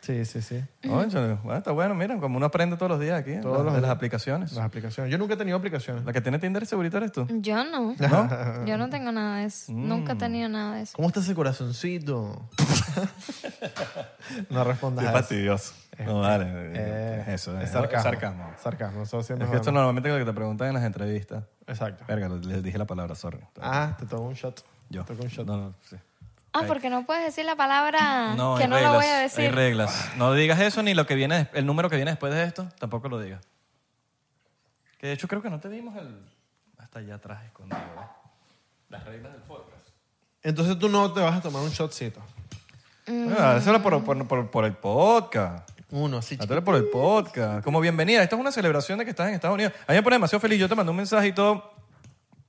Speaker 4: Sí, sí, sí.
Speaker 3: Coño, bueno, está bueno, mira, como uno aprende todos los días aquí,
Speaker 4: Todos
Speaker 3: la-
Speaker 4: los
Speaker 3: de
Speaker 4: días.
Speaker 3: las aplicaciones.
Speaker 4: Las aplicaciones. Yo nunca he tenido aplicaciones.
Speaker 3: La que tiene Tinder segurito eres tú.
Speaker 2: Yo no.
Speaker 3: ¿No? Mm.
Speaker 2: Yo no tengo nada de eso. Nunca he tenido nada de eso.
Speaker 4: ¿Cómo está ese corazoncito? no respondas.
Speaker 3: Qué
Speaker 4: a eso.
Speaker 3: fastidioso. No, vale.
Speaker 4: Eh,
Speaker 3: eso
Speaker 4: es
Speaker 3: es
Speaker 4: sarcasmo.
Speaker 3: sarcasmo.
Speaker 4: Sarcasmo. Eso sí
Speaker 3: Es
Speaker 4: nos
Speaker 3: que esto
Speaker 4: vamos.
Speaker 3: normalmente es lo que te preguntan en las entrevistas.
Speaker 4: Exacto.
Speaker 3: Verga, les dije la palabra, sorry.
Speaker 4: Ah, te tomo un shot.
Speaker 3: Yo.
Speaker 4: Te tomo un shot.
Speaker 3: No, no, sí.
Speaker 2: Ah,
Speaker 3: Ay.
Speaker 2: porque no puedes decir la palabra
Speaker 3: No,
Speaker 2: Ah, que
Speaker 3: hay
Speaker 2: no
Speaker 3: reglas,
Speaker 2: lo voy a
Speaker 3: Hay
Speaker 2: decir.
Speaker 3: reglas. No digas eso ni lo que viene, des- el número que viene después de esto, tampoco lo digas. Que de hecho creo que no te dimos el hasta allá atrás escondido. ¿eh? Las reglas del podcast.
Speaker 4: Entonces tú no te vas a tomar un shotcito.
Speaker 2: Mm.
Speaker 3: Ah, eso era por, por- por- por el podcast.
Speaker 4: Uno, así.
Speaker 3: Ah, tú eres por el podcast. Como bienvenida. Esto es una celebración de que estás en Estados Unidos. A mí me pone demasiado feliz. Yo te mandé un mensaje y todo.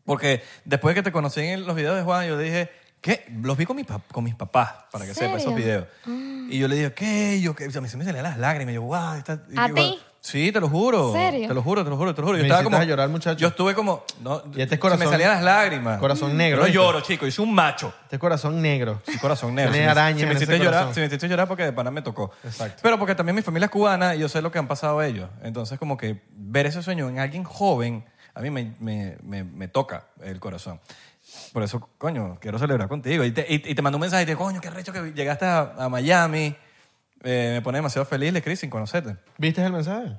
Speaker 3: Porque después de que te conocí en los videos de Juan, yo dije, ¿qué? Los vi con, mi pap- con mis papás, para que sepa
Speaker 2: serio?
Speaker 3: esos
Speaker 2: Mm.
Speaker 3: videos. Y yo le dije, ¿qué? Yo, ¿qué? O sea, me- se me salían las lágrimas. Yo, guau, esta- y
Speaker 2: ¿A
Speaker 3: yo,
Speaker 2: ti?
Speaker 3: Sí, te lo juro.
Speaker 2: ¿En serio?
Speaker 3: Te lo juro, te lo juro, te lo juro. Yo
Speaker 4: Me
Speaker 3: estaba
Speaker 4: hiciste
Speaker 3: como.
Speaker 4: a llorar, muchacho.
Speaker 3: Yo estuve como. No,
Speaker 4: Y este es
Speaker 3: se
Speaker 4: corazón-
Speaker 3: me salían las lágrimas.
Speaker 4: corazón negro,
Speaker 3: Yo no
Speaker 4: ¿viste?
Speaker 3: lloro, chico. Yo soy un macho.
Speaker 4: Este corazón negro.
Speaker 3: Sí, corazón negro.
Speaker 4: Tiene
Speaker 3: Si me-
Speaker 4: arañas
Speaker 3: si me
Speaker 4: en
Speaker 3: hiciste
Speaker 4: ese
Speaker 3: llorar,
Speaker 4: corazón.
Speaker 3: si me hiciste llorar porque de pana me tocó.
Speaker 4: Exacto.
Speaker 3: Pero porque también mi familia es cubana y yo sé lo que han pasado ellos. Entonces, como que ver ese sueño en alguien joven, a mí me, me- me- me toca el corazón. Por eso, coño, quiero celebrar contigo. Y te, y, y te mandó un mensaje y te coño, qué recho que llegaste a, a Miami. Eh, me pone demasiado feliz, le escribí sin conocerte.
Speaker 4: ¿Viste el mensaje?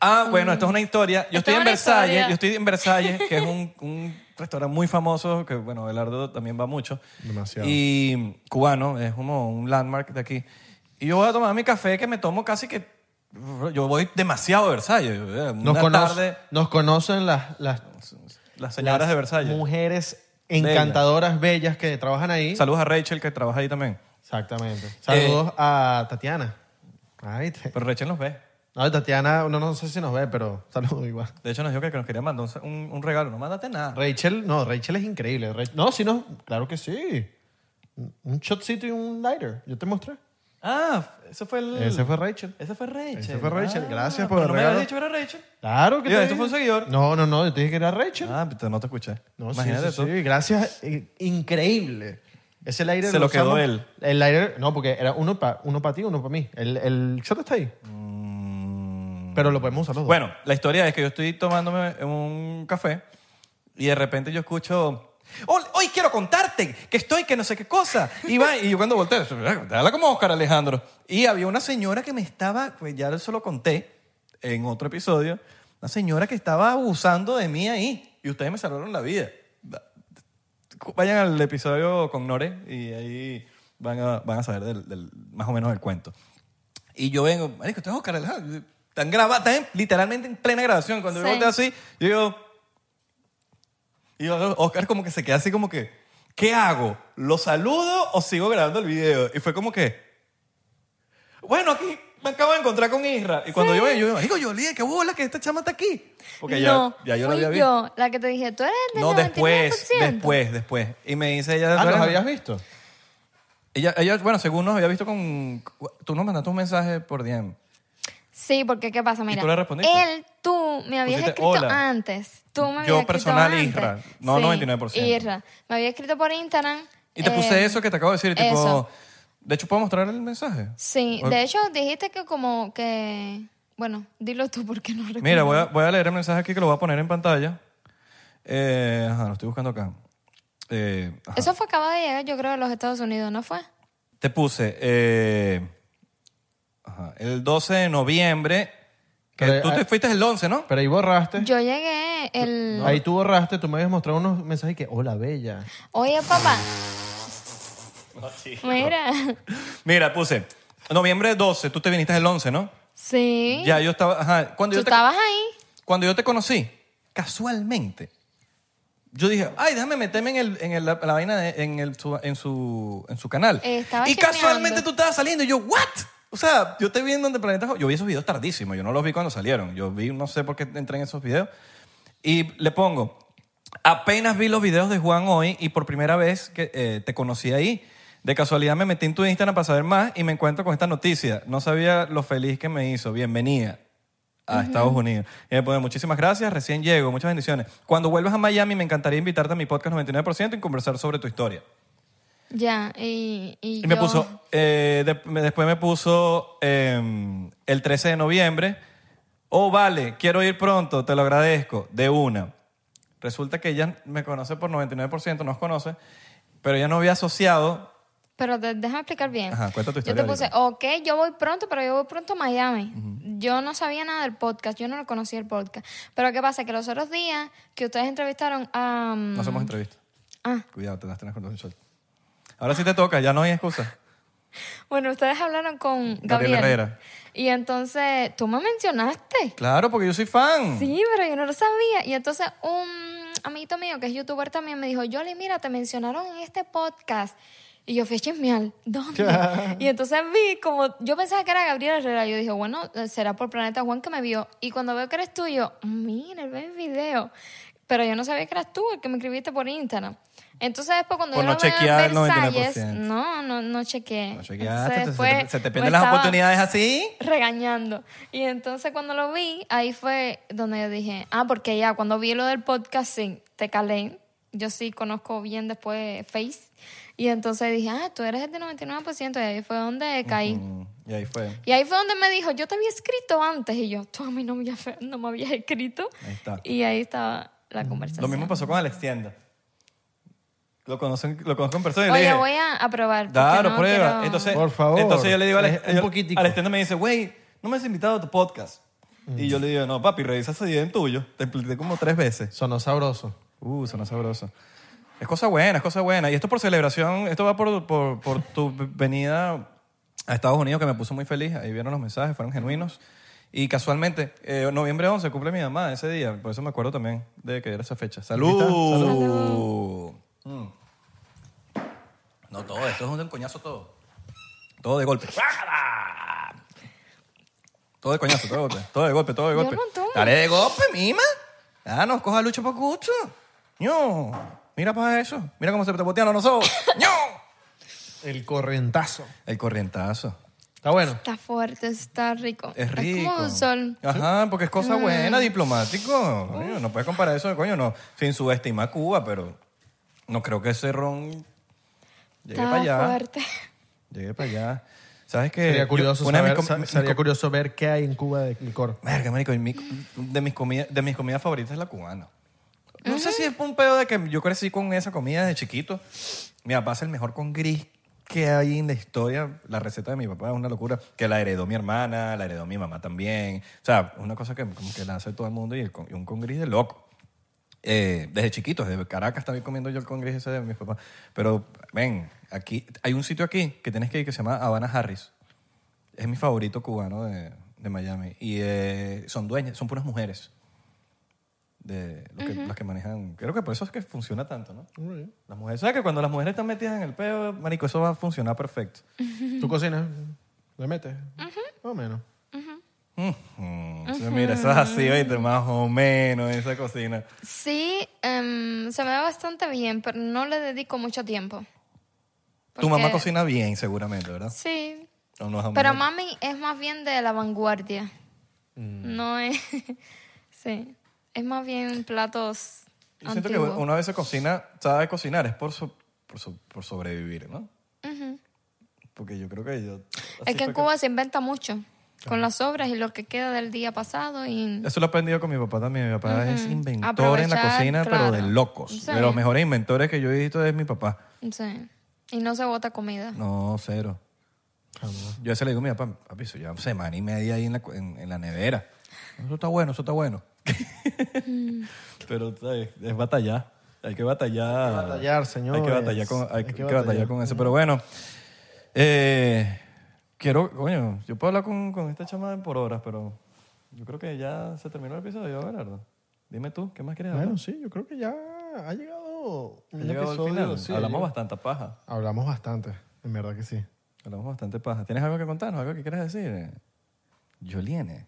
Speaker 3: Ah, bueno, esto es una historia.
Speaker 2: Mm.
Speaker 3: Yo
Speaker 2: Esto
Speaker 3: estoy
Speaker 2: es
Speaker 3: en
Speaker 2: una
Speaker 3: Versalles,
Speaker 2: historia.
Speaker 3: yo estoy en Versalles, que es un, un restaurante muy famoso, que bueno, Belardo también va mucho.
Speaker 4: Demasiado.
Speaker 3: Y cubano, es como un landmark de aquí. Y yo voy a tomar mi café, que me tomo casi que... Yo voy demasiado a Versalles. Eh, Una
Speaker 4: Nos, conoce-
Speaker 3: tarde,
Speaker 4: nos conocen las, las,
Speaker 3: las señoras
Speaker 4: las
Speaker 3: de Versalles.
Speaker 4: mujeres
Speaker 3: Bellas.
Speaker 4: encantadoras bellas que trabajan ahí.
Speaker 3: Saludos a Rachel, que trabaja ahí también.
Speaker 4: Exactamente. Saludos
Speaker 3: Eh.
Speaker 4: a Tatiana. Ay, te-
Speaker 3: Pero Rachel nos ve.
Speaker 4: No, Tatiana, no, no sé si nos ve, pero saludos igual.
Speaker 3: De hecho, nos dijo que nos quería mandar un, un- un regalo. No mandate nada.
Speaker 4: Rachel, no, Rachel es increíble. Ra- no, si no, claro que sí. Un- Un shotcito y un lighter. Yo te mostré.
Speaker 3: ah, ese fue el...
Speaker 4: Ese fue Rachel.
Speaker 3: Ese fue Rachel.
Speaker 4: Ese fue Rachel.
Speaker 3: Ah,
Speaker 4: Gracias por
Speaker 3: pero
Speaker 4: el
Speaker 3: no
Speaker 4: regalo.
Speaker 3: me habías dicho que era Rachel.
Speaker 4: Claro que
Speaker 3: Mira,
Speaker 4: te
Speaker 3: esto
Speaker 4: dije.
Speaker 3: fue un seguidor.
Speaker 4: No, no, no, yo te dije que era Rachel.
Speaker 3: Ah, pero no te escuché.
Speaker 4: No,
Speaker 3: Imagínate
Speaker 4: sí, sí,
Speaker 3: tú.
Speaker 4: sí, gracias. eh, Increíble. Ese lighter
Speaker 3: Se lo quedó
Speaker 4: usamos-
Speaker 3: él.
Speaker 4: El lighter, no, porque era uno para uno pa ti, uno para mí. El, el shot está ahí. Pero lo podemos usar los dos.
Speaker 3: Mm.
Speaker 4: Ah,
Speaker 3: Bueno, la historia es que yo estoy tomándome un café y de repente yo escucho. "Hol- Hoy quiero contarte que estoy, que no sé qué cosa. Y, va, y yo cuando volteé, dale como Oscar Alejandro. Y había una señora que me estaba, pues ya eso lo conté en otro episodio, una señora que estaba abusando de mí ahí. Y ustedes me salvaron la vida. Da- Vayan al episodio con Nore y ahí van a, van a saber del- del- más o menos el cuento. Y yo vengo, marico, esto es Oscar Alejandro. Están grabando, están en- literalmente en plena grabación. Cuando yo
Speaker 2: Sí.
Speaker 3: volteo así, yo digo... Y yo, Oscar como que se queda así como que, ¿qué hago? ¿Lo saludo o sigo grabando el video? Y fue como que, bueno, aquí me acabo de encontrar con Isra. Y cuando yo veo, yo digo, marico, yo olvidé, qué bola que esta chama está aquí. Porque
Speaker 2: no,
Speaker 3: ya, ya yo la
Speaker 2: fui
Speaker 3: había visto.
Speaker 2: yo la que te dije, tú eres del
Speaker 3: No,
Speaker 2: 99%.
Speaker 3: después, después, después. Y me dice ella...
Speaker 4: ah,
Speaker 3: "Tú
Speaker 4: ¿los
Speaker 3: eres-
Speaker 4: habías visto?
Speaker 3: Ella, ella, bueno, según nos había visto con... Tú nos mandaste un mensaje por DM.
Speaker 2: Sí, porque ¿qué pasa? Mira,
Speaker 3: tú le respondiste?
Speaker 2: él, tú me habías
Speaker 3: Pusiste,
Speaker 2: escrito
Speaker 3: "Hola".
Speaker 2: antes. Tú me habías
Speaker 3: Yo
Speaker 2: escrito
Speaker 3: personal,
Speaker 2: antes.
Speaker 3: Isra. No, 99%.
Speaker 2: Isra. Me había escrito por Instagram.
Speaker 3: Y te puse
Speaker 2: eh,
Speaker 3: eso que te acabo de decir. Tipo,
Speaker 2: eso.
Speaker 3: De hecho, ¿puedo mostrar el mensaje?
Speaker 2: Sí,
Speaker 3: O-
Speaker 2: de hecho dijiste que como que... Bueno, dilo tú porque no recuerdo.
Speaker 3: Mira, voy a, voy a leer el mensaje aquí que lo voy a poner en pantalla. Eh, ajá, lo estoy buscando acá. Eh, ajá.
Speaker 2: Eso fue acabado de llegar, yo creo, a los Estados Unidos, ¿no fue?
Speaker 3: Te puse eh, ajá, el 12 de noviembre. Que
Speaker 4: Pero,
Speaker 3: tú te
Speaker 4: eh,
Speaker 3: fuiste el 11, ¿no?
Speaker 4: Pero ahí borraste.
Speaker 2: Yo llegué el...
Speaker 4: Ahí tú borraste, tú me habías mostrado unos mensajes que, hola, bella.
Speaker 2: Oye, papá. Mira.
Speaker 3: Mira, puse noviembre 12. Tú te viniste el 11, ¿no?
Speaker 2: Sí.
Speaker 3: Ya yo estaba. Ajá. Cuando
Speaker 2: Tú
Speaker 3: yo te,
Speaker 2: estabas ahí.
Speaker 3: Cuando yo te conocí, casualmente, yo dije, ay, déjame meterme en, el, en el- la, la vaina, de- en, el, su, en, su, en su canal.
Speaker 2: Eh, estaba
Speaker 3: y
Speaker 2: chismeando.
Speaker 3: casualmente tú estabas saliendo y yo, ¿what? O sea, yo te vi en donde Planeta Jo- Yo vi esos videos tardísimos, yo no los vi cuando salieron. Yo vi, no sé por qué entré en esos videos. Y le pongo, apenas vi los videos de Juan hoy y por primera vez que eh, te conocí ahí. De casualidad me metí en tu Instagram para saber más y me encuentro con esta noticia. No sabía lo feliz que me hizo. Bienvenida a Estados Unidos. Y me pone, muchísimas gracias, recién llego, muchas bendiciones. Cuando vuelvas a Miami me encantaría invitarte a mi podcast 99% y conversar sobre tu historia.
Speaker 2: Ya, y, y
Speaker 3: Y me
Speaker 2: yo-
Speaker 3: puso, eh, de- me- después me puso em, el 13 de noviembre. Oh, vale, quiero ir pronto, te lo agradezco, de una. Resulta que ella me conoce por 99%, nos conoce, pero ella no había asociado.
Speaker 2: Pero te- déjame explicar bien.
Speaker 3: Ajá, cuenta tu
Speaker 2: Yo
Speaker 3: historia,
Speaker 2: te puse, ok, yo voy pronto, pero yo voy pronto a Miami. Yo no sabía nada del podcast, yo no lo conocía el podcast. Pero ¿qué pasa? Que los otros días que ustedes entrevistaron a... mm,
Speaker 3: No hacemos entrevista.
Speaker 2: Ah,
Speaker 3: Cuidado, te las tenés con todo el sol. Ahora sí te toca, ya no hay excusa.
Speaker 2: bueno, ustedes hablaron con Gabriel.
Speaker 3: Herrera.
Speaker 2: Y entonces, tú me mencionaste.
Speaker 3: Claro, porque yo soy fan.
Speaker 2: Sí, pero yo no lo sabía. Y entonces un amiguito mío que es youtuber también me dijo, Yoli, mira, te mencionaron en este podcast. Y yo fui a chismear, ¿dónde? y entonces vi como, yo pensaba que era Gabriel Herrera. Yo dije, bueno, será por Planeta Juan que me vio. Y cuando veo que eres tú, yo, mira, él ve el video. Pero yo no sabía que eras tú el que me escribiste por Instagram. Entonces después cuando
Speaker 3: Por
Speaker 2: yo
Speaker 3: no
Speaker 2: lo veo
Speaker 3: chequear el
Speaker 2: en Versalles,
Speaker 3: 99%.
Speaker 2: no, no, no chequeé.
Speaker 3: No
Speaker 2: Entonces,
Speaker 3: chequeaste, se- se, te-
Speaker 2: después
Speaker 3: se te
Speaker 2: me
Speaker 3: pierden las
Speaker 2: estaba-
Speaker 3: oportunidades así.
Speaker 2: regañando. Y entonces cuando lo vi, ahí fue donde yo dije, ah, porque ya cuando vi lo del podcast, sí, te calé. Yo sí conozco bien después Face. Y entonces dije, ah, tú eres el de 99%. Y ahí fue donde caí.
Speaker 3: Mm, Y ahí fue.
Speaker 2: Y ahí fue donde me dijo, yo te había escrito antes. Y yo, tú a mí no me, había- no me habías escrito.
Speaker 3: Ahí está.
Speaker 2: Y ahí estaba la conversación.
Speaker 3: Lo mismo pasó con Alex Tienda. Lo, conocen, lo conozco en persona y le
Speaker 2: Oye,
Speaker 3: dije,
Speaker 2: voy a, a probar. porque
Speaker 3: Claro,
Speaker 2: no
Speaker 3: prueba.
Speaker 2: quiero-
Speaker 3: Entonces,
Speaker 4: Por favor.
Speaker 3: Entonces yo le digo a
Speaker 4: Es
Speaker 3: Alex,
Speaker 4: un
Speaker 3: yo-
Speaker 4: poquitico.
Speaker 3: Alex Tenda me dice, güey, no me has invitado a tu podcast.
Speaker 4: Mm.
Speaker 3: Y yo le digo, no, papi, revisa ese video en tuyo. Te expliqué como tres veces.
Speaker 4: Sonó sabroso.
Speaker 3: Uh, suena sabroso. Es cosa buena, es cosa buena. Y esto por celebración, esto va por, por, por tu venida a Estados Unidos, que me puso muy feliz. Ahí vieron los mensajes, fueron genuinos. Y casualmente, eh, noviembre 11 cumple mi mamá ese día. Por eso me acuerdo también de que era esa fecha. ¡Salud! Mm. No todo, esto es un coñazo todo. Todo de golpe. Todo de coñazo, todo de golpe. Todo de golpe, todo de
Speaker 2: Yo
Speaker 3: golpe.
Speaker 2: no tomo.
Speaker 3: Dale de golpe, mima. Ah, nos coja lucho por gusto. ¡No! Mira para eso. Mira cómo se te botean los ojos. ¡No!
Speaker 4: El corrientazo.
Speaker 3: El corrientazo.
Speaker 4: Está bueno.
Speaker 2: Está fuerte, está rico.
Speaker 3: Es rico.
Speaker 2: como un sol. Mm.
Speaker 3: Ajá, porque es cosa buena, diplomático. Coño, no puedes comparar eso, coño, no. Sin subestimar Cuba, pero no creo que ese ron llegue
Speaker 2: Está
Speaker 3: para allá.
Speaker 2: fuerte.
Speaker 3: Llegué para allá. ¿Sabes qué?
Speaker 4: Sería
Speaker 3: Eh,
Speaker 4: curioso,
Speaker 3: Yo- una de mis
Speaker 4: saber,
Speaker 3: com-
Speaker 4: sa-
Speaker 3: mis
Speaker 4: sería
Speaker 3: com-
Speaker 4: curioso ver qué hay en Cuba de licor.
Speaker 3: Verga, marico, y mi- de, mis comida- de mis comidas favoritas es la cubana. No sé si es por un pedo de que yo crecí con esa comida desde chiquito. Mi papá es el mejor con gris que hay en la historia. La receta de mi papá es una locura. Que la heredó mi hermana, la heredó mi mamá también. O sea, una cosa que como que la hace todo el mundo y, el con- y un con gris de loco. Eh, desde chiquito, desde Caracas también comiendo yo el con gris ese de mis papás. Pero, ven, aquí, hay un sitio aquí que tienes que ir que se llama Habana Harris. Es mi favorito cubano de, de Miami. Y eh, son dueñas, son puras mujeres. De lo que- las que manejan. Creo que por eso es que funciona tanto, ¿no? Las mujeres. ¿Sabes que cuando las mujeres están metidas en el peo, marico, eso va a funcionar perfecto?
Speaker 4: ¿Tú cocinas? ¿Le metes? Más o menos.
Speaker 3: Mm, o sea, Mira, eso es así, oíste, más o menos, esa cocina.
Speaker 2: Sí, em, se me da bastante bien, pero no le dedico mucho tiempo.
Speaker 3: Tu mamá
Speaker 2: Porque-
Speaker 3: cocina bien, seguramente, ¿verdad?
Speaker 2: Sí,
Speaker 3: O no es amor.
Speaker 2: pero mami es más bien de la vanguardia.
Speaker 3: Mm.
Speaker 2: No es... sí, es más bien platos
Speaker 3: Yo siento que
Speaker 2: antiguos.
Speaker 3: una vez se cocina, sabe cocinar, es por, so- por, so- por sobrevivir, ¿no? Porque yo creo que yo. así
Speaker 2: Es que en
Speaker 3: fue que-
Speaker 2: Cuba se inventa mucho con las obras y lo que queda del día pasado y...
Speaker 3: Eso lo he aprendido con mi papá también. Mi papá es inventor en la
Speaker 2: Aprovechar,
Speaker 3: cocina, pero
Speaker 2: claro.
Speaker 3: de locos.
Speaker 2: Sí.
Speaker 3: De los mejores inventores que yo he visto es mi papá.
Speaker 2: sí, y no se bota comida.
Speaker 3: No, cero. Yo a veces le digo a mi papá, papi, eso lleva semana y media ahí en la, cu- en, en la nevera. Eso está bueno, eso está bueno. pero ¿sabes? es batallar. Hay que batallar.
Speaker 4: Hay que batallar,
Speaker 3: Ah,
Speaker 4: señores.
Speaker 3: Hay que batallar con, hay
Speaker 4: Hay
Speaker 3: que
Speaker 4: que
Speaker 3: batallar
Speaker 4: batallar.
Speaker 3: con eso. Pero bueno, eh, quiero, coño, yo puedo hablar con, con esta chama por horas, pero yo creo que ya se terminó el episodio, Gerardo. Dime tú, ¿qué más quieres hablar?
Speaker 4: Bueno, sí, yo creo que ya ha llegado
Speaker 3: pues. Ha
Speaker 4: un
Speaker 3: llegado al
Speaker 4: episodio.
Speaker 3: final.
Speaker 4: sí,
Speaker 3: Hablamos
Speaker 4: ha llegado-
Speaker 3: bastante paja.
Speaker 4: Hablamos bastante, en verdad que sí.
Speaker 3: Hablamos bastante paja. ¿Tienes algo que contarnos? ¿Algo que quieras decir? Yoliene.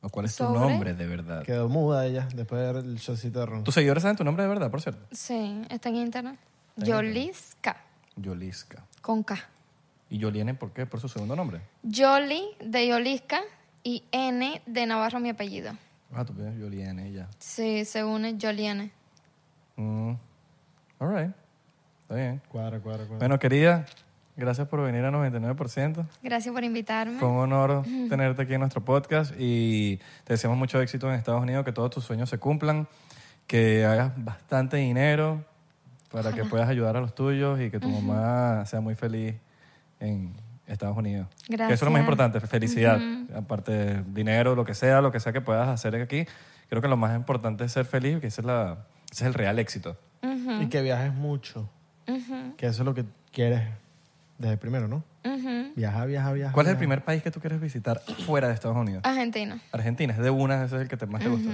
Speaker 3: ¿O cuál es tu
Speaker 2: ¿Sobre?
Speaker 3: nombre de verdad?
Speaker 4: Quedó muda ella después de ver el showcito de ron.
Speaker 3: Tus seguidores saben tu nombre de verdad, por cierto.
Speaker 2: Sí, está en internet. Yolisca,
Speaker 3: Yolisca.
Speaker 2: con K.
Speaker 3: ¿Y Yoliene por qué? ¿Por su segundo nombre?
Speaker 2: Yoli de Yolisca y N de Navarro mi apellido.
Speaker 3: Ah, tú pides Yoliene y ya.
Speaker 2: Sí, se une Yoliene.
Speaker 3: Mm. All right. Está bien.
Speaker 4: Cuadra, cuadra, cuadra.
Speaker 3: Bueno, querida, gracias por venir a 99%.
Speaker 2: Gracias por invitarme.
Speaker 3: Fue un honor tenerte aquí en nuestro podcast y te deseamos mucho éxito en Estados Unidos, que todos tus sueños se cumplan, que hagas bastante dinero para que puedas ayudar a los tuyos y que tu mamá sea muy feliz en Estados Unidos. Que eso es lo
Speaker 2: Gracias.
Speaker 3: más importante, felicidad. Aparte de dinero, lo que sea, lo que sea que puedas hacer aquí, creo que lo más importante es ser feliz, que ese es, la, ese es el real éxito.
Speaker 4: Y que viajes mucho. Que eso es lo que quieres desde primero, ¿no? Viaja, viaja, viaja.
Speaker 3: ¿Cuál es el
Speaker 4: viaja.
Speaker 3: primer país que tú quieres visitar fuera de Estados Unidos?
Speaker 2: Argentina.
Speaker 3: Argentina, es de una, ese es el que te, más te gusta.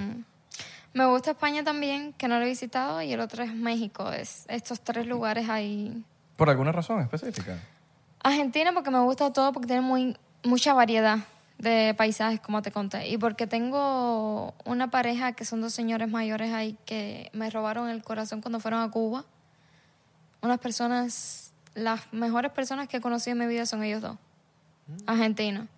Speaker 2: Me gusta España también, que no lo he visitado, y el otro es México. Es, estos tres lugares ahí.
Speaker 3: ¿Por alguna razón específica?
Speaker 2: Argentina porque me gusta todo, porque tiene muy, mucha variedad de paisajes, como te conté. Y porque tengo una pareja que son dos señores mayores ahí que me robaron el corazón cuando fueron a Cuba. Unas personas, las mejores personas que he conocido en mi vida son ellos dos, argentinos.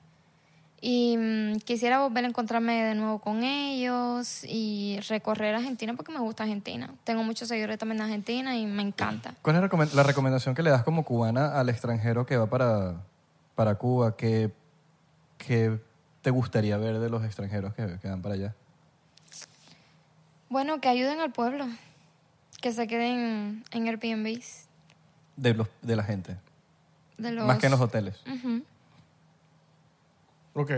Speaker 2: Y mm, quisiera volver a encontrarme de nuevo con ellos y recorrer Argentina porque me gusta Argentina. Tengo muchos seguidores también de Argentina y me encanta.
Speaker 3: ¿Cuál es la recomen- la recomendación que le das como cubana al extranjero que va para, para Cuba? ¿Qué, qué te gustaría ver de los extranjeros que, que van para allá?
Speaker 2: Bueno, que ayuden al pueblo. Que se queden en Airbnbs.
Speaker 3: De, los, de la gente,
Speaker 2: De los...
Speaker 3: más que en los hoteles.
Speaker 4: Ok.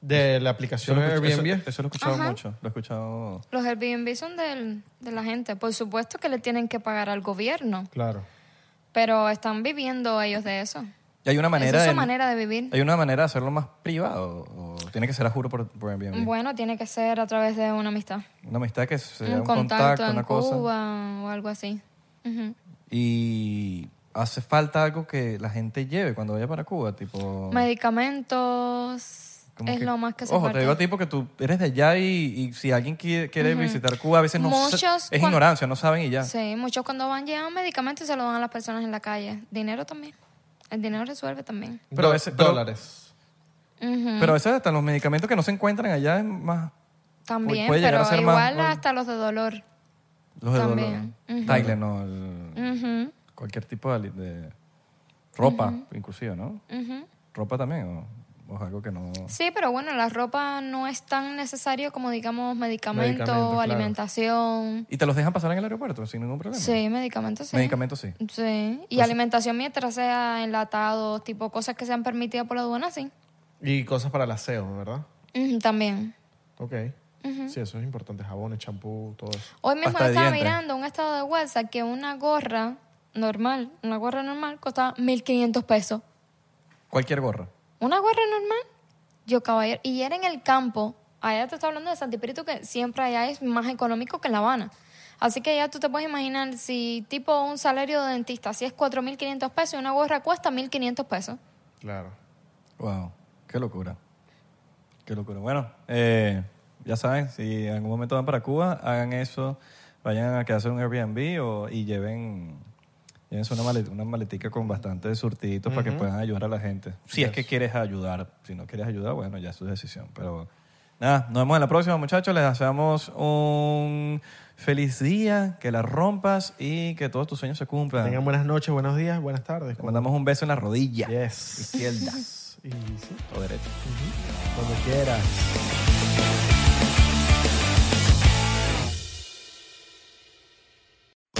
Speaker 4: De la aplicación de
Speaker 3: escuch-
Speaker 4: Airbnb.
Speaker 3: eso- eso lo he escuchado
Speaker 2: Ajá.
Speaker 3: mucho. Lo he escuchado.
Speaker 2: Los Airbnb son del- de la gente. Por supuesto que le tienen que pagar al gobierno,
Speaker 4: Claro.
Speaker 2: pero están viviendo ellos de eso.
Speaker 3: Y hay una
Speaker 2: Esa
Speaker 3: manera.
Speaker 2: es su
Speaker 3: de,
Speaker 2: manera de vivir.
Speaker 3: Hay una manera de hacerlo más privado. O tiene que ser a juro por, por Airbnb.
Speaker 2: Bueno, tiene que ser a través de una amistad.
Speaker 3: Una amistad que sea
Speaker 2: un,
Speaker 3: un,
Speaker 2: contacto, en
Speaker 3: una cosa.
Speaker 2: Cuba o algo así. Ujú.
Speaker 3: Y hace falta algo que la gente lleve cuando vaya para Cuba, tipo.
Speaker 2: Medicamentos
Speaker 3: Como
Speaker 2: es lo más que se
Speaker 3: Oh. Ojo,
Speaker 2: parte.
Speaker 3: te digo a ti porque tú eres de allá y, y si alguien quiere, quiere visitar Cuba, a veces no sa-
Speaker 2: Muchos
Speaker 3: es
Speaker 2: cuan-
Speaker 3: ignorancia, no saben y ya.
Speaker 2: Sí, muchos cuando van llevan medicamentos y se lo dan a las personas en la calle. Dinero también. El dinero resuelve también.
Speaker 3: Pero
Speaker 4: Do-
Speaker 3: a veces- pero-
Speaker 4: dólares.
Speaker 2: Ujú.
Speaker 3: Pero a veces hasta los medicamentos que no se encuentran allá es más
Speaker 2: También,
Speaker 3: puede llegar
Speaker 2: pero
Speaker 3: a ser más-
Speaker 2: igual
Speaker 3: más-
Speaker 2: hasta los de dolor.
Speaker 3: los de
Speaker 2: También.
Speaker 3: dolor. Tylenol,
Speaker 2: Ujú,
Speaker 3: cualquier tipo de, ali- de ropa, inclusive, ¿no?
Speaker 2: ujú.
Speaker 3: Ropa también o, o es algo que no
Speaker 2: Sí, pero bueno, la ropa no es tan necesario como, digamos, medicamento,
Speaker 4: Medicamento, claro.
Speaker 2: alimentación.
Speaker 3: Y te los dejan pasar en el aeropuerto sin ningún problema.
Speaker 2: Sí, medicamentos sí.
Speaker 3: Medicamentos Pues sí.
Speaker 2: Sí, y alimentación mientras sea enlatado, tipo cosas que sean permitidas por la aduana, sí.
Speaker 4: Y cosas para el aseo, ¿verdad?
Speaker 2: Ujú, también.
Speaker 4: Ok. Sí, eso es importante. Jabones, champú, todo eso.
Speaker 2: Hoy mismo
Speaker 3: Pasta
Speaker 2: yo
Speaker 3: de
Speaker 2: estaba
Speaker 3: dientes.
Speaker 2: mirando un estado de WhatsApp que una gorra normal, una gorra normal, costaba 1.500 pesos.
Speaker 3: Cualquier gorra.
Speaker 2: Una gorra normal, yo caballero. Y era en el campo. Allá te estoy hablando de Santi Espíritu, que siempre allá es más económico que en La Habana. Así que ya tú te puedes imaginar si tipo un salario de dentista, si es 4.500 pesos y una gorra cuesta 1.500 pesos.
Speaker 4: Claro.
Speaker 3: Wow, qué locura. Qué locura. Bueno, eh, ya saben, si en algún momento van para Cuba, hagan eso, vayan a quedarse en un Airbnb o, y lleven, llévense una, malet- una maletica con bastantes surtiditos para que puedan ayudar a la gente. Si es que quieres ayudar, si no quieres ayudar, bueno, ya es su decisión. Pero nada, nos vemos en la próxima, muchachos. Les deseamos un feliz día, que la rompas y que todos tus sueños se cumplan.
Speaker 4: Tengan buenas noches, buenos días, buenas tardes.
Speaker 3: Te mandamos un beso en la rodilla.
Speaker 4: Yes.
Speaker 3: Izquierda
Speaker 4: Y sí,
Speaker 3: o derecha.
Speaker 4: cuando quieras.